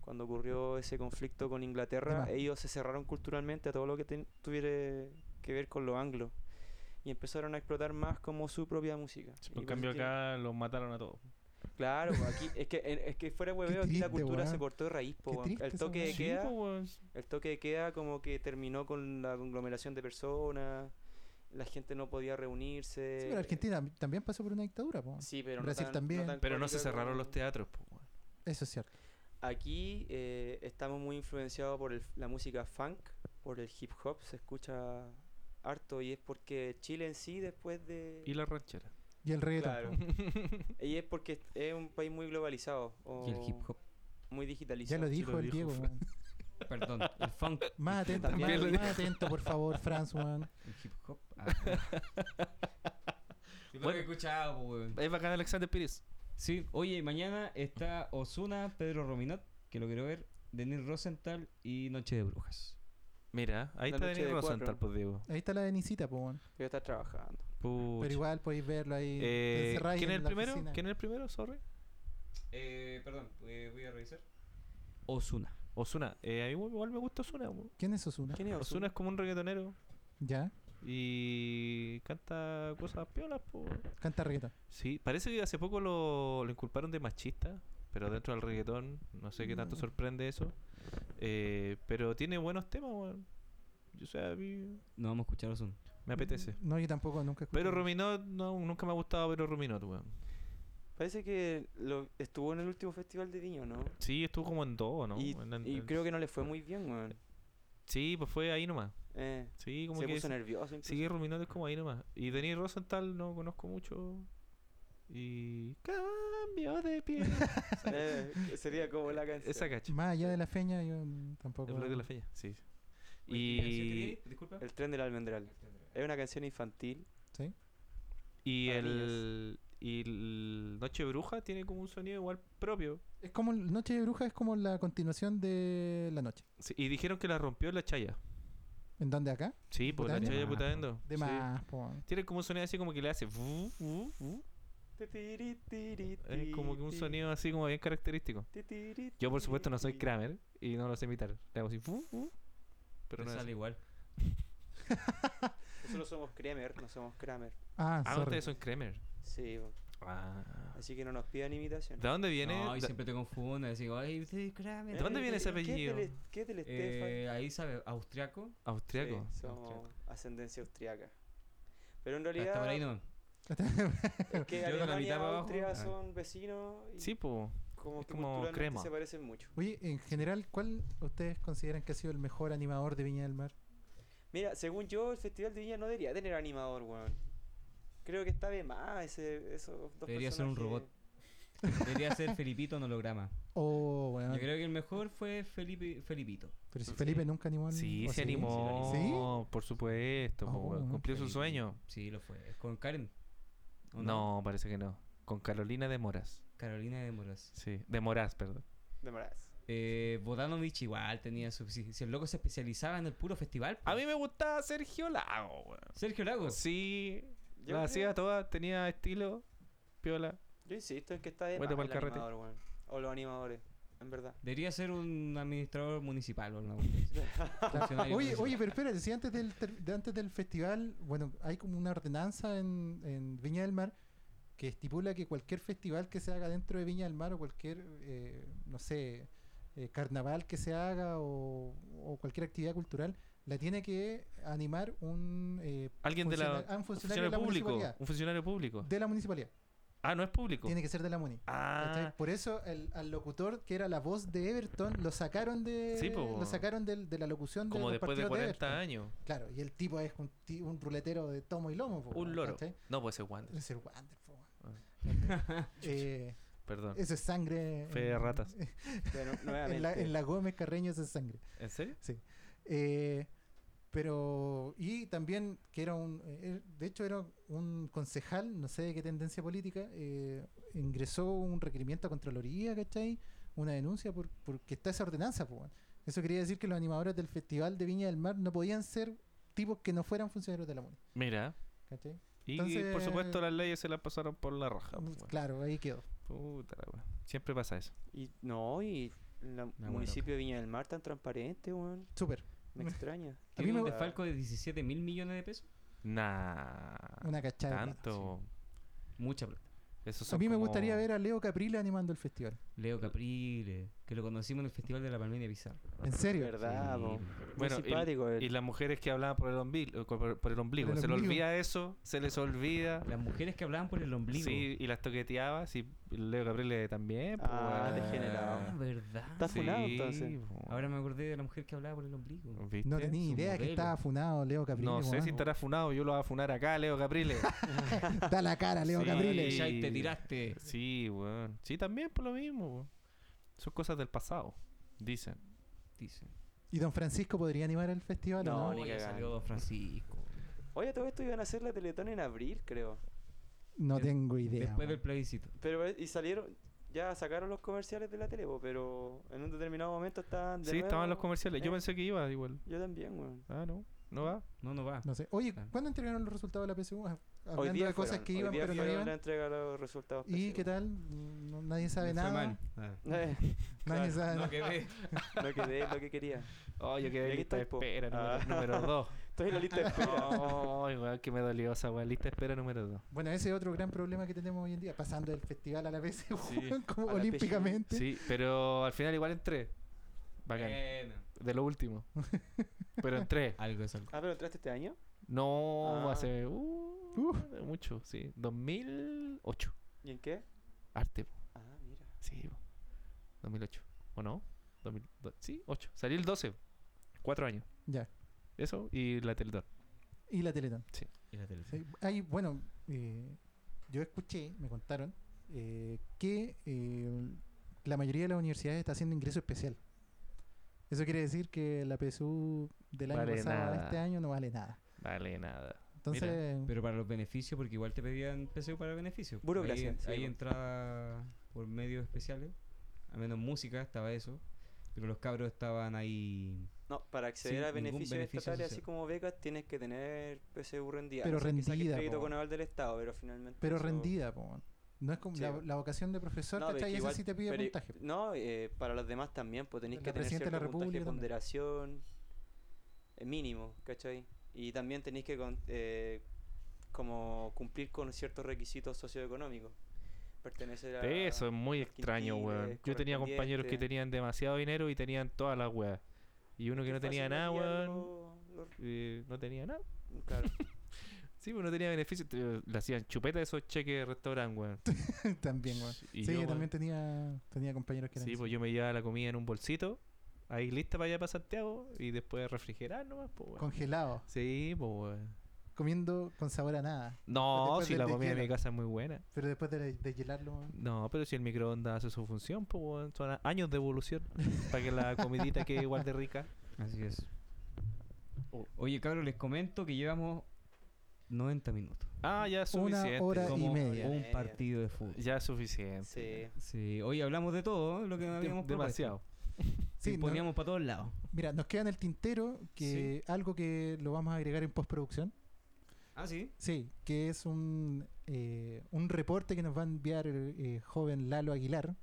Speaker 5: Cuando ocurrió ese conflicto con Inglaterra,
Speaker 4: más.
Speaker 5: ellos se cerraron culturalmente a todo lo que ten- tuviera que ver con los anglos y empezaron a explotar más como su propia música. Y por
Speaker 3: En
Speaker 5: eso
Speaker 3: cambio,
Speaker 5: tienen-
Speaker 3: acá los mataron a todos.
Speaker 5: Claro, po, aquí es que en- es que fuera hueveo, aquí la
Speaker 4: triste,
Speaker 5: cultura se
Speaker 4: weón.
Speaker 5: cortó de raíz, po,
Speaker 4: Qué
Speaker 5: weón.
Speaker 4: triste
Speaker 5: el
Speaker 4: esa
Speaker 5: toque de
Speaker 4: weá.
Speaker 3: Sí,
Speaker 5: queda,
Speaker 3: po, weón.
Speaker 5: el toque de queda como que terminó con la conglomeración de personas, la gente no podía reunirse.
Speaker 4: Sí,
Speaker 3: eh,
Speaker 4: pero Argentina también pasó por una dictadura, po.
Speaker 5: Sí, pero no
Speaker 4: Brasil
Speaker 5: tan-
Speaker 4: también.
Speaker 5: tan
Speaker 3: Pero no se
Speaker 5: cuática
Speaker 3: cerraron
Speaker 5: como-
Speaker 3: los teatros, po, weón.
Speaker 4: Eso es cierto.
Speaker 5: Aquí eh, estamos muy influenciados por el- la música funk, por el hip hop, se escucha harto y es porque Chile en sí después de
Speaker 3: Y la ranchera.
Speaker 4: Y el
Speaker 5: Claro.
Speaker 4: reggaetón.
Speaker 3: [LAUGHS]
Speaker 5: y es porque es- es un país muy globalizado o
Speaker 2: Y el hip hop.
Speaker 5: muy
Speaker 4: Ya
Speaker 5: digitalizado.
Speaker 4: lo
Speaker 3: lo
Speaker 4: dijo el
Speaker 3: dijo
Speaker 4: Diego,
Speaker 3: Fran.
Speaker 4: weón.
Speaker 2: Perdón, el funk.
Speaker 4: Más atento, más,
Speaker 3: También lo
Speaker 4: más atento, por favor, Franz, weón.
Speaker 2: El hip hop. Ah,
Speaker 3: [LAUGHS]
Speaker 2: bueno.
Speaker 3: Bueno.
Speaker 2: Bueno, escuchado, po, weón.
Speaker 3: Es bacán Alexander Pires.
Speaker 2: Sí, oye, y mañana está Osuna, Pedro Rominot, que lo quiero ver, Denis Rosenthal y Noche de Brujas.
Speaker 3: Mira, ahí
Speaker 5: La
Speaker 3: está
Speaker 5: noche
Speaker 3: Denis
Speaker 5: de cuatro.
Speaker 3: Rosenthal, pues Diego.
Speaker 4: Ahí está la Denisita, po, weón.
Speaker 5: Yo estar trabajando.
Speaker 4: Pero
Speaker 3: Pucha.
Speaker 4: igual podéis verlo ahí.
Speaker 3: Eh,
Speaker 4: encerrado ahí
Speaker 3: ¿Quién es
Speaker 4: en
Speaker 3: el
Speaker 4: la
Speaker 3: primero?
Speaker 4: oficina.
Speaker 3: ¿Quién es el primero? Sorry.
Speaker 2: Eh, perdón, eh, voy a revisar. Osuna.
Speaker 3: Osuna. Eh, a mí igual me gusta Osuna.
Speaker 4: ¿Quién es Ozuna?
Speaker 5: ¿Quién es
Speaker 3: Osuna
Speaker 5: Ozuna?
Speaker 3: es como un reggaetonero.
Speaker 4: ¿Ya?
Speaker 3: Y canta cosas piolas, po.
Speaker 4: Canta reggaetón.
Speaker 3: Sí, parece que hace poco lo, lo inculparon de machista, pero dentro del reggaetón, no sé qué tanto
Speaker 4: Mm.
Speaker 3: sorprende eso. Eh, pero tiene buenos temas, weón. Yo sé, a mí
Speaker 2: No vamos a escuchar Ozuna.
Speaker 5: Mm.
Speaker 3: me apetece.
Speaker 4: No, yo tampoco nunca escuché.
Speaker 3: Pero Ruminot, no, nunca me ha gustado Pero Ruminot, weón.
Speaker 5: Parece que lo, estuvo en el último festival de Viño, ¿no?
Speaker 3: Sí, estuvo como en dos, ¿no?
Speaker 5: y,
Speaker 3: En- en-
Speaker 5: y
Speaker 3: en-
Speaker 5: creo que no le fue muy bien, weón.
Speaker 3: Sí, pues fue ahí nomás.
Speaker 5: Eh,
Speaker 3: Sí, como
Speaker 5: se
Speaker 3: que
Speaker 5: puso
Speaker 3: sí-
Speaker 5: nervioso. incluso.
Speaker 3: sí, Ruminot es como ahí nomás. Y Denis Rosenthal no conozco mucho. Y... Cambio de piel.
Speaker 5: [LAUGHS] Eh, sería como la canción.
Speaker 3: Esa cacha.
Speaker 4: Más allá de la feña, yo mm, tampoco.
Speaker 3: El blog de la feña, sí.
Speaker 2: ¿Y
Speaker 3: Y...
Speaker 2: disculpa?
Speaker 5: El tren del almendral. Es una canción infantil.
Speaker 4: ¿Sí?
Speaker 3: Y
Speaker 5: Para
Speaker 3: el, y el Noche Bruja tiene como un sonido igual propio.
Speaker 4: Es como Noche de Bruja es como la continuación de La Noche.
Speaker 3: Sí, y dijeron que la rompió la chaya.
Speaker 4: ¿En dónde acá?
Speaker 3: Sí, pues la
Speaker 4: Putaendo.
Speaker 3: chaya
Speaker 2: Ah,
Speaker 3: putaendo.
Speaker 4: De
Speaker 3: Sí.
Speaker 4: más, po. weón.
Speaker 3: Tiene como un sonido así como que le hace. vu, vu, vu. Es como que un sonido así como bien característico. Yo, por supuesto, no soy Kramer y no lo sé imitar. Le hago así. vu, vu,
Speaker 2: Te
Speaker 3: Pero no es
Speaker 2: sale
Speaker 3: así.
Speaker 2: igual.
Speaker 5: Nosotros somos Kramer, no somos Kramer.
Speaker 4: Ah,
Speaker 3: Ah,
Speaker 4: sorry.
Speaker 3: ustedes son Kramer.
Speaker 5: Sí, bo.
Speaker 3: Ah.
Speaker 5: así que no nos pidan imitación. Eh,
Speaker 3: ¿De dónde viene?
Speaker 2: No, y
Speaker 3: Da-
Speaker 2: siempre te confundes. Digo, ay, usted es Kramer.
Speaker 3: ¿De dónde viene ese apellido?
Speaker 5: ¿Qué es del Estefan?
Speaker 2: Eh, ahí sabe, austriaco.
Speaker 3: Austriaco. Ah,
Speaker 5: Sí, somos
Speaker 2: austriaco.
Speaker 5: ascendencia austriaca. Pero en
Speaker 2: Hasta por ahí
Speaker 5: realidad,
Speaker 2: no.
Speaker 5: es
Speaker 3: [LAUGHS]
Speaker 5: que
Speaker 2: Yo de la
Speaker 5: Alemania y
Speaker 2: mitad para
Speaker 5: Austria
Speaker 2: abajo. Ah.
Speaker 5: son vecinos y
Speaker 3: Sí, pues.
Speaker 5: como
Speaker 3: es
Speaker 5: que
Speaker 3: como
Speaker 5: culturalmente
Speaker 3: crema.
Speaker 5: se parecen mucho.
Speaker 4: [LAUGHS] Oye, en general, ¿cuál ustedes consideran que ha sido el mejor animador de Viña del Mar?
Speaker 5: Mira, según yo, el Festival de Viña no debería tener animador, weón. Creo que está de más ese, esos dos
Speaker 2: Debería ser un
Speaker 5: personajes.
Speaker 2: Debería ser Felipito en holograma.
Speaker 4: Oh,
Speaker 3: Ah.
Speaker 4: weón.
Speaker 2: Yo creo que el mejor fue Felipe, Felipito.
Speaker 4: Pero si Felipe nunca animó. al-
Speaker 3: Sí,
Speaker 4: ¿o
Speaker 3: se animó.
Speaker 4: ¿Sí?
Speaker 3: Por supuesto. po,
Speaker 4: Oh,
Speaker 3: weón. Cumplió su
Speaker 2: Felipe.
Speaker 3: sueño.
Speaker 2: Sí, lo fue. ¿Con Karen? ¿O
Speaker 3: No, parece que no. Con Carolina de Moras.
Speaker 2: Carolina de Moras.
Speaker 3: Sí, de Moras, perdón.
Speaker 5: De Moraz.
Speaker 2: Eh, Bodanovich igual tenía su... Si, si el loco se especializaba en el puro festival. po.
Speaker 3: A mí me gustaba Sergio Lago, weón.
Speaker 2: Sergio
Speaker 4: Oh.
Speaker 2: Lago.
Speaker 3: Sí,
Speaker 5: Yo
Speaker 3: la hacía
Speaker 5: creo-
Speaker 3: toda, tenía estilo, piola.
Speaker 5: Yo insisto en que está de
Speaker 3: Vuelta
Speaker 5: más
Speaker 3: pa'l
Speaker 5: el
Speaker 3: carrete.
Speaker 5: animador, weón. O los animadores, en verdad.
Speaker 2: Debería ser un administrador municipal o alguna cosa así. Funcionario
Speaker 4: Oye,
Speaker 2: municipal.
Speaker 4: oye, pero espérate, si antes del, ter- de antes del festival, bueno, hay como una ordenanza en, en Viña del Mar que estipula que cualquier festival que se haga dentro de Viña del Mar o cualquier, eh, no sé, eh, carnaval que se haga o, o cualquier actividad cultural, la tiene que animar un, eh,
Speaker 3: Alguien de la.
Speaker 4: funciona- ah, un
Speaker 3: un
Speaker 4: funcionario de la
Speaker 3: público.
Speaker 4: municipalidad.
Speaker 3: Un funcionario público.
Speaker 4: De la municipalidad.
Speaker 3: Ah, no es público.
Speaker 4: Tiene que ser de la MUNI. ¿cachai?
Speaker 3: Ah,
Speaker 4: Por eso el, al locutor que era la voz de Everton lo sacaron de
Speaker 3: Sí, po.
Speaker 4: lo sacaron del- de, la locución de
Speaker 3: como
Speaker 4: los
Speaker 3: después de
Speaker 4: partidos
Speaker 3: 40
Speaker 4: Everton.
Speaker 3: años.
Speaker 4: Claro, y el tipo es un, ti- un ruletero de tomo y lomo. po,
Speaker 3: Un loro.
Speaker 4: ¿cachai?
Speaker 3: No, pues es Wander.
Speaker 4: Es el Wander, po,
Speaker 3: Ah.
Speaker 4: ¿cachai? [LAUGHS] Eh,
Speaker 3: Perdón.
Speaker 4: eso es sangre.
Speaker 3: Fe de
Speaker 4: en-
Speaker 3: ratas.
Speaker 5: Bueno,
Speaker 4: [LAUGHS] En
Speaker 5: nuevamente.
Speaker 4: la, en la Gómez Carreño eso es sangre.
Speaker 3: ¿En serio?
Speaker 4: Eh, pero, y también que era un, eh, de hecho era un concejal, no sé de qué tendencia política, eh, ingresó un requerimiento a Contraloría, ¿cachai? Una denuncia por, porque está esa ordenanza, po, weón. Eso quería decir que los animadores del Festival de Viña del Mar no podían ser tipos que no fueran funcionarios de la MUNI,
Speaker 3: Mira.
Speaker 4: ¿cachai?
Speaker 3: Y
Speaker 4: Entonces-
Speaker 3: por supuesto las leyes se las pasaron por la raja.
Speaker 4: Mm,
Speaker 3: pues, weón.
Speaker 4: Claro, ahí quedó.
Speaker 3: Puta la weón. Siempre pasa eso.
Speaker 5: Y, no, y el
Speaker 2: Me
Speaker 5: municipio de Viña del Mar tan transparente, weón.
Speaker 4: Súper.
Speaker 5: Me extraña.
Speaker 4: A mí
Speaker 2: ¿Tiene un
Speaker 4: me-
Speaker 2: desfalco de 17 mil millones de pesos?
Speaker 3: Nah.
Speaker 4: Una cachada. de plata, sí.
Speaker 3: Tanto.
Speaker 2: Mucha plata.
Speaker 3: Esos
Speaker 4: A
Speaker 3: son
Speaker 4: mí me
Speaker 3: como-
Speaker 4: gustaría ver a Leo Caprile animando el festival.
Speaker 2: Leo Caprile, que lo conocimos en el Festival de la Palmera Pizarro.
Speaker 4: En serio.
Speaker 5: ¿Verdad,
Speaker 2: Sí.
Speaker 5: po?
Speaker 3: Bueno, y-
Speaker 5: Muy simpático él.
Speaker 3: Y las mujeres que hablaban por el ombligo, por, por el ombligo.
Speaker 4: Por el
Speaker 3: se les
Speaker 4: ombligo.
Speaker 3: olvida eso, se les olvida.
Speaker 2: Las mujeres que hablaban por el ombligo.
Speaker 3: Sí, y las toqueteaba, sí, Leo Gabriel también. pues,
Speaker 5: Ah,
Speaker 3: weón.
Speaker 2: Ah,
Speaker 5: degenerado.
Speaker 2: ¿verdad?
Speaker 5: Está funado, entonces.
Speaker 3: pues,
Speaker 2: Ahora me acordé de la mujer que hablaba por el ombligo.
Speaker 3: ¿viste?
Speaker 4: No tenía
Speaker 2: Su
Speaker 4: idea que
Speaker 2: modelo.
Speaker 4: estaba funado Leo Caprile.
Speaker 3: No sé
Speaker 4: weón.
Speaker 3: si estará funado, yo lo voy a funar acá, Leo Gabriel.
Speaker 4: [LAUGHS] Da la cara, Leo
Speaker 3: Sí.
Speaker 4: Caprile.
Speaker 2: Ya y te tiraste.
Speaker 3: sí, weón. Sí, también por lo mismo, weón. Son cosas del pasado, dicen.
Speaker 2: Dice.
Speaker 4: ¿Y don Francisco podría animar el festival o
Speaker 5: No,
Speaker 4: no?
Speaker 5: ni
Speaker 2: ya
Speaker 5: cagando.
Speaker 2: salió Don Francisco.
Speaker 5: Oye, todo esto iban a hacer la Teletón en abril, creo.
Speaker 4: No
Speaker 2: Des-
Speaker 4: tengo idea.
Speaker 2: Después del
Speaker 4: weón.
Speaker 2: plebiscito.
Speaker 5: Pero, eh, y salieron, ya sacaron los comerciales de la tele, po, pero en un determinado momento estaban de
Speaker 3: sí, estaban los
Speaker 5: nuevo.
Speaker 3: comerciales. Yo
Speaker 5: eh.
Speaker 3: pensé que iba igual.
Speaker 5: Yo también, weón.
Speaker 3: Ah, no. ¿No va?
Speaker 2: No, no va.
Speaker 4: No sé. Oye,
Speaker 2: Ah.
Speaker 4: ¿cuándo entregaron los resultados de la PSU? Ah, Hablando
Speaker 5: hoy día
Speaker 4: de cosas
Speaker 5: fueron,
Speaker 4: que
Speaker 5: hoy
Speaker 4: iban
Speaker 5: día
Speaker 4: pero no
Speaker 5: fueron
Speaker 4: iban.
Speaker 5: la entrega de los resultados.
Speaker 4: ¿Y
Speaker 5: PSU.
Speaker 4: qué tal? No- nadie sabe
Speaker 2: Me fue
Speaker 4: nada.
Speaker 2: mal. Ah.
Speaker 5: Eh,
Speaker 4: Nadie sabe
Speaker 2: No
Speaker 4: nada.
Speaker 2: quedé.
Speaker 5: [LAUGHS] no quedé en lo que quería.
Speaker 3: Oh, yo
Speaker 5: Y
Speaker 3: quedé en
Speaker 5: aquí
Speaker 3: lista de
Speaker 5: estoy, po.
Speaker 3: espera,
Speaker 5: Ah.
Speaker 3: [LAUGHS] número 2.
Speaker 5: Estoy en la
Speaker 4: [LAUGHS]
Speaker 5: lista de espera.
Speaker 3: Ay, weón, Oh, que me dolió esa weón. Lista de espera número 2.
Speaker 4: Bueno, ese es otro gran problema que tenemos hoy en día, pasando del festival a la PC, weón, [LAUGHS] como
Speaker 5: a la
Speaker 4: olímpicamente.
Speaker 3: Sí, pero al final igual entré. Bacán.
Speaker 2: Bueno,
Speaker 3: De lo [LAUGHS] último. pero entré.
Speaker 2: algo es algo.
Speaker 5: Ah, pero entraste este año.
Speaker 3: No,
Speaker 5: Ah.
Speaker 3: hace uh, mucho, sí. 2008.
Speaker 5: ¿Y en qué?
Speaker 3: Arte, po.
Speaker 5: Ah, mira.
Speaker 3: sí. po. 2008. ¿O no? 2000 do- sí, 8. Salí el 12. Cuatro años.
Speaker 4: Ya.
Speaker 3: Eso y la Teletón.
Speaker 4: Y la Teletón.
Speaker 2: Y la tele.
Speaker 4: Sí, Hay, bueno, eh, yo escuché, me contaron, eh, que eh, la mayoría de las universidades está haciendo ingreso especial. Eso quiere decir que la PSU del año
Speaker 3: Vale
Speaker 4: pasado a
Speaker 3: nada.
Speaker 4: este año no vale nada.
Speaker 3: Vale, nada.
Speaker 4: Entonces,
Speaker 2: Pero para los beneficios, porque igual te pedían PSU para beneficios.
Speaker 5: Burocracia,
Speaker 2: Ahí,
Speaker 5: sí,
Speaker 2: ahí
Speaker 5: po.
Speaker 2: entrada por medios especiales. Al menos música estaba eso. Pero los cabros estaban ahí.
Speaker 5: No, para acceder
Speaker 2: Sin
Speaker 5: a
Speaker 2: ningún
Speaker 5: beneficios
Speaker 2: beneficio
Speaker 5: estatales, así
Speaker 2: social.
Speaker 5: como becas, tienes que tener PSU rendida.
Speaker 4: Pero
Speaker 5: a no ser que saques
Speaker 4: rendida,
Speaker 5: crédito
Speaker 4: po.
Speaker 5: con aval del Estado, pero finalmente.
Speaker 4: pero
Speaker 5: eso-
Speaker 4: rendida, po, weón. No es como
Speaker 5: Sí,
Speaker 4: la,
Speaker 5: po.
Speaker 4: la vocación de profesor,
Speaker 5: No, pero es
Speaker 4: ¿cachai?
Speaker 5: que
Speaker 4: Esa
Speaker 5: igual-
Speaker 4: sí te pide
Speaker 5: pero-
Speaker 4: puntaje. [LAUGHS] po.
Speaker 5: No, eh, para los demás también, pues tenéis
Speaker 4: La
Speaker 5: que tener
Speaker 4: Presidenta
Speaker 5: cierto
Speaker 4: de la
Speaker 5: puntaje de
Speaker 4: República también.
Speaker 5: ponderación, eh, mínimo, ¿cachai? Y también tenéis que con- eh, como cumplir con ciertos requisitos socioeconómicos. Pertenecer a...
Speaker 3: Eso es muy extraño,
Speaker 5: quintiles,
Speaker 3: weón. Yo tenía compañeros que
Speaker 5: correspondientes.
Speaker 3: tenían demasiado dinero y tenían todas las weas. Y uno que
Speaker 5: Qué
Speaker 3: no tenía
Speaker 5: fácil
Speaker 3: nada,
Speaker 5: harían
Speaker 3: weón.
Speaker 5: los-
Speaker 3: eh, no tenía nada.
Speaker 5: los- claro.
Speaker 3: [LAUGHS] Sí, pues no tenía beneficio. te- Le hacían chupeta a esos cheques de restaurante, weón.
Speaker 4: también, weón.
Speaker 3: Y yo,
Speaker 4: sí, yo
Speaker 3: weón,
Speaker 4: también tenía, tenía compañeros que eran
Speaker 3: Sí,
Speaker 4: así.
Speaker 3: pues yo me llevaba la comida en un bolsito, ahí lista para allá para Santiago y después refrigerar nomás, pues weón.
Speaker 4: congelados,
Speaker 3: Sí, pues weón.
Speaker 4: comiendo con sabor a nada.
Speaker 3: No,
Speaker 4: después
Speaker 3: si
Speaker 4: del
Speaker 3: la comida de mi
Speaker 4: deshielo.
Speaker 3: casa es muy buena.
Speaker 4: Pero después de, de hielarlo, weón.
Speaker 3: No, pero si el microondas hace su función, pues weón. Son a- años de evolución para que
Speaker 4: [LAUGHS]
Speaker 3: la comidita quede igual de rica.
Speaker 2: Así es.
Speaker 3: Oh.
Speaker 2: Oye, cabros, les comento que llevamos 90 minutos.
Speaker 3: Ah, ya es
Speaker 4: Una
Speaker 3: suficiente.
Speaker 4: hora y
Speaker 2: Como
Speaker 4: media.
Speaker 2: un
Speaker 5: Media.
Speaker 2: partido de fútbol.
Speaker 3: Ya es suficiente.
Speaker 5: Sí.
Speaker 2: Sí, hoy hablamos de todo ¿eh? lo que no
Speaker 3: Dem-
Speaker 2: habíamos propuesto.
Speaker 3: demasiado.
Speaker 2: Sí,
Speaker 4: Sí, no-
Speaker 2: poníamos para todos lados.
Speaker 4: Mira, nos queda en el tintero que algo que lo vamos a agregar en postproducción.
Speaker 2: Ah, sí.
Speaker 4: Sí, que es un, eh, un reporte que nos va a enviar el eh, joven Lalo Aguilar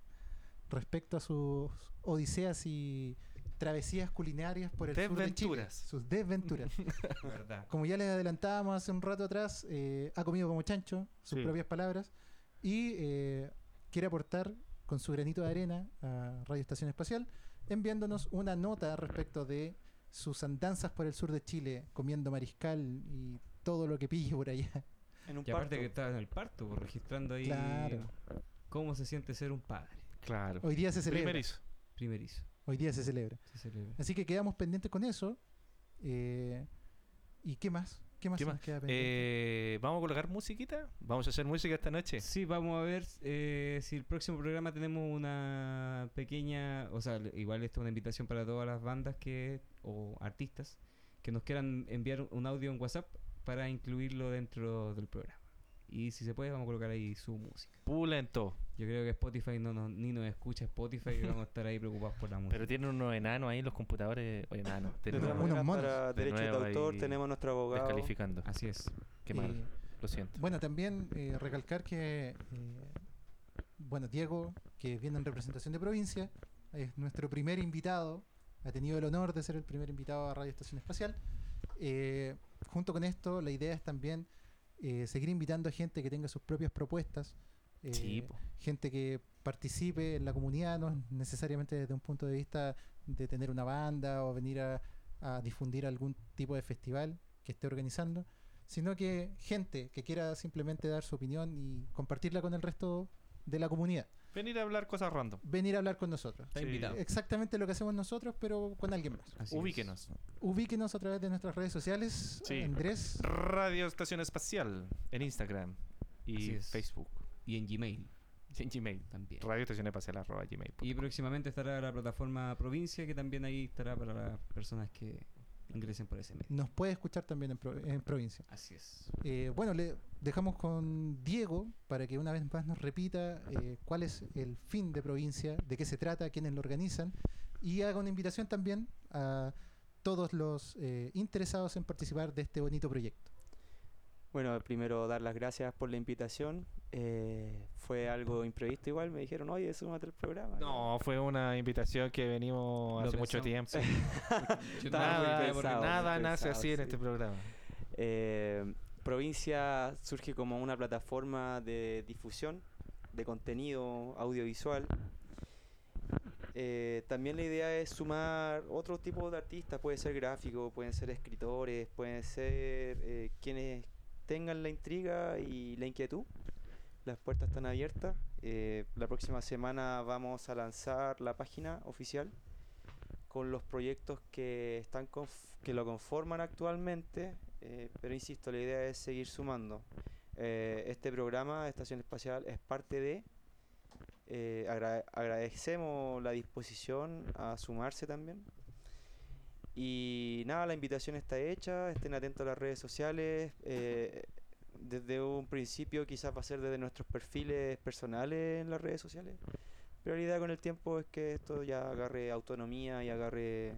Speaker 4: respecto a sus odiseas y travesías culinarias por el sur de Chile.
Speaker 3: Desventuras.
Speaker 4: Sus desventuras.
Speaker 2: [LAUGHS] Verdad.
Speaker 4: como ya les adelantábamos hace un rato atrás, eh, ha comido como chancho, sus
Speaker 3: Sí.
Speaker 4: propias palabras, y eh, quiere aportar con su granito de arena a Radio Estación Espacial, enviándonos una nota respecto de sus andanzas por el sur de Chile, comiendo mariscal y todo lo que pille por allá. [LAUGHS]
Speaker 5: En un
Speaker 2: Y aparte
Speaker 5: parto.
Speaker 2: que estaba en el parto, pues, registrando ahí
Speaker 4: Claro.
Speaker 2: cómo se siente ser un padre.
Speaker 3: Claro.
Speaker 4: Hoy día se celebra.
Speaker 3: Primerizo.
Speaker 2: Primerizo.
Speaker 4: Hoy día se celebra.
Speaker 2: Se celebra.
Speaker 4: Así que quedamos pendientes con eso. eh, ¿Y qué más? ¿Qué más,
Speaker 3: ¿Qué
Speaker 4: nos
Speaker 3: más?
Speaker 4: queda pendiente?
Speaker 3: Eh, ¿Vamos a colocar musiquita? ¿Vamos a hacer música esta noche?
Speaker 2: Sí, vamos a ver eh, si el próximo programa tenemos una pequeña, o sea, l- igual esto es una invitación para todas las bandas que o artistas que nos quieran enviar un audio en WhatsApp para incluirlo dentro del programa. Y si se puede, vamos a colocar ahí su música.
Speaker 3: Pulento.
Speaker 2: Yo creo que Spotify no nos, ni nos escucha Spotify y vamos a estar ahí preocupados por la música.
Speaker 3: Pero tienen unos enanos ahí los computadores. o Enanos. [LAUGHS]
Speaker 5: De
Speaker 3: tienen
Speaker 5: todas
Speaker 4: Unos
Speaker 3: unos
Speaker 5: maneras,
Speaker 4: monos.
Speaker 5: para
Speaker 3: De
Speaker 5: derechos
Speaker 3: nuevo
Speaker 5: de autor
Speaker 3: ahí
Speaker 5: tenemos nuestro abogado.
Speaker 3: descalificando.
Speaker 2: Así es.
Speaker 3: Qué mal.
Speaker 4: Eh,
Speaker 3: Lo siento.
Speaker 4: Bueno, también eh, recalcar que, eh, bueno, Diego, que viene en representación de provincia, es nuestro primer invitado, ha tenido el honor de ser el primer invitado a Radio Estación Espacial. Eh, junto con esto, la idea es también eh, seguir invitando a gente que tenga sus propias propuestas, eh,
Speaker 3: sí, po.
Speaker 4: gente que participe en la comunidad, no es necesariamente desde un punto de vista de tener una banda o venir a, a difundir algún tipo de festival que esté organizando, sino que gente que quiera simplemente dar su opinión y compartirla con el resto de la comunidad.
Speaker 3: Venir a hablar cosas random.
Speaker 4: Venir a hablar con nosotros.
Speaker 2: Está
Speaker 3: Sí.
Speaker 2: invitado.
Speaker 4: Exactamente lo que hacemos nosotros, pero con alguien más.
Speaker 2: Así es.
Speaker 3: Ubíquenos.
Speaker 4: Ubíquenos a través de nuestras redes sociales,
Speaker 3: Sí.
Speaker 4: Andrés.
Speaker 3: Radio Estación Espacial en Instagram
Speaker 2: Así
Speaker 3: y
Speaker 2: es.
Speaker 3: Facebook.
Speaker 2: Y en Gmail
Speaker 3: Y en Gmail.
Speaker 2: también.
Speaker 3: Radio Estación Espacial arroba gmail. punto
Speaker 2: Y próximamente estará la plataforma Provincia, que también ahí estará para las personas que ingresen por ese medio.
Speaker 4: Nos puede escuchar también en, pro- en provincia.
Speaker 2: Así es.
Speaker 4: Eh, bueno, le dejamos con Diego para que una vez más nos repita eh, cuál es el fin de provincia, de qué se trata, quiénes lo organizan y haga una invitación también a todos los eh, interesados en participar de este bonito proyecto.
Speaker 5: Bueno, primero dar las gracias por la invitación. eh, fue algo imprevisto igual, me dijeron, oye, súmate al programa.
Speaker 3: No, fue una invitación que venimos
Speaker 2: Lo
Speaker 3: hace mucho
Speaker 2: pensamos,
Speaker 3: tiempo. [LAUGHS]
Speaker 2: Yo
Speaker 5: Estaba muy
Speaker 3: Nada,
Speaker 5: pensado, muy
Speaker 3: nada nace
Speaker 5: pensado,
Speaker 3: así en
Speaker 5: sí.
Speaker 3: este programa.
Speaker 5: Eh, Provincia surge como una plataforma de difusión de contenido audiovisual. Eh, también la idea es sumar otro tipo de artistas, puede ser gráfico, pueden ser escritores, pueden ser eh, quienes tengan la intriga y la inquietud. Las puertas están abiertas. Eh, la próxima semana vamos a lanzar la página oficial con los proyectos que están conf- que lo conforman actualmente, eh, pero insisto, la idea es seguir sumando. Eh, este programa, Estación Espacial, es parte de. eh, agra- agradecemos la disposición a sumarse también. Y nada, la invitación está hecha, estén atentos a las redes sociales. eh, desde un principio quizás va a ser desde nuestros perfiles personales en las redes sociales. Pero la idea con el tiempo es que esto ya agarre autonomía y agarre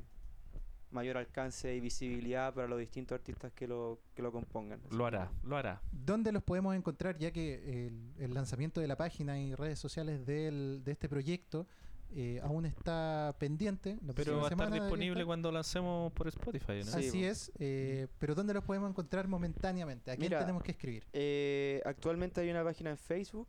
Speaker 5: mayor alcance y visibilidad para los distintos artistas que lo, que lo compongan.
Speaker 3: Lo hará, lo hará.
Speaker 4: ¿Dónde los podemos encontrar? Ya que el, el lanzamiento de la página y redes sociales del- de este proyecto eh, aún está pendiente. la próxima
Speaker 3: Pero va a estar
Speaker 4: semana debería
Speaker 3: disponible
Speaker 4: estar.
Speaker 3: cuando lancemos por Spotify, ¿no?
Speaker 5: Sí. pues.
Speaker 4: Así
Speaker 5: po.
Speaker 4: es. eh, pero ¿dónde los podemos encontrar momentáneamente? ¿A quién
Speaker 5: Mira,
Speaker 4: tenemos que escribir?
Speaker 5: Eh, actualmente hay una página en Facebook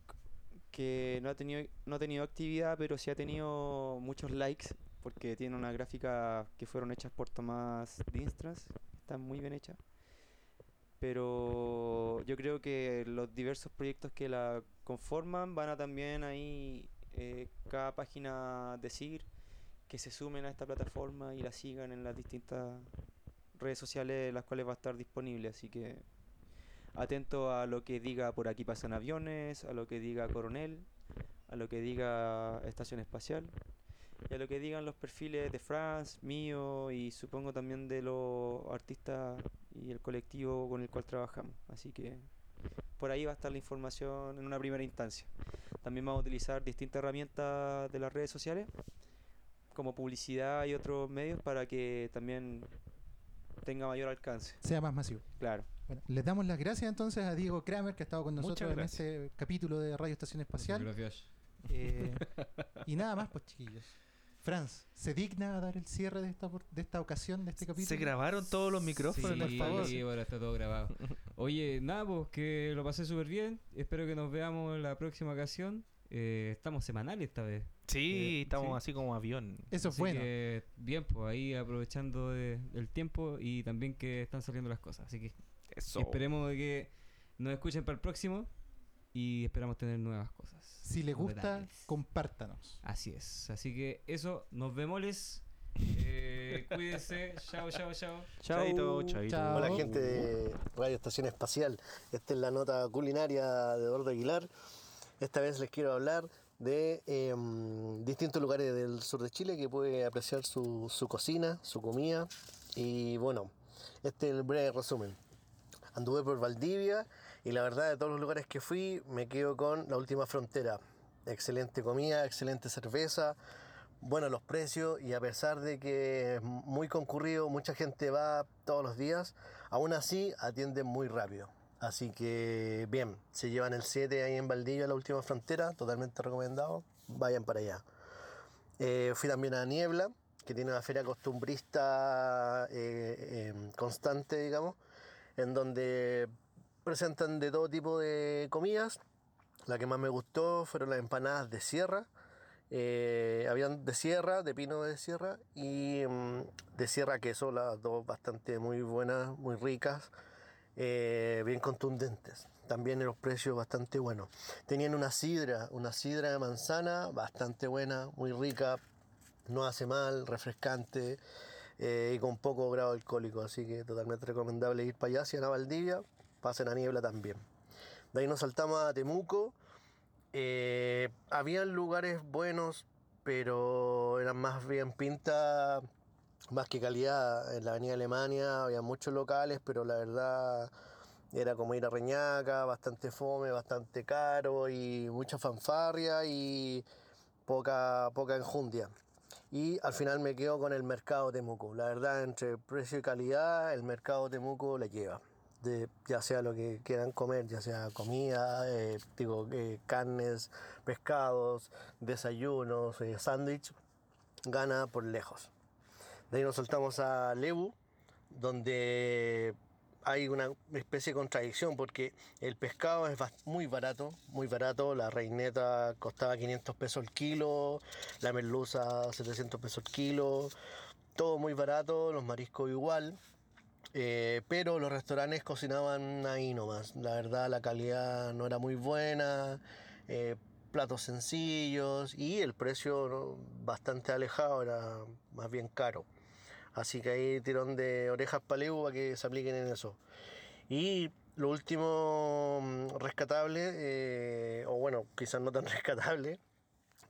Speaker 5: que no ha tenido no ha tenido actividad, pero sí ha tenido muchos likes porque tiene una gráfica que fueron hechas por Tomás Dinstras, están muy bien hechas. Pero yo creo que los diversos proyectos que la conforman van a también ahí eh, cada página decir que se sumen a esta plataforma y la sigan en las distintas redes sociales en las cuales va a estar disponible, así que atento a lo que diga por aquí pasan aviones, a lo que diga coronel, a lo que diga estación espacial y a lo que digan los perfiles de Franz, mío y supongo también de los artistas y el colectivo con el cual trabajamos. Así que por ahí va a estar la información en una primera instancia. También vamos a utilizar distintas herramientas de las redes sociales como publicidad y otros medios para que también tenga mayor alcance.
Speaker 4: Sea más masivo.
Speaker 5: Claro.
Speaker 4: Bueno, les damos las gracias entonces a Diego Kramer que ha estado con
Speaker 3: Muchas
Speaker 4: nosotros en
Speaker 3: gracias.
Speaker 4: este capítulo de Radio Estación Espacial.
Speaker 2: Gracias.
Speaker 4: Eh, y nada más, pues chiquillos. Franz, ¿se digna a dar el cierre de esta, por- de esta ocasión, de este capítulo?
Speaker 3: Se grabaron todos los micrófonos,
Speaker 2: sí,
Speaker 3: por favor.
Speaker 2: Sí, ahora está todo
Speaker 4: [LAUGHS]
Speaker 2: grabado. Oye, nada, pues que lo pasé súper bien. Espero que nos veamos la próxima ocasión. Eh, estamos semanales esta vez.
Speaker 3: Sí,
Speaker 2: Eh,
Speaker 3: estamos
Speaker 2: sí.
Speaker 3: así como avión.
Speaker 4: Eso es
Speaker 2: Así
Speaker 4: bueno.
Speaker 2: que, bien, pues ahí aprovechando de- el tiempo y también que están saliendo las cosas. Así que
Speaker 3: Eso.
Speaker 2: esperemos de que nos escuchen para el próximo y esperamos tener nuevas cosas.
Speaker 4: Si les gusta,
Speaker 2: Novedades.
Speaker 4: compártanos.
Speaker 2: Así es. Así que eso, nos
Speaker 4: [LAUGHS]
Speaker 2: vemoles. Eh, cuídense. Chao, chao, chao.
Speaker 3: Chaito, chaito.
Speaker 4: Chao.
Speaker 6: Hola gente de Radio Estación Espacial, esta es la nota culinaria de Eduardo Aguilar. Esta vez les quiero hablar de em, distintos lugares del sur de Chile que puede apreciar su, su cocina, su comida. Y bueno, este es el breve resumen. Anduve por Valdivia y la verdad de todos los lugares que fui me quedo con la última frontera. Excelente comida, excelente cerveza, bueno, los precios y a pesar de que es muy concurrido, mucha gente va todos los días, aún así atienden muy rápido. Así que bien, se llevan el 7 ahí en Valdivia, la última frontera, totalmente recomendado, vayan para allá. Eh, fui también a Niebla, que tiene una feria costumbrista eh, eh, constante, digamos, en donde presentan de todo tipo de comidas. La que más me gustó fueron las empanadas de sierra, eh, habían de sierra, de pino de sierra y mm, de sierra queso, las dos bastante muy buenas, muy ricas, eh, bien contundentes. También los precios bastante buenos. Tenían una sidra, una sidra de manzana bastante buena, muy rica, no hace mal, refrescante eh, y con poco grado alcohólico. Así que totalmente recomendable ir para allá. Si van a Valdivia, pasen a Niebla también. De ahí nos saltamos a Temuco. Eh, habían lugares buenos, pero eran más bien pinta, más que calidad. En la Avenida Alemania había muchos locales, pero la verdad era como ir a Reñaca, bastante fome, bastante caro y mucha fanfarria y poca, poca enjundia. Y al final me quedo con el mercado Temuco. La verdad, entre precio y calidad, el mercado Temuco la lleva. de ya sea lo que quieran comer, ya sea comida, eh, digo, eh, carnes, pescados, desayunos, eh, sándwich, gana por lejos. De ahí nos saltamos a Lebu, donde hay una especie de contradicción porque el pescado es bas- muy barato, muy barato, la reineta costaba 500 pesos el kilo, la merluza 700 pesos el kilo, todo muy barato, los mariscos igual, eh, pero los restaurantes cocinaban ahí nomás, la verdad la calidad no era muy buena, eh, platos sencillos y el precio ¿no? bastante alejado, era más bien caro. Así que ahí tirón de orejas para para que se apliquen en eso. Y lo último mm, rescatable, eh, o bueno, quizás no tan [LAUGHS] rescatable,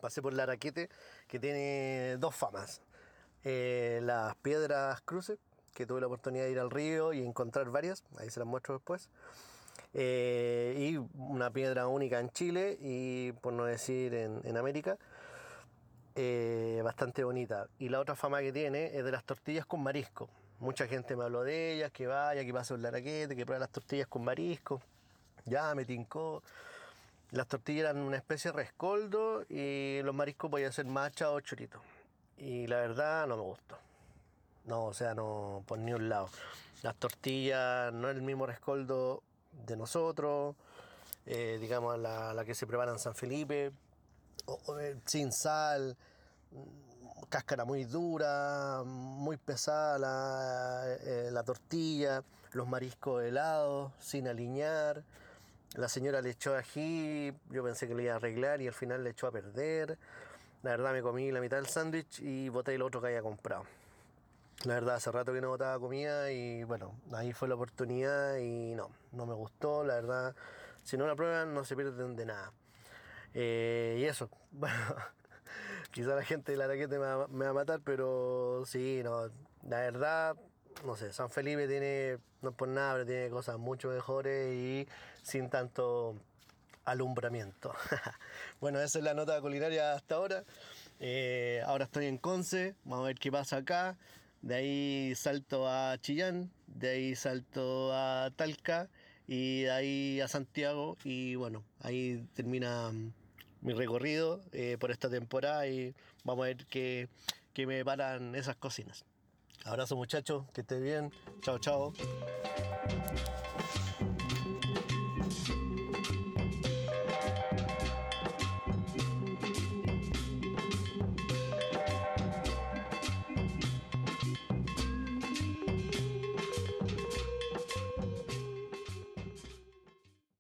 Speaker 6: pasé por la raquete que tiene dos famas. Eh, las piedras cruces, que tuve la oportunidad de ir al río y encontrar varias, ahí se las muestro después. Eh, y una piedra única en Chile y por no decir en- en América eh, bastante bonita. Y la otra fama que tiene es de las tortillas con marisco. Mucha gente me habló de ellas, que vaya, que pase un laraquete, que pruebe las tortillas con marisco. Ya, me tincó. Las tortillas eran una especie de rescoldo y los mariscos podían ser macha o chorito. Y la verdad no me gustó. No, o sea, no por ni un lado. Las tortillas no es el mismo rescoldo de nosotros, eh, digamos la, la que se prepara en San Felipe, o- o, eh, sin sal, mm, cáscara muy dura, muy pesada la, eh, la tortilla, los mariscos helados, sin aliñar. La señora le echó ají, yo pensé que le iba a arreglar y al final le echó a perder. La verdad me comí la mitad del sándwich y boté el otro que había comprado. La verdad, hace rato que no botaba comida y bueno, ahí fue la oportunidad y no, no me gustó. La verdad, si no la prueban no se pierden de nada. Eh, y eso, [LAUGHS] bueno, quizá la gente de la raquete me va, me va a matar, pero sí, no, la verdad, no sé, San Felipe tiene, no es por nada, pero tiene cosas mucho mejores y sin tanto alumbramiento. [LAUGHS] bueno, esa es la nota culinaria hasta ahora. Eh, ahora estoy en Conce, vamos a ver qué pasa acá. De ahí salto a Chillán, de ahí salto a Talca y de ahí a Santiago. Y bueno, ahí termina mm, mi recorrido eh, por esta temporada y vamos a ver qué, qué me paran esas cocinas. Abrazo muchachos, que estén bien. Chao, chao.